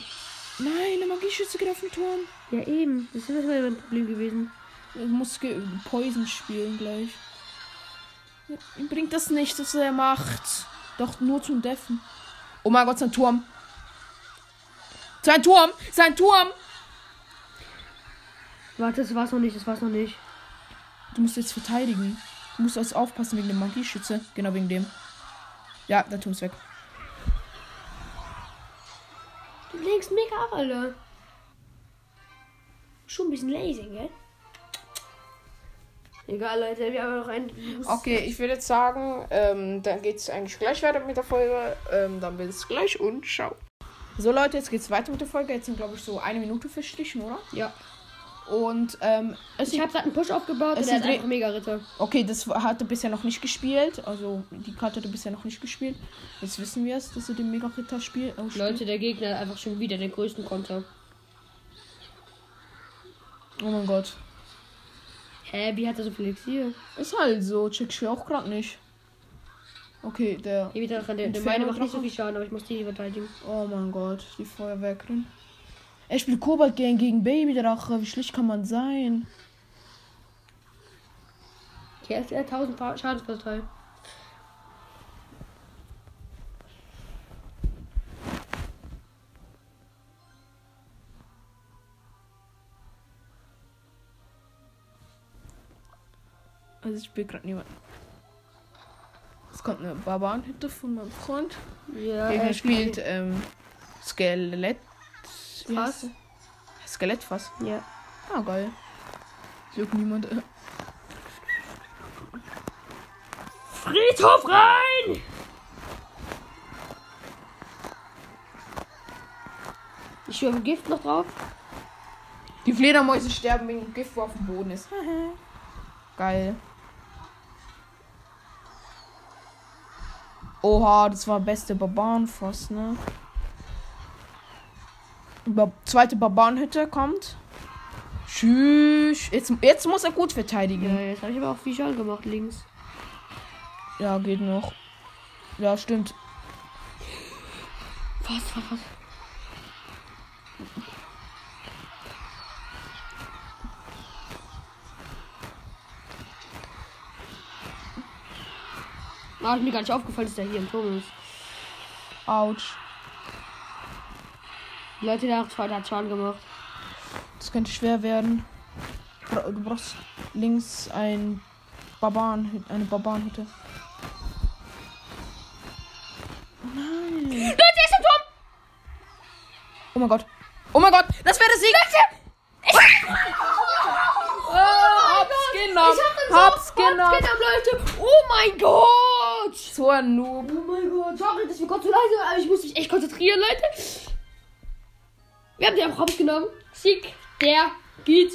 Nein, der Magieschütze geht auf den Turm.
ja eben. Das ist immer mein Problem gewesen.
Er muss ge- Poison spielen gleich. Ihm bringt das nicht, was er macht. Doch nur zum Deffen. Oh mein Gott, sein Turm. Sein Turm! Sein Turm!
Warte, das war's noch nicht, das war's noch nicht.
Du musst jetzt verteidigen. Du musst also aufpassen wegen dem Magieschütze. Genau wegen dem. Ja, der Turm ist weg.
Du legst mega ab, Alter. Schon ein bisschen lazy, gell? Egal, Leute, wir haben noch einen.
Okay, ich würde jetzt sagen, ähm, dann geht es eigentlich gleich weiter mit der Folge. Ähm, dann bis gleich und ciao.
So Leute, jetzt geht's weiter mit der Folge. Jetzt sind glaube ich so eine Minute verstrichen, oder?
Ja.
Und ähm, es
Ich habe gerade einen Push aufgebaut
Es
und der
sind
hat
Re-
einfach mega Ritter.
Okay, das hatte bisher noch nicht gespielt. Also die Karte hatte bisher noch nicht gespielt. Jetzt wissen wir es, dass du den Mega Ritter spielst. Oh,
Leute, der Gegner hat einfach schon wieder den größten Konter.
oh mein Gott.
Hä, wie hat er so viel Elixier?
Ist halt so, check ich auch gerade nicht. Okay, der.
Hier wieder dran, der, der
Inferno
meine macht nicht
Drache.
so viel Schaden, aber ich muss die verteidigen.
Oh mein Gott, die Feuerwehrgrin. Er spielt Kobold Gang gegen Babydrache. Wie schlecht kann man sein?
Okay, er hat 1000 Fa- Schaden plus 3.
Also ich spiele gerade niemand. Es kommt eine Barbarenhütte von meinem Freund.
Ja, äh,
Gegen
er
ihn spielt ähm, Skelett. wie heißt
Fass.
er? Skelettfass.
Ja.
Ah, geil. Juckt niemand. äh.
Friedhof rein! Ich schwöre Gift noch drauf.
Die Fledermäuse sterben wegen Gift, wo auf dem Boden ist. geil. Oha, das war beste Barbarenfass, ne? Ba zweite Barbarenhütte kommt. Tschüss. Jetzt, jetzt muss er gut
Ja,
verteidigen.
jetzt habe ich aber auch viel Schaden gemacht links.
Ja, geht noch. Ja, stimmt.
Was, was, was? Ah, ist mir gar nicht aufgefallen, dass der hier im Turm ist.
Autsch.
Die Leute, der hat hat Schaden gemacht.
Das könnte schwer werden. Bra- Du brauchst links ein Barbaren, eine Barbarenhütte. Nein.
Leute, ist im Turm!
Oh mein Gott. Oh mein Gott, das wäre der Sieg. Oh, hab's genommen. Hab's genommen.
Leute! Oh mein Gott!
So ein Noob.
Oh mein Gott, sorry, dass wir kurz zu leise waren, aber ich muss mich echt konzentrieren, Leute. Wir haben die einfach rausgenommen. Sieg, der geht.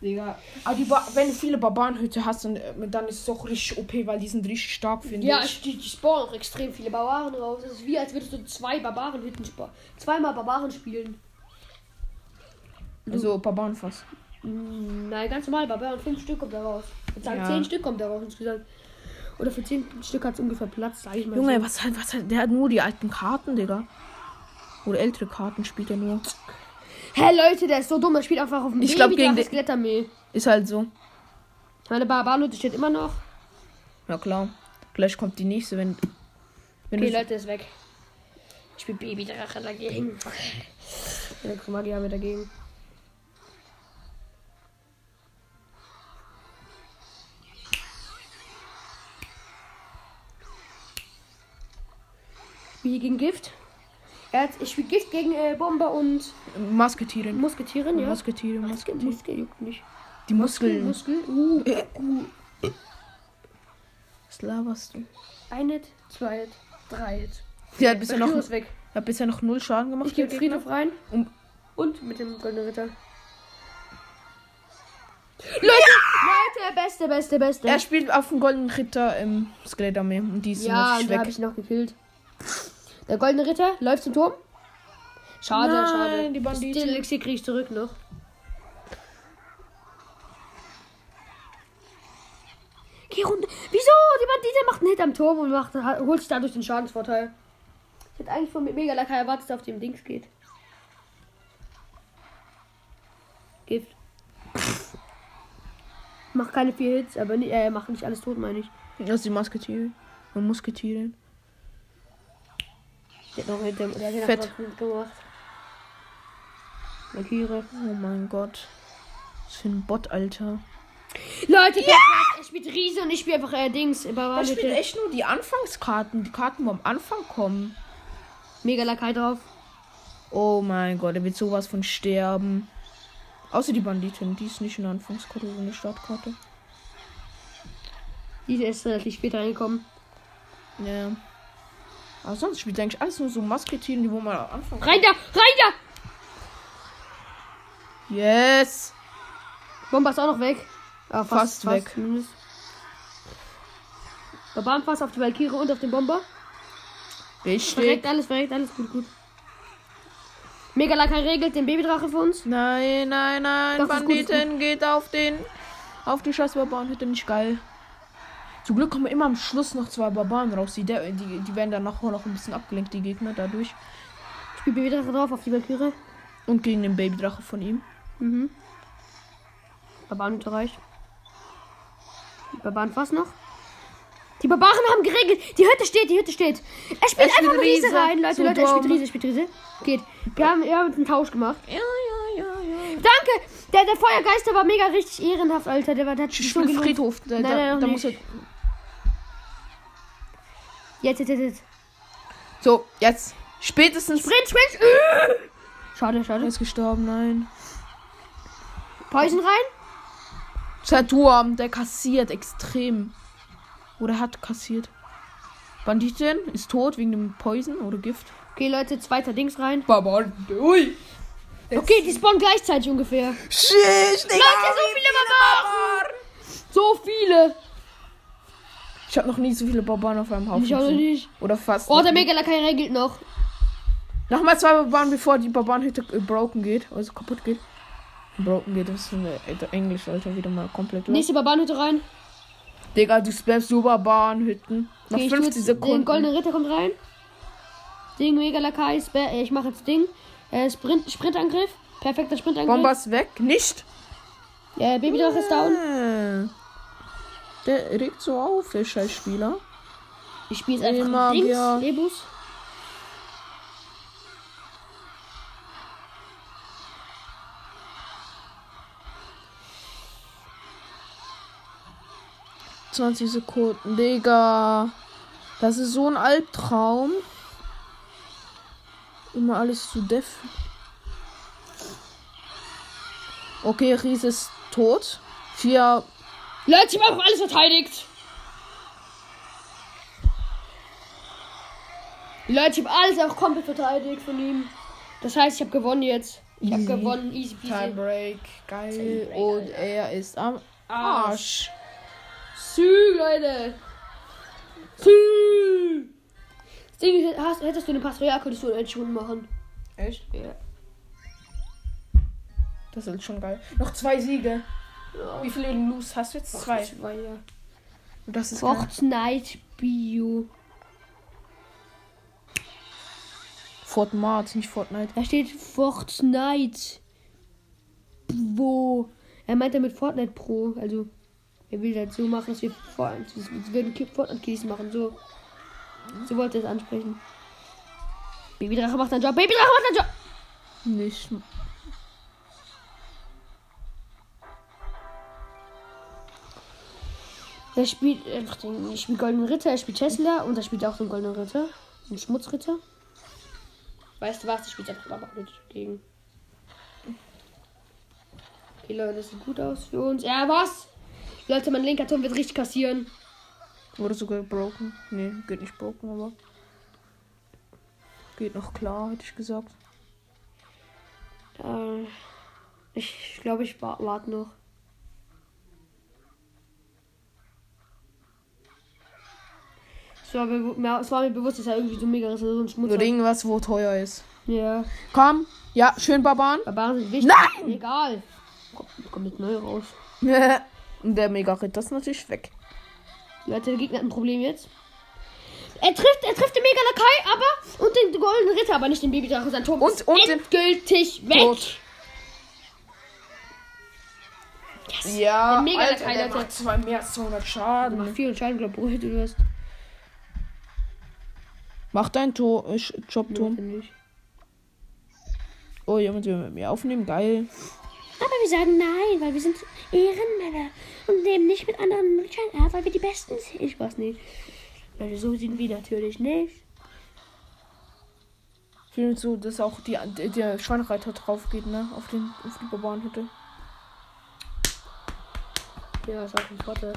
Digga. Aber die ba wenn du viele Barbarenhütte hast, dann, äh, dann ist es auch richtig OP, weil die sind richtig stark, finde
Ja,
ich.
ich, die, die spawnen auch extrem viele Barbaren raus. Es ist wie, als würdest du zwei Barbarenhütten spawnen. Zweimal Barbaren spielen.
Also Barbarenfass.
Mm, Nein, ganz normal Barbaren. Fünf Stück kommt da raus. Ich würde sagen,
Ja.
zehn Stück kommt da raus insgesamt. Oder für zehn Stück hat es ungefähr Platz, sag ich mal.
Junge,
so.
was hat, was hat, der hat nur die alten Karten, Digga. Oder ältere Karten spielt er nur.
Hä, Leute, der ist so dumm, der spielt einfach auf dem
Ich glaub, gegen den-
Sklettermehl.
Ist halt so.
Meine Barbarenhütte steht immer noch.
Na klar. Gleich kommt die nächste, wenn. wenn
Okay,
du-
Leute, ist weg. Ich bin Babydrache dagegen. Elektromagie haben wir dagegen. Wie gegen Gift? Ja, jetzt, ich spiele Gift gegen äh, Bomber und
Musketieren.
Musketieren, ja.
Musketieren, Musketieren.
Muskel, Muskel juckt nicht.
Die Muskeln.
Muskel, uh,
Was laberst du?
einet, zweit, dreiet.
Ja, hat bisher
Der Kühl
noch,
ist weg.
hat bisher noch null Schaden gemacht.
Ich gebe
der
Friedhof rein.
Um-
Und mit dem Goldenen Ritter. Leute, Leute, beste, beste, beste.
Er spielt auf dem goldenen Ritter im Skelettarmee und die sind
ja,
natürlich
da habe
weg.
ich noch gekillt. Der Goldene Ritter läuft zum Turm. Schade,
Nein,
schade.
die Banditen.
Die Elixir krieg ich zurück noch. Geh runter. Wieso? Die Bandite macht einen Hit am Turm und macht, holt sich dadurch den Schadensvorteil. Ich hätte eigentlich von Mega Lakai erwartet, dass er auf dem Dings geht. Gift. Macht keine vier Hits, aber nicht, äh, macht nicht alles tot, meine ich.
Das sind die Musketiere. Und Musketiere.
Der hat noch mit dem, der hat noch
Fett.
was gut gemacht. Markiere.
Oh mein Gott. Was für ein Bot, Alter.
Leute, ja! er spielt Riese und ich spiele einfach äh, Dings.
Er
Überwacht.
spielt echt nur die Anfangskarten. Die Karten, wo am Anfang kommen.
Mega Lakai drauf.
Oh mein Gott, er wird sowas von sterben. Außer die Banditen. Die ist nicht eine Anfangskarte, sondern eine Startkarte.
Diese ist relativ spät reingekommen.
Ja. Aber sonst spielt eigentlich alles nur so Musketieren, die wo man am Anfang.
Rein da! Rein
Yes!
da! Bomber ist auch noch weg. Ah,
Fast weg.
zumindest. Barbaren fast auf die Valkyrie und auf den Bomber.
Richtig.
Verreckt alles, verreckt alles. Gut, gut. Mega Lakai regelt den Babydrache für uns.
Nein, nein, nein.
Doch, ist gut, ist
Banditen geht auf den. Auf die scheiß Barbaren hätte nicht geil. Zum Glück kommen immer am Schluss noch zwei Barbaren raus. Die, der- die, die werden dann nachher noch ein bisschen abgelenkt, die Gegner dadurch.
Ich spiele Babydrache drauf auf die Valkyrie.
Und gegen den Babydrache von ihm.
Mhm. Barbaren unterreicht. Die Barbaren fast noch. Die Barbaren haben geregelt. Die Hütte steht, die Hütte steht. Er spielt einfach einen Riese rein, Leute,
So
Leute. Er
dumm.
spielt Riese, er spielt Riese. Geht. Wir haben, wir haben einen Tausch gemacht.
Ja, ja, ja, ja.
Danke. Der, der Feuergeist, der war mega richtig ehrenhaft, Alter. Der, war, der hat
Ich
sich so
spiele
gelohnt.
Friedhof. Da,
Nein,
da,
nein, noch
da
nicht.
muss er.
Jetzt, jetzt, jetzt, jetzt.
So, jetzt. Spätestens.
Sprint, sprint. Äh. Schade,
Er
schade.
ist gestorben, nein.
Poison rein.
Saturn, der kassiert extrem. Oder hat kassiert. Banditin ist tot wegen dem Poison oder Gift.
Okay, Leute, zweiter Dings rein.
Barbaren. Ui.
Okay, die spawnen gleichzeitig ungefähr.
Shit, Digga.
Leute, so viele Barbaren. So viele.
Ich habe noch nie so viele Barbaren auf einem Haufen.
Ich auch noch
gesehen.
nicht.
Oder fast.
Oh,
noch
der
nie.
mega Lakai regelt noch.
Nochmal zwei Barbaren, bevor die Barbarenhütte äh, broken geht. Also kaputt geht. Broken geht, das ist so eine äh, Englisch, Alter, wieder mal komplett. los.
Nächste Barbarenhütte rein.
Digga, du spammst so Barbarenhütten. Nach
Okay, ich tu
50
jetzt- Den
Sekunden.
goldenen Ritter kommt rein. Ding, Mega Lakai. Spe- äh, Ich mache jetzt Ding. Äh, Sprint, Sprintangriff. Perfekter Sprintangriff.
Bomber ist weg. Nicht.
Äh, Babydrache ist down.
Äh. Der regt so auf, der Scheißspieler.
Ich spiele jetzt einfach
Immer
mit Dings.
wir-
Lebus.
spieler 20 Sekunden, Digga. Das ist so ein Albtraum. Immer alles zu def. Okay, Ries ist tot. Vier.
Leute, ich habe alles verteidigt. Leute, ich habe alles auch komplett verteidigt von ihm. Das heißt, ich habe gewonnen jetzt. Ich habe
Easy.
gewonnen. Easy peasy.
Timebreak, geil. Und er ist am Arsch.
Arsch. Sü, Leute. Sü. Das Ding ist, hast, hättest du den Pass Royal, könntest du einen Schuh machen.
Echt?
Ja.
Das ist schon geil. Noch zwei Siege. Wie viele Loose hast du jetzt? Zwei.
Zwei, ja.
Das ist geil.
Fortnite Bio.
Fortnite, nicht Fortnite.
Da steht Fortnite Pro. Er meint damit Fortnite Pro. Also, er will das so machen, dass wir Fortnite, wir würden Ki- Fortnite Kills machen. So, so wollte er es ansprechen. Babydrache macht seinen Job. Babydrache macht seinen Job.
Nicht.
Er spielt einfach den. Er spielt Goldenen Ritter, er spielt Tesla und er spielt auch den Goldenen Ritter. Den Schmutzritter. Weißt du was? Ich spiele einfach aber nicht gegen. Okay, Leute, das sieht gut aus für uns. Ja, was? Leute, mein linker Turm wird richtig kassieren.
Wurde sogar gebroken. Nee, geht nicht broken, aber. Geht noch klar, hätte ich gesagt.
Äh, ich ich glaube, ich wa- warte noch. Es war, mir, mir- es war mir bewusst, dass er irgendwie so mega ist. So ein Schmutz.
Nur irgendwas, wo teuer ist.
Ja.
Komm. Ja, schön Barbaren.
Barbaren sind wichtig. Nein! Egal. Kommt, kommt jetzt neu raus.
Der Mega-Ritter ist natürlich weg.
Leute, der Gegner hat ein Problem jetzt. Er trifft, er trifft den Mega Lakai, aber und den goldenen Ritter, aber nicht den Babydrache. Sein Turm
Und-
ist
und den-
endgültig weg.
Tot. Ja,
Der mega
Alter,
Lakai,
der
Leute.
macht zwar mehr als 200 Schaden.
Mach viel entscheidend, glaub Brot oder was?
Mach deinen to äh, Sch- Job, Tom.
Finde ich.
Oh, jemand will mit mir aufnehmen. Geil.
Aber wir sagen nein, weil wir sind Ehrenmänner und nehmen nicht mit anderen Müllschein ab, weil wir die Besten sind.
Ich weiß nicht. Leute, so sind wir natürlich nicht.
Ich finde so, dass auch die, die, der Schweinreiter drauf geht, ne? Auf, den, auf die Barbarenhütte.
Ja, ist auch ein Vorteil.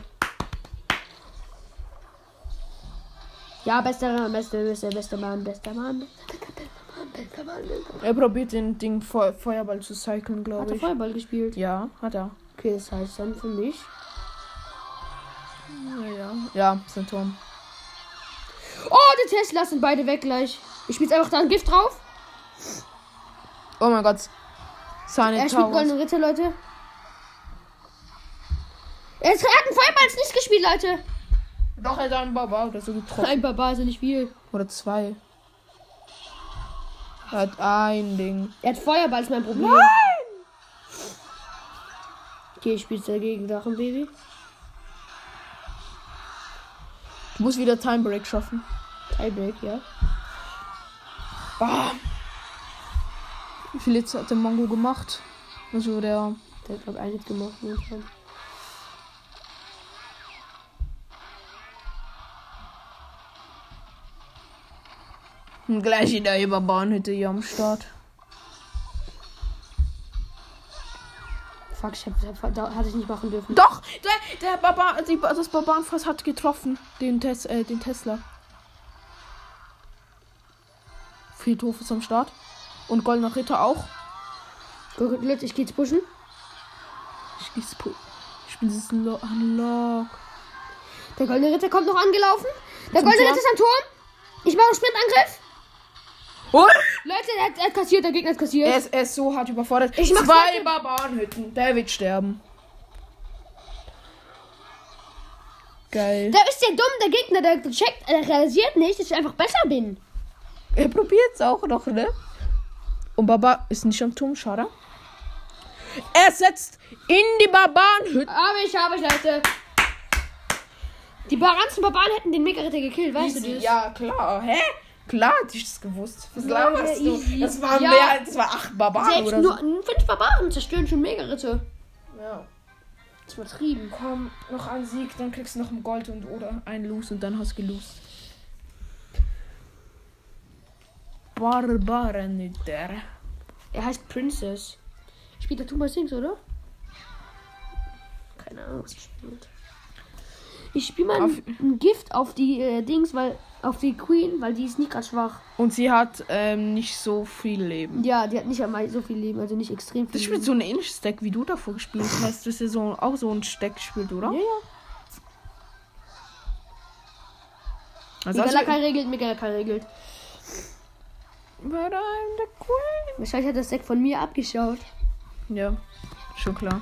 Ja, bester, bester, bester, bester Mann, bester Mann.
Er probiert den Ding Feu Feuerball zu cyclen,
Hat
glaube
er
ich.
Feuerball gespielt?
Ja, hat er.
Okay, das heißt dann für mich.
Ja, ja. ja sind Turm.
Oh, die Tesla sind beide weg gleich. Ich spiel's einfach da ein Gift drauf.
Oh mein Gott. Seine
Er spielt
Towers.
Goldene Ritter, Leute. Er ist- er hat einen Feuerball jetzt nicht gespielt, Leute.
Doch, er hat einen Barbar oder so getroffen.
Ein Barbar ist ja nicht viel.
Oder zwei. Er hat ein Ding.
Er hat Feuerball, ist mein Problem. Okay, ich spiel's dagegen, Drachenbaby.
Du musst wieder Time Break schaffen.
Tiebreak, ja.
Ah. Wie viele Hits hat der Mongo gemacht? Also der.
Der hat, glaub ich, einen Hit gemacht. ne, schon.
Hm, Gleich in der Überbahnhütte hier am Start.
Fuck, ich hab, hab, da hatte ich nicht machen dürfen.
Doch! Der, der Barbar, die, das Barbarenfass hat getroffen. Den, Tes, äh, den Tesla. Friedhof ist am Start. Und Goldener Ritter auch.
Gut, Leute, ich geh jetzt pushen.
Ich, ich, ich bin dieses Lo- ah, Unlock.
Der Goldene Ritter kommt noch angelaufen. Der Goldene
Tor.
Ritter ist am Turm. Ich mache einen Sprintangriff.
Ui!
Leute, er hat, er hat kassiert, der Gegner hat kassiert.
Er ist, er ist so hart überfordert.
Ich mach's
Zwei
weiter.
Barbarenhütten. Der wird sterben. Geil.
Da ist der dumm, der Gegner, der checkt, der realisiert nicht, dass ich einfach besser bin.
Er probiert's auch noch, ne? Und Baba ist nicht am Turm, schade. Er setzt in die Barbarenhütte.
Aber ich habe ich, Leute. Die ganzen Barbaren hätten den Mega-Ritter gekillt, weißt du das?
Ja, klar. Hä? Klar, hätte ich das gewusst. Was laberst du?
easy.
Das waren
Ja.
mehr, das war acht Barbaren
Selbst
oder
nur
so.
fünf Barbaren zerstören schon Mega-Ritter.
Ja.
Das ist übertrieben.
Komm, noch ein Sieg, dann kriegst du noch ein Gold und oder ein Los und dann hast du gelost. Barbarenhütter.
Er heißt Princess. Spielt der Thomas Sings, oder? Keine Ahnung, was er spielt. Ich spiele mal
Auf-
ein, ein Gift auf die äh, Dings, weil auf die Queen, weil die ist nicht gerade schwach.
Und sie hat ähm, nicht so viel Leben.
Ja, die hat nicht einmal so viel Leben, also nicht extrem viel.
Das spielt so ein ähnliches Deck, wie du davor gespielt hast. Du hast ja so, auch so ein Deck gespielt, oder?
Ja, ja.
Also hast
Megalakai regelt, Megalakai regelt.
But I'm the queen.
Wahrscheinlich hat das Deck von mir abgeschaut.
Ja, schon klar.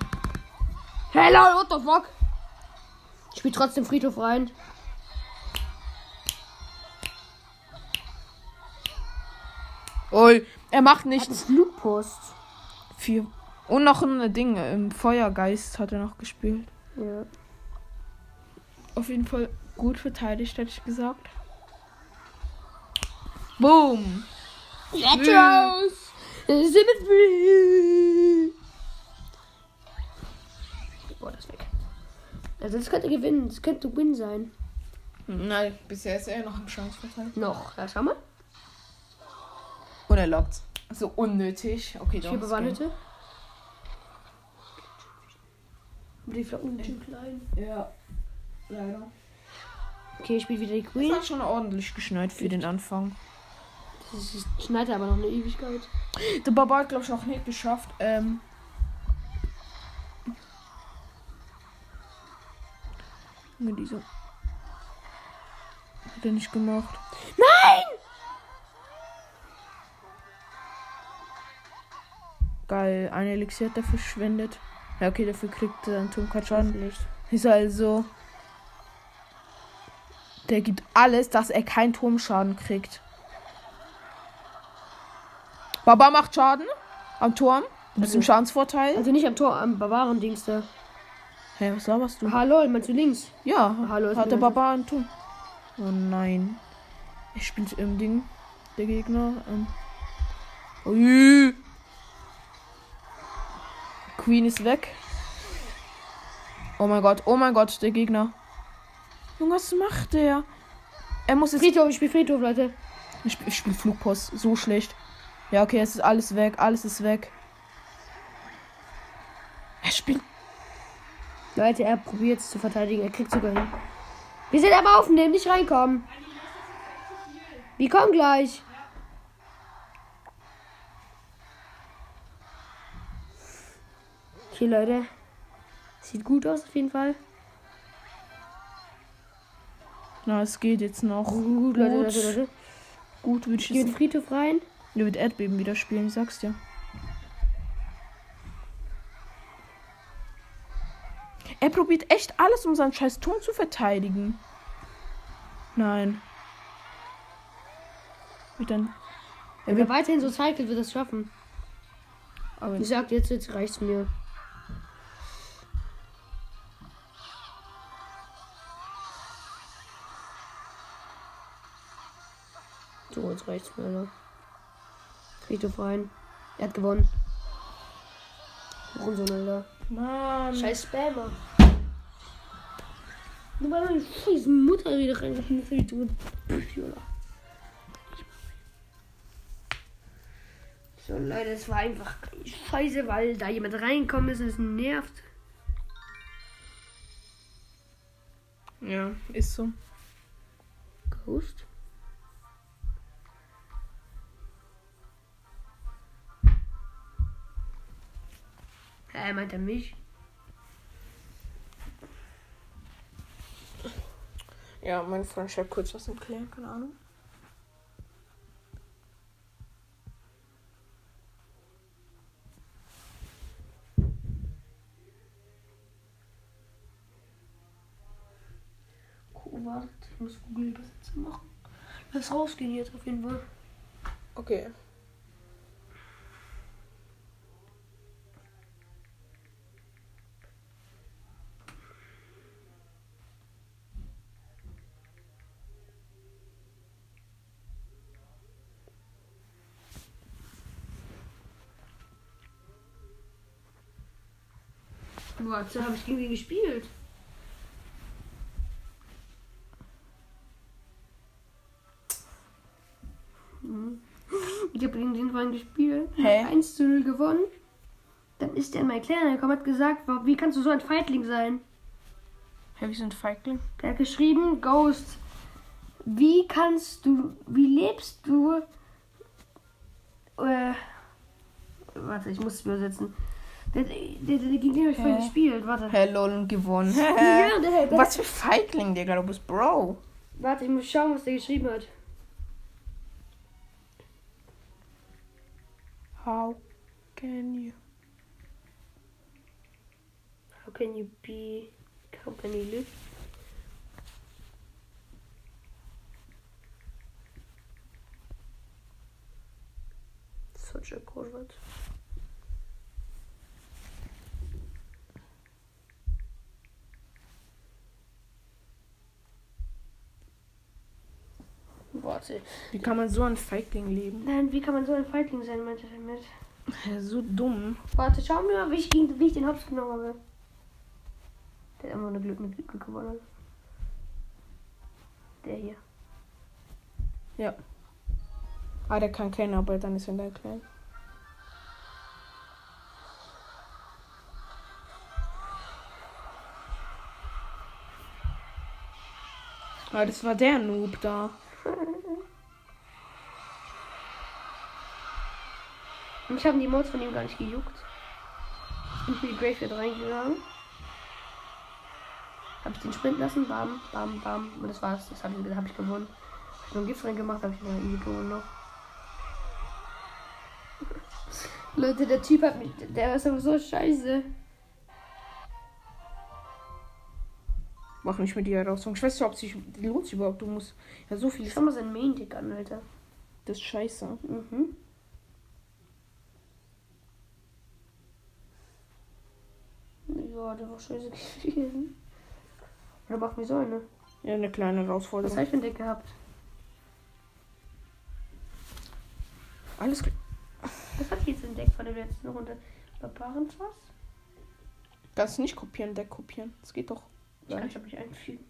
Hello, what the fuck? Ich spiel trotzdem Friedhof rein.
Ui, er macht nichts.
Flugpost.
Vier. Und noch ein Ding, im Feuergeist hat er noch gespielt.
Ja.
Auf jeden Fall gut verteidigt, hätte ich gesagt. Boom.
Retros! Symmetry! Boah, das ist weg. Also das könnte gewinnen. Das könnte Win sein.
Nein, bisher ist er noch im Chance verteilt.
Noch. Ja, schau mal.
Und unerlaubt. So unnötig. Okay, doch.
Ich
ist
bewahren
okay.
hätte.
Die Flocken sind klein.
Ja. Leider.
Okay, ich spiele wieder die
Das
Queen.
hat schon ordentlich geschneit für den Anfang.
Das ist- schneit aber noch eine Ewigkeit.
Der Barbar hat, glaube ich, noch nicht geschafft. Ähm. Mit diesem. Hat er nicht gemacht. Nein! Geil, ein Elixier hat er verschwendet. Ja, okay, dafür kriegt er einen Turm keinen Schaden.
Nicht.
Ist also. Der gibt alles, dass er keinen Turmschaden kriegt. Baba macht Schaden am Turm. Mit dem Schadensvorteil.
Also nicht am Tor, am Barbaren-Dings da.
Hä, was laberst du?
Hallo, meinst du links?
Ja,
Hallo, ist
hat der
mir-
Baba einen Turm. Oh nein. Er spielt im Ding. Der Gegner. Ähm. Ui. Queen ist weg. Oh mein Gott, oh mein Gott, der Gegner. Junge, was macht der? Er muss jetzt
Friedhof, ich spiele Friedhof, Leute.
Ich, sp- ich spiele Flugpost so schlecht. Ja, okay, es ist alles weg, alles ist weg. Er spielt.
Leute, er probiert es zu verteidigen. Er kriegt sogar hin. Wir sind aber aufnehmen, nicht reinkommen. Wir kommen gleich. Okay, Leute. Sieht gut aus auf jeden Fall.
Na, es geht jetzt noch.
Gut, Leute,
Gut.
Leute, Leute.
Gut, würde ich
Ich gehe in
jetzt.
den Friedhof rein.
Der wird Erdbeben wieder spielen, ich sag's dir. Er probiert echt alles, um seinen scheiß Turm zu verteidigen. Nein. Wird dann.
Wenn wir weiterhin so cycelt, wird das schaffen.
Aber-
ich sag jetzt, jetzt reicht's mir. So, jetzt reicht's mir, Alter. Friedhof rein. Er hat gewonnen. Warum so, Alter?
Mann.
Scheiß Spammer. Nur weil meine scheiß Mutter wieder rein hat, muss ich tun. So Leute, es war einfach scheiße, weil da jemand reingekommen ist und es nervt.
Ja, ist so.
Ghost? Hä, meint er mich?
Ja, mein Freund schreibt kurz was im Klären, keine Ahnung.
Oh, warte, ich muss Google Übersetzer machen. Lass rausgehen jetzt auf jeden Fall.
Okay.
Warte, habe ich gegen ihn gespielt? Mhm. Ich habe gegen den vorhin gespielt.
Hä?
1 zu 0 gewonnen. Dann ist der in mein Kleiner gekommen und hat gesagt, "Wa- wie kannst du so ein Feigling sein?
Hä, wir sind Feigling.
Er hat geschrieben, Ghost, wie kannst du, wie lebst du? Äh, warte, ich muss es übersetzen. Der, der, der, der gegen den habe ich vorhin gespielt, warte.
Hä, lol, und gewonnen.
Ja, der, der,
was für Feigling, Digga, du bist Bro.
Warte, ich muss schauen, was der geschrieben hat.
How can you?
How can you be. How can you live? Such a coward. Warte.
Wie kann man so ein Feigling leben?
Nein, wie kann man so ein Feigling sein, meinte er damit?
Hä, so dumm.
Warte, schau mir mal, wie ich, gegen- wie ich den Hops genommen habe. Der hat einfach nur Glück mit Glück gewonnen. Der hier.
Ja. Ah, der kann kennen, aber dann ist er dann klein. Ah, das war der Noob da.
Mich haben die Mods von ihm gar nicht gejuckt. Ich bin für die Graveyard reingegangen. Hab ich den Sprint lassen, bam, bam, bam. Und das war's. Das hab ich, hab ich gewonnen. Hab ich noch einen Gift reingemacht, hab ich noch einen gewonnen noch. Leute, der Typ hat mich. Der ist aber so scheiße.
Mach nicht mit dir Herausforderung. Ich weiß nicht, ob es sich lohnt sich überhaupt. Du musst ja so viel.
Schau mal seinen Main-Tick an, Alter.
Das ist scheiße.
Mhm. Ja, der war scheiße gewesen. Oder macht mir so eine.
Ja, eine kleine
Was
Herausforderung.
hab ich für ein Deck gehabt?
Alles klar.
Was hat jetzt ein Deck von der letzten Runde? Barbarenfass?
Kannst du nicht kopieren, Deck kopieren. Das geht doch.
Ich kann ich hab nicht einfügen.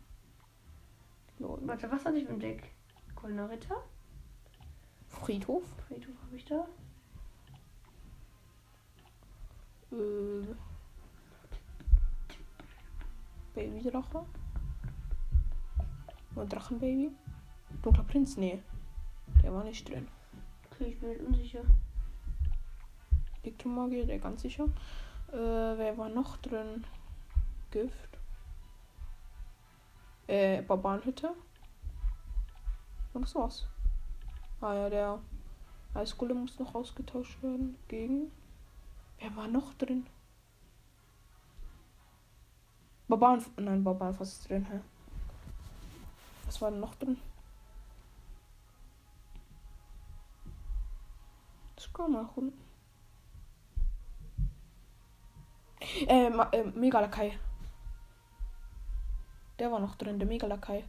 Lol.
Warte, was hatte ich für ein Deck? Goldener Ritter?
Friedhof?
Friedhof habe ich da.
Äh. Babydrache? Oder Drachenbaby? Dunkler Prinz? Nee. Der war nicht drin.
Okay, ich bin jetzt unsicher.
Elektromagier, der ganz sicher. Äh, wer war noch drin? Gift. Äh, Barbarenhütte. Und das war's. Ah ja, der Eisgolem muss noch ausgetauscht werden gegen. Wer war noch drin? Barbaren. Nein, Barbarenfass ist drin, hä? Was war denn noch drin? Das kann man nachholen. Äh, Ma- äh, Megalakai. Der war noch drin, der Megalakai.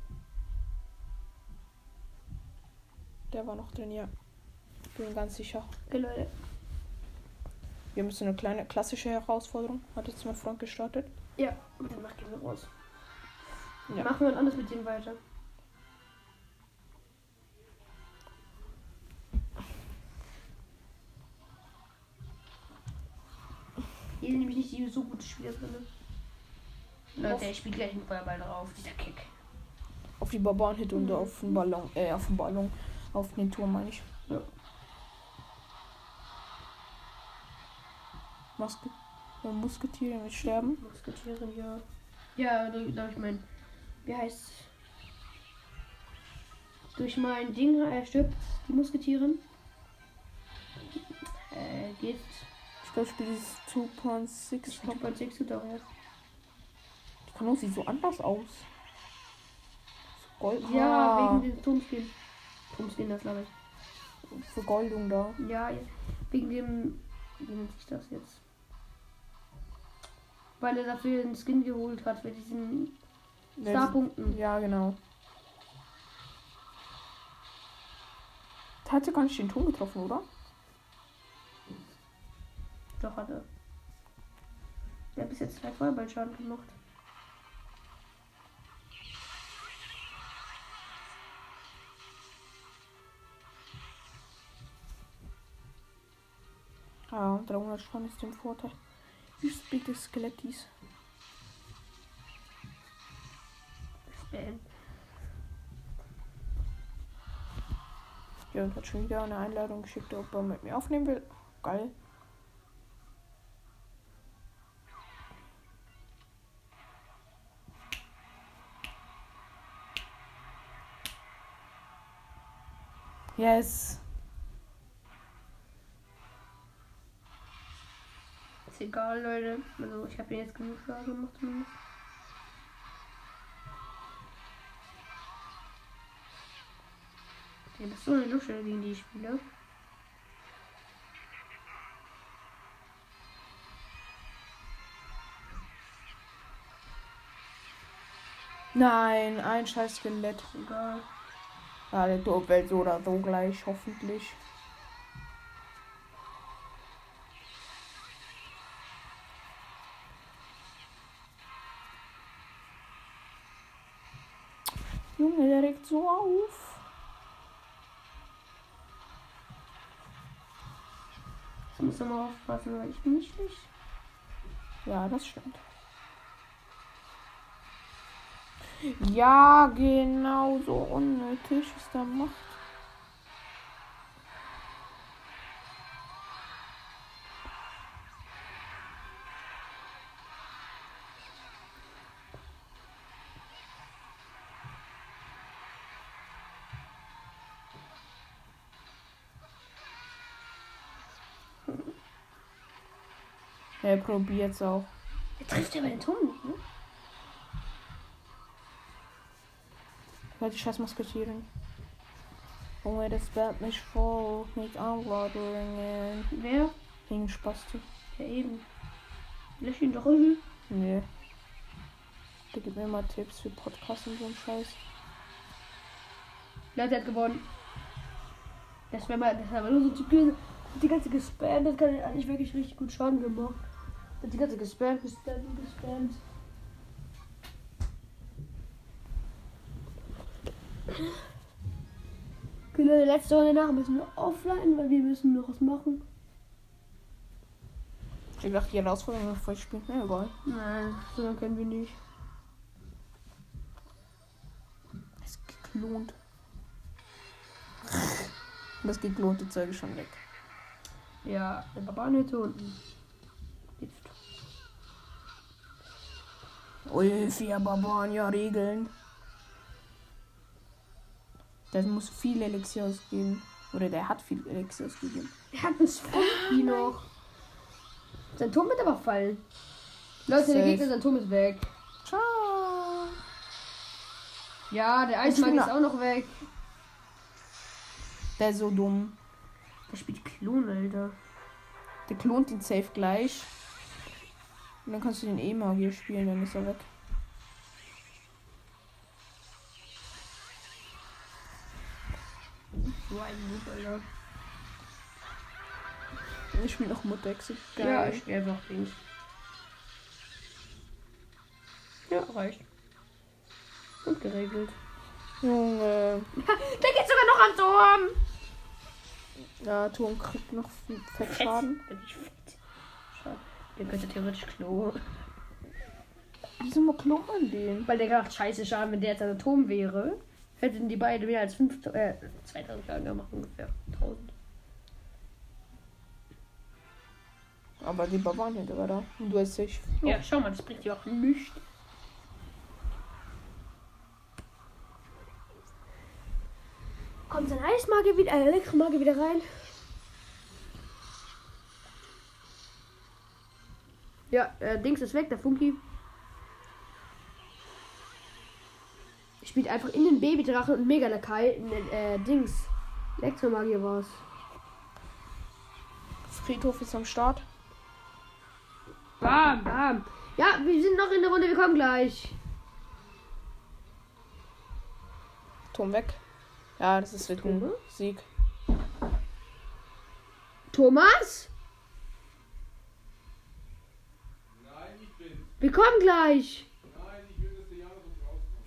Der war noch drin, ja. Bin mir ganz sicher.
Okay, Leute.
Wir müssen eine kleine klassische Herausforderung. Hat jetzt mein Freund gestartet.
Ja, dann mach gehen wir raus.
Ja.
Machen wir anders mit dem weiter. Hier sind nämlich nicht die so gute Spieler drin. Leute, ich spiele gleich einen Feuerball drauf, dieser Kick.
Auf die Barbarenhütte und auf den Ballon. Äh, auf den Ballon. Auf den Turm, meine ich.
Ja.
Maske. Äh, Musketiere mit Sterben.
Musketiere, ja. Ja, durch, durch mein. Wie heißt Durch mein Ding äh, stirbt die Musketierin. Äh, geht.
Ich glaube, ich spiele dieses 2.6.
Ich glaube, bei 6 tut auch erst.
Die Kanone sieht so anders aus. Gold Ah,
Ah. Ja, wegen dem Turmspiel. Turmspiel, das glaube ich.
Vergoldung da.
Ja, ja, wegen dem. Wie nennt sich das jetzt? Weil er dafür den Skin geholt hat, für diesen Starpunkten.
Ja, genau. Der hatte gar nicht den Ton getroffen, oder?
Doch hat er. Der hat bis jetzt zwei Feuerballschaden gemacht.
Ja, 300 Schaden ist im Vorteil. Wie spielt das Skelett dies?
Bam.
Ja, und hat schon wieder eine Einladung geschickt, ob er mit mir aufnehmen will. Geil. Yes.
Ist egal, Leute. Also, ich habe jetzt genug Schaden gemacht. zumindest. Ja, das ist so eine Lusche gegen die ich spiele.
Nein, ein scheiß Skelett.
Ist egal.
Ja, der Dorf wird so oder so gleich, hoffentlich. Junge, der regt so auf. muss immer aufpassen, weil ich bin nicht schlecht. Ja, das stimmt. Ja, genau so unnötig, was der macht. Er probiert's auch.
Er trifft aber den Ton nicht, ne?
Leute, scheiß Musketieren. Junge, das wird mich voll mit Anforderungen.
Wer?
Wegen Spasti.
Ja, eben. Lösch ihn doch irgendwie.
Nee. Der gibt mir immer Tipps für Podcasts und so einen Scheiß.
Leute hat gewonnen. Das wäre mal, das wäre nur so ein Typ gewesen. Hat die ganze gespammt, das kann eigentlich wirklich richtig gut Schaden gemacht. Hat die ganze gespammt, gespammt, und gespammt. Okay, Leute, Genau, letzte Runde nach müssen wir offline, weil wir müssen noch was machen.
Ich dachte, die Herausforderung ist voll spielt. Na egal.
Nein, so lange können wir nicht.
Es geklont. Das geklonte Zeug ist schon weg.
Ja, der Babanhütte unten.
Ui, vier Barbaren, ja, Regeln. Das muss viel Elixier ausgeben. Oder der hat viel Elixier ausgegeben.
Er hat uns Funky noch. Sein Turm wird aber fallen. Leute, der
Safe.
Gegner, sein Turm ist weg.
Ciao.
Ja, der Eismann
bin
ist genau auch noch weg.
Der ist so dumm.
Der spielt Klon, Alter.
Der klont ihn safe gleich. Und dann kannst du den E-Magier spielen, dann ist er weg.
So ein Noob, Alter.
Ich spiele noch Muttex.
Ja,
Geil.
ich spiele einfach links. Ja, reicht. Gut geregelt.
Junge.
Der geht sogar noch an Turm.
Ja, Ton kriegt noch viel Fettschaden.
Der könnte theoretisch Klo.
Wieso mal klont man den?
Weil der gerade scheiße Schaden, wenn der jetzt ein Atom wäre, hätten die beiden mehr als 5000, äh, 2000 Schaden gemacht, ungefähr. 1000.
Aber die Barbaren hinter war da. Und du hast dich.
Ja, schau mal, das bringt dir auch nichts.
Kommt sein Eismagier wieder, äh, Elektromagier wieder rein.
Ja, äh, Dings ist weg, der Funky. Spielt einfach in den Babydrachen und Megalakai in den, äh, Dings. Elektromagier war's.
Friedhof ist am Start.
Bam, bam. Ja, wir sind noch in der Runde, wir kommen gleich.
Turm weg. Ja, das ist wirklich ein Sieg.
Thomas? Wir kommen gleich.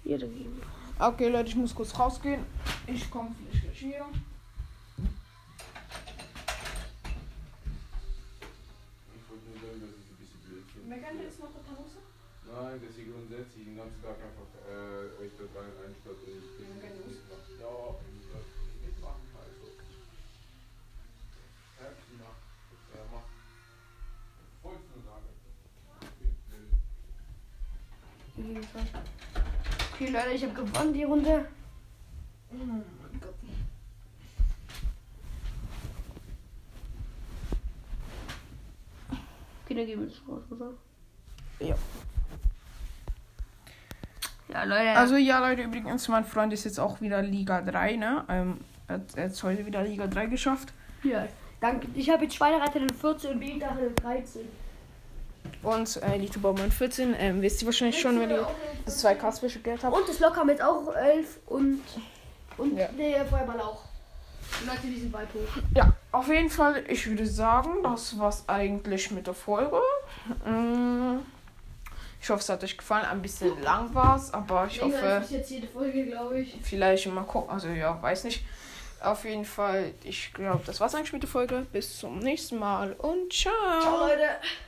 Ja, dann gehen wir.
Okay, Leute, ich muss kurz rausgehen. Ich komme vielleicht gleich wieder.
Ich wollte nur sagen, dass ich ein bisschen blöd finde. Meckern jetzt noch Hose? Nein, dass ihr grundsätzlich den ganzen Tag einfach äh, euch dort rein einstatt und ich bin nicht mitmacht. Ja, und das mitmachen also. Herzlich macht. Er macht. Äh, Wolltest du nur sagen. Ich bin blöd.
Okay, Leute, ich habe gewonnen die Runde. Okay, dann gehen wir jetzt raus, oder?
Ja.
Ja, Leute.
Also ja, Leute, übrigens, mein Freund ist jetzt auch wieder Liga 3, ne? Ähm, er hat er hat's heute wieder Liga 3 geschafft.
ja. Danke. Ich habe jetzt Schweinereiter den 14 und Babydrache den 13.
Und äh, Elite Baumann 14, ähm, wisst ihr wahrscheinlich schon, wenn ihr das 2 k special Geld habt.
Und das Lock haben jetzt auch 11 und. Und
Ja.
der Feuerball auch. Die Leute, die sind weit hoch.
Ja, auf jeden Fall, ich würde sagen, das war's eigentlich mit der Folge. Mm, Ich hoffe, es hat euch gefallen. Ein bisschen lang war's, aber ich
Länger
hoffe,
ist bis jetzt jede Folge, glaube ich.
vielleicht mal gucken. Also ja, weiß nicht. Auf jeden Fall, ich glaube, das war's eigentlich mit der Folge. Bis zum nächsten Mal und ciao.
Leute.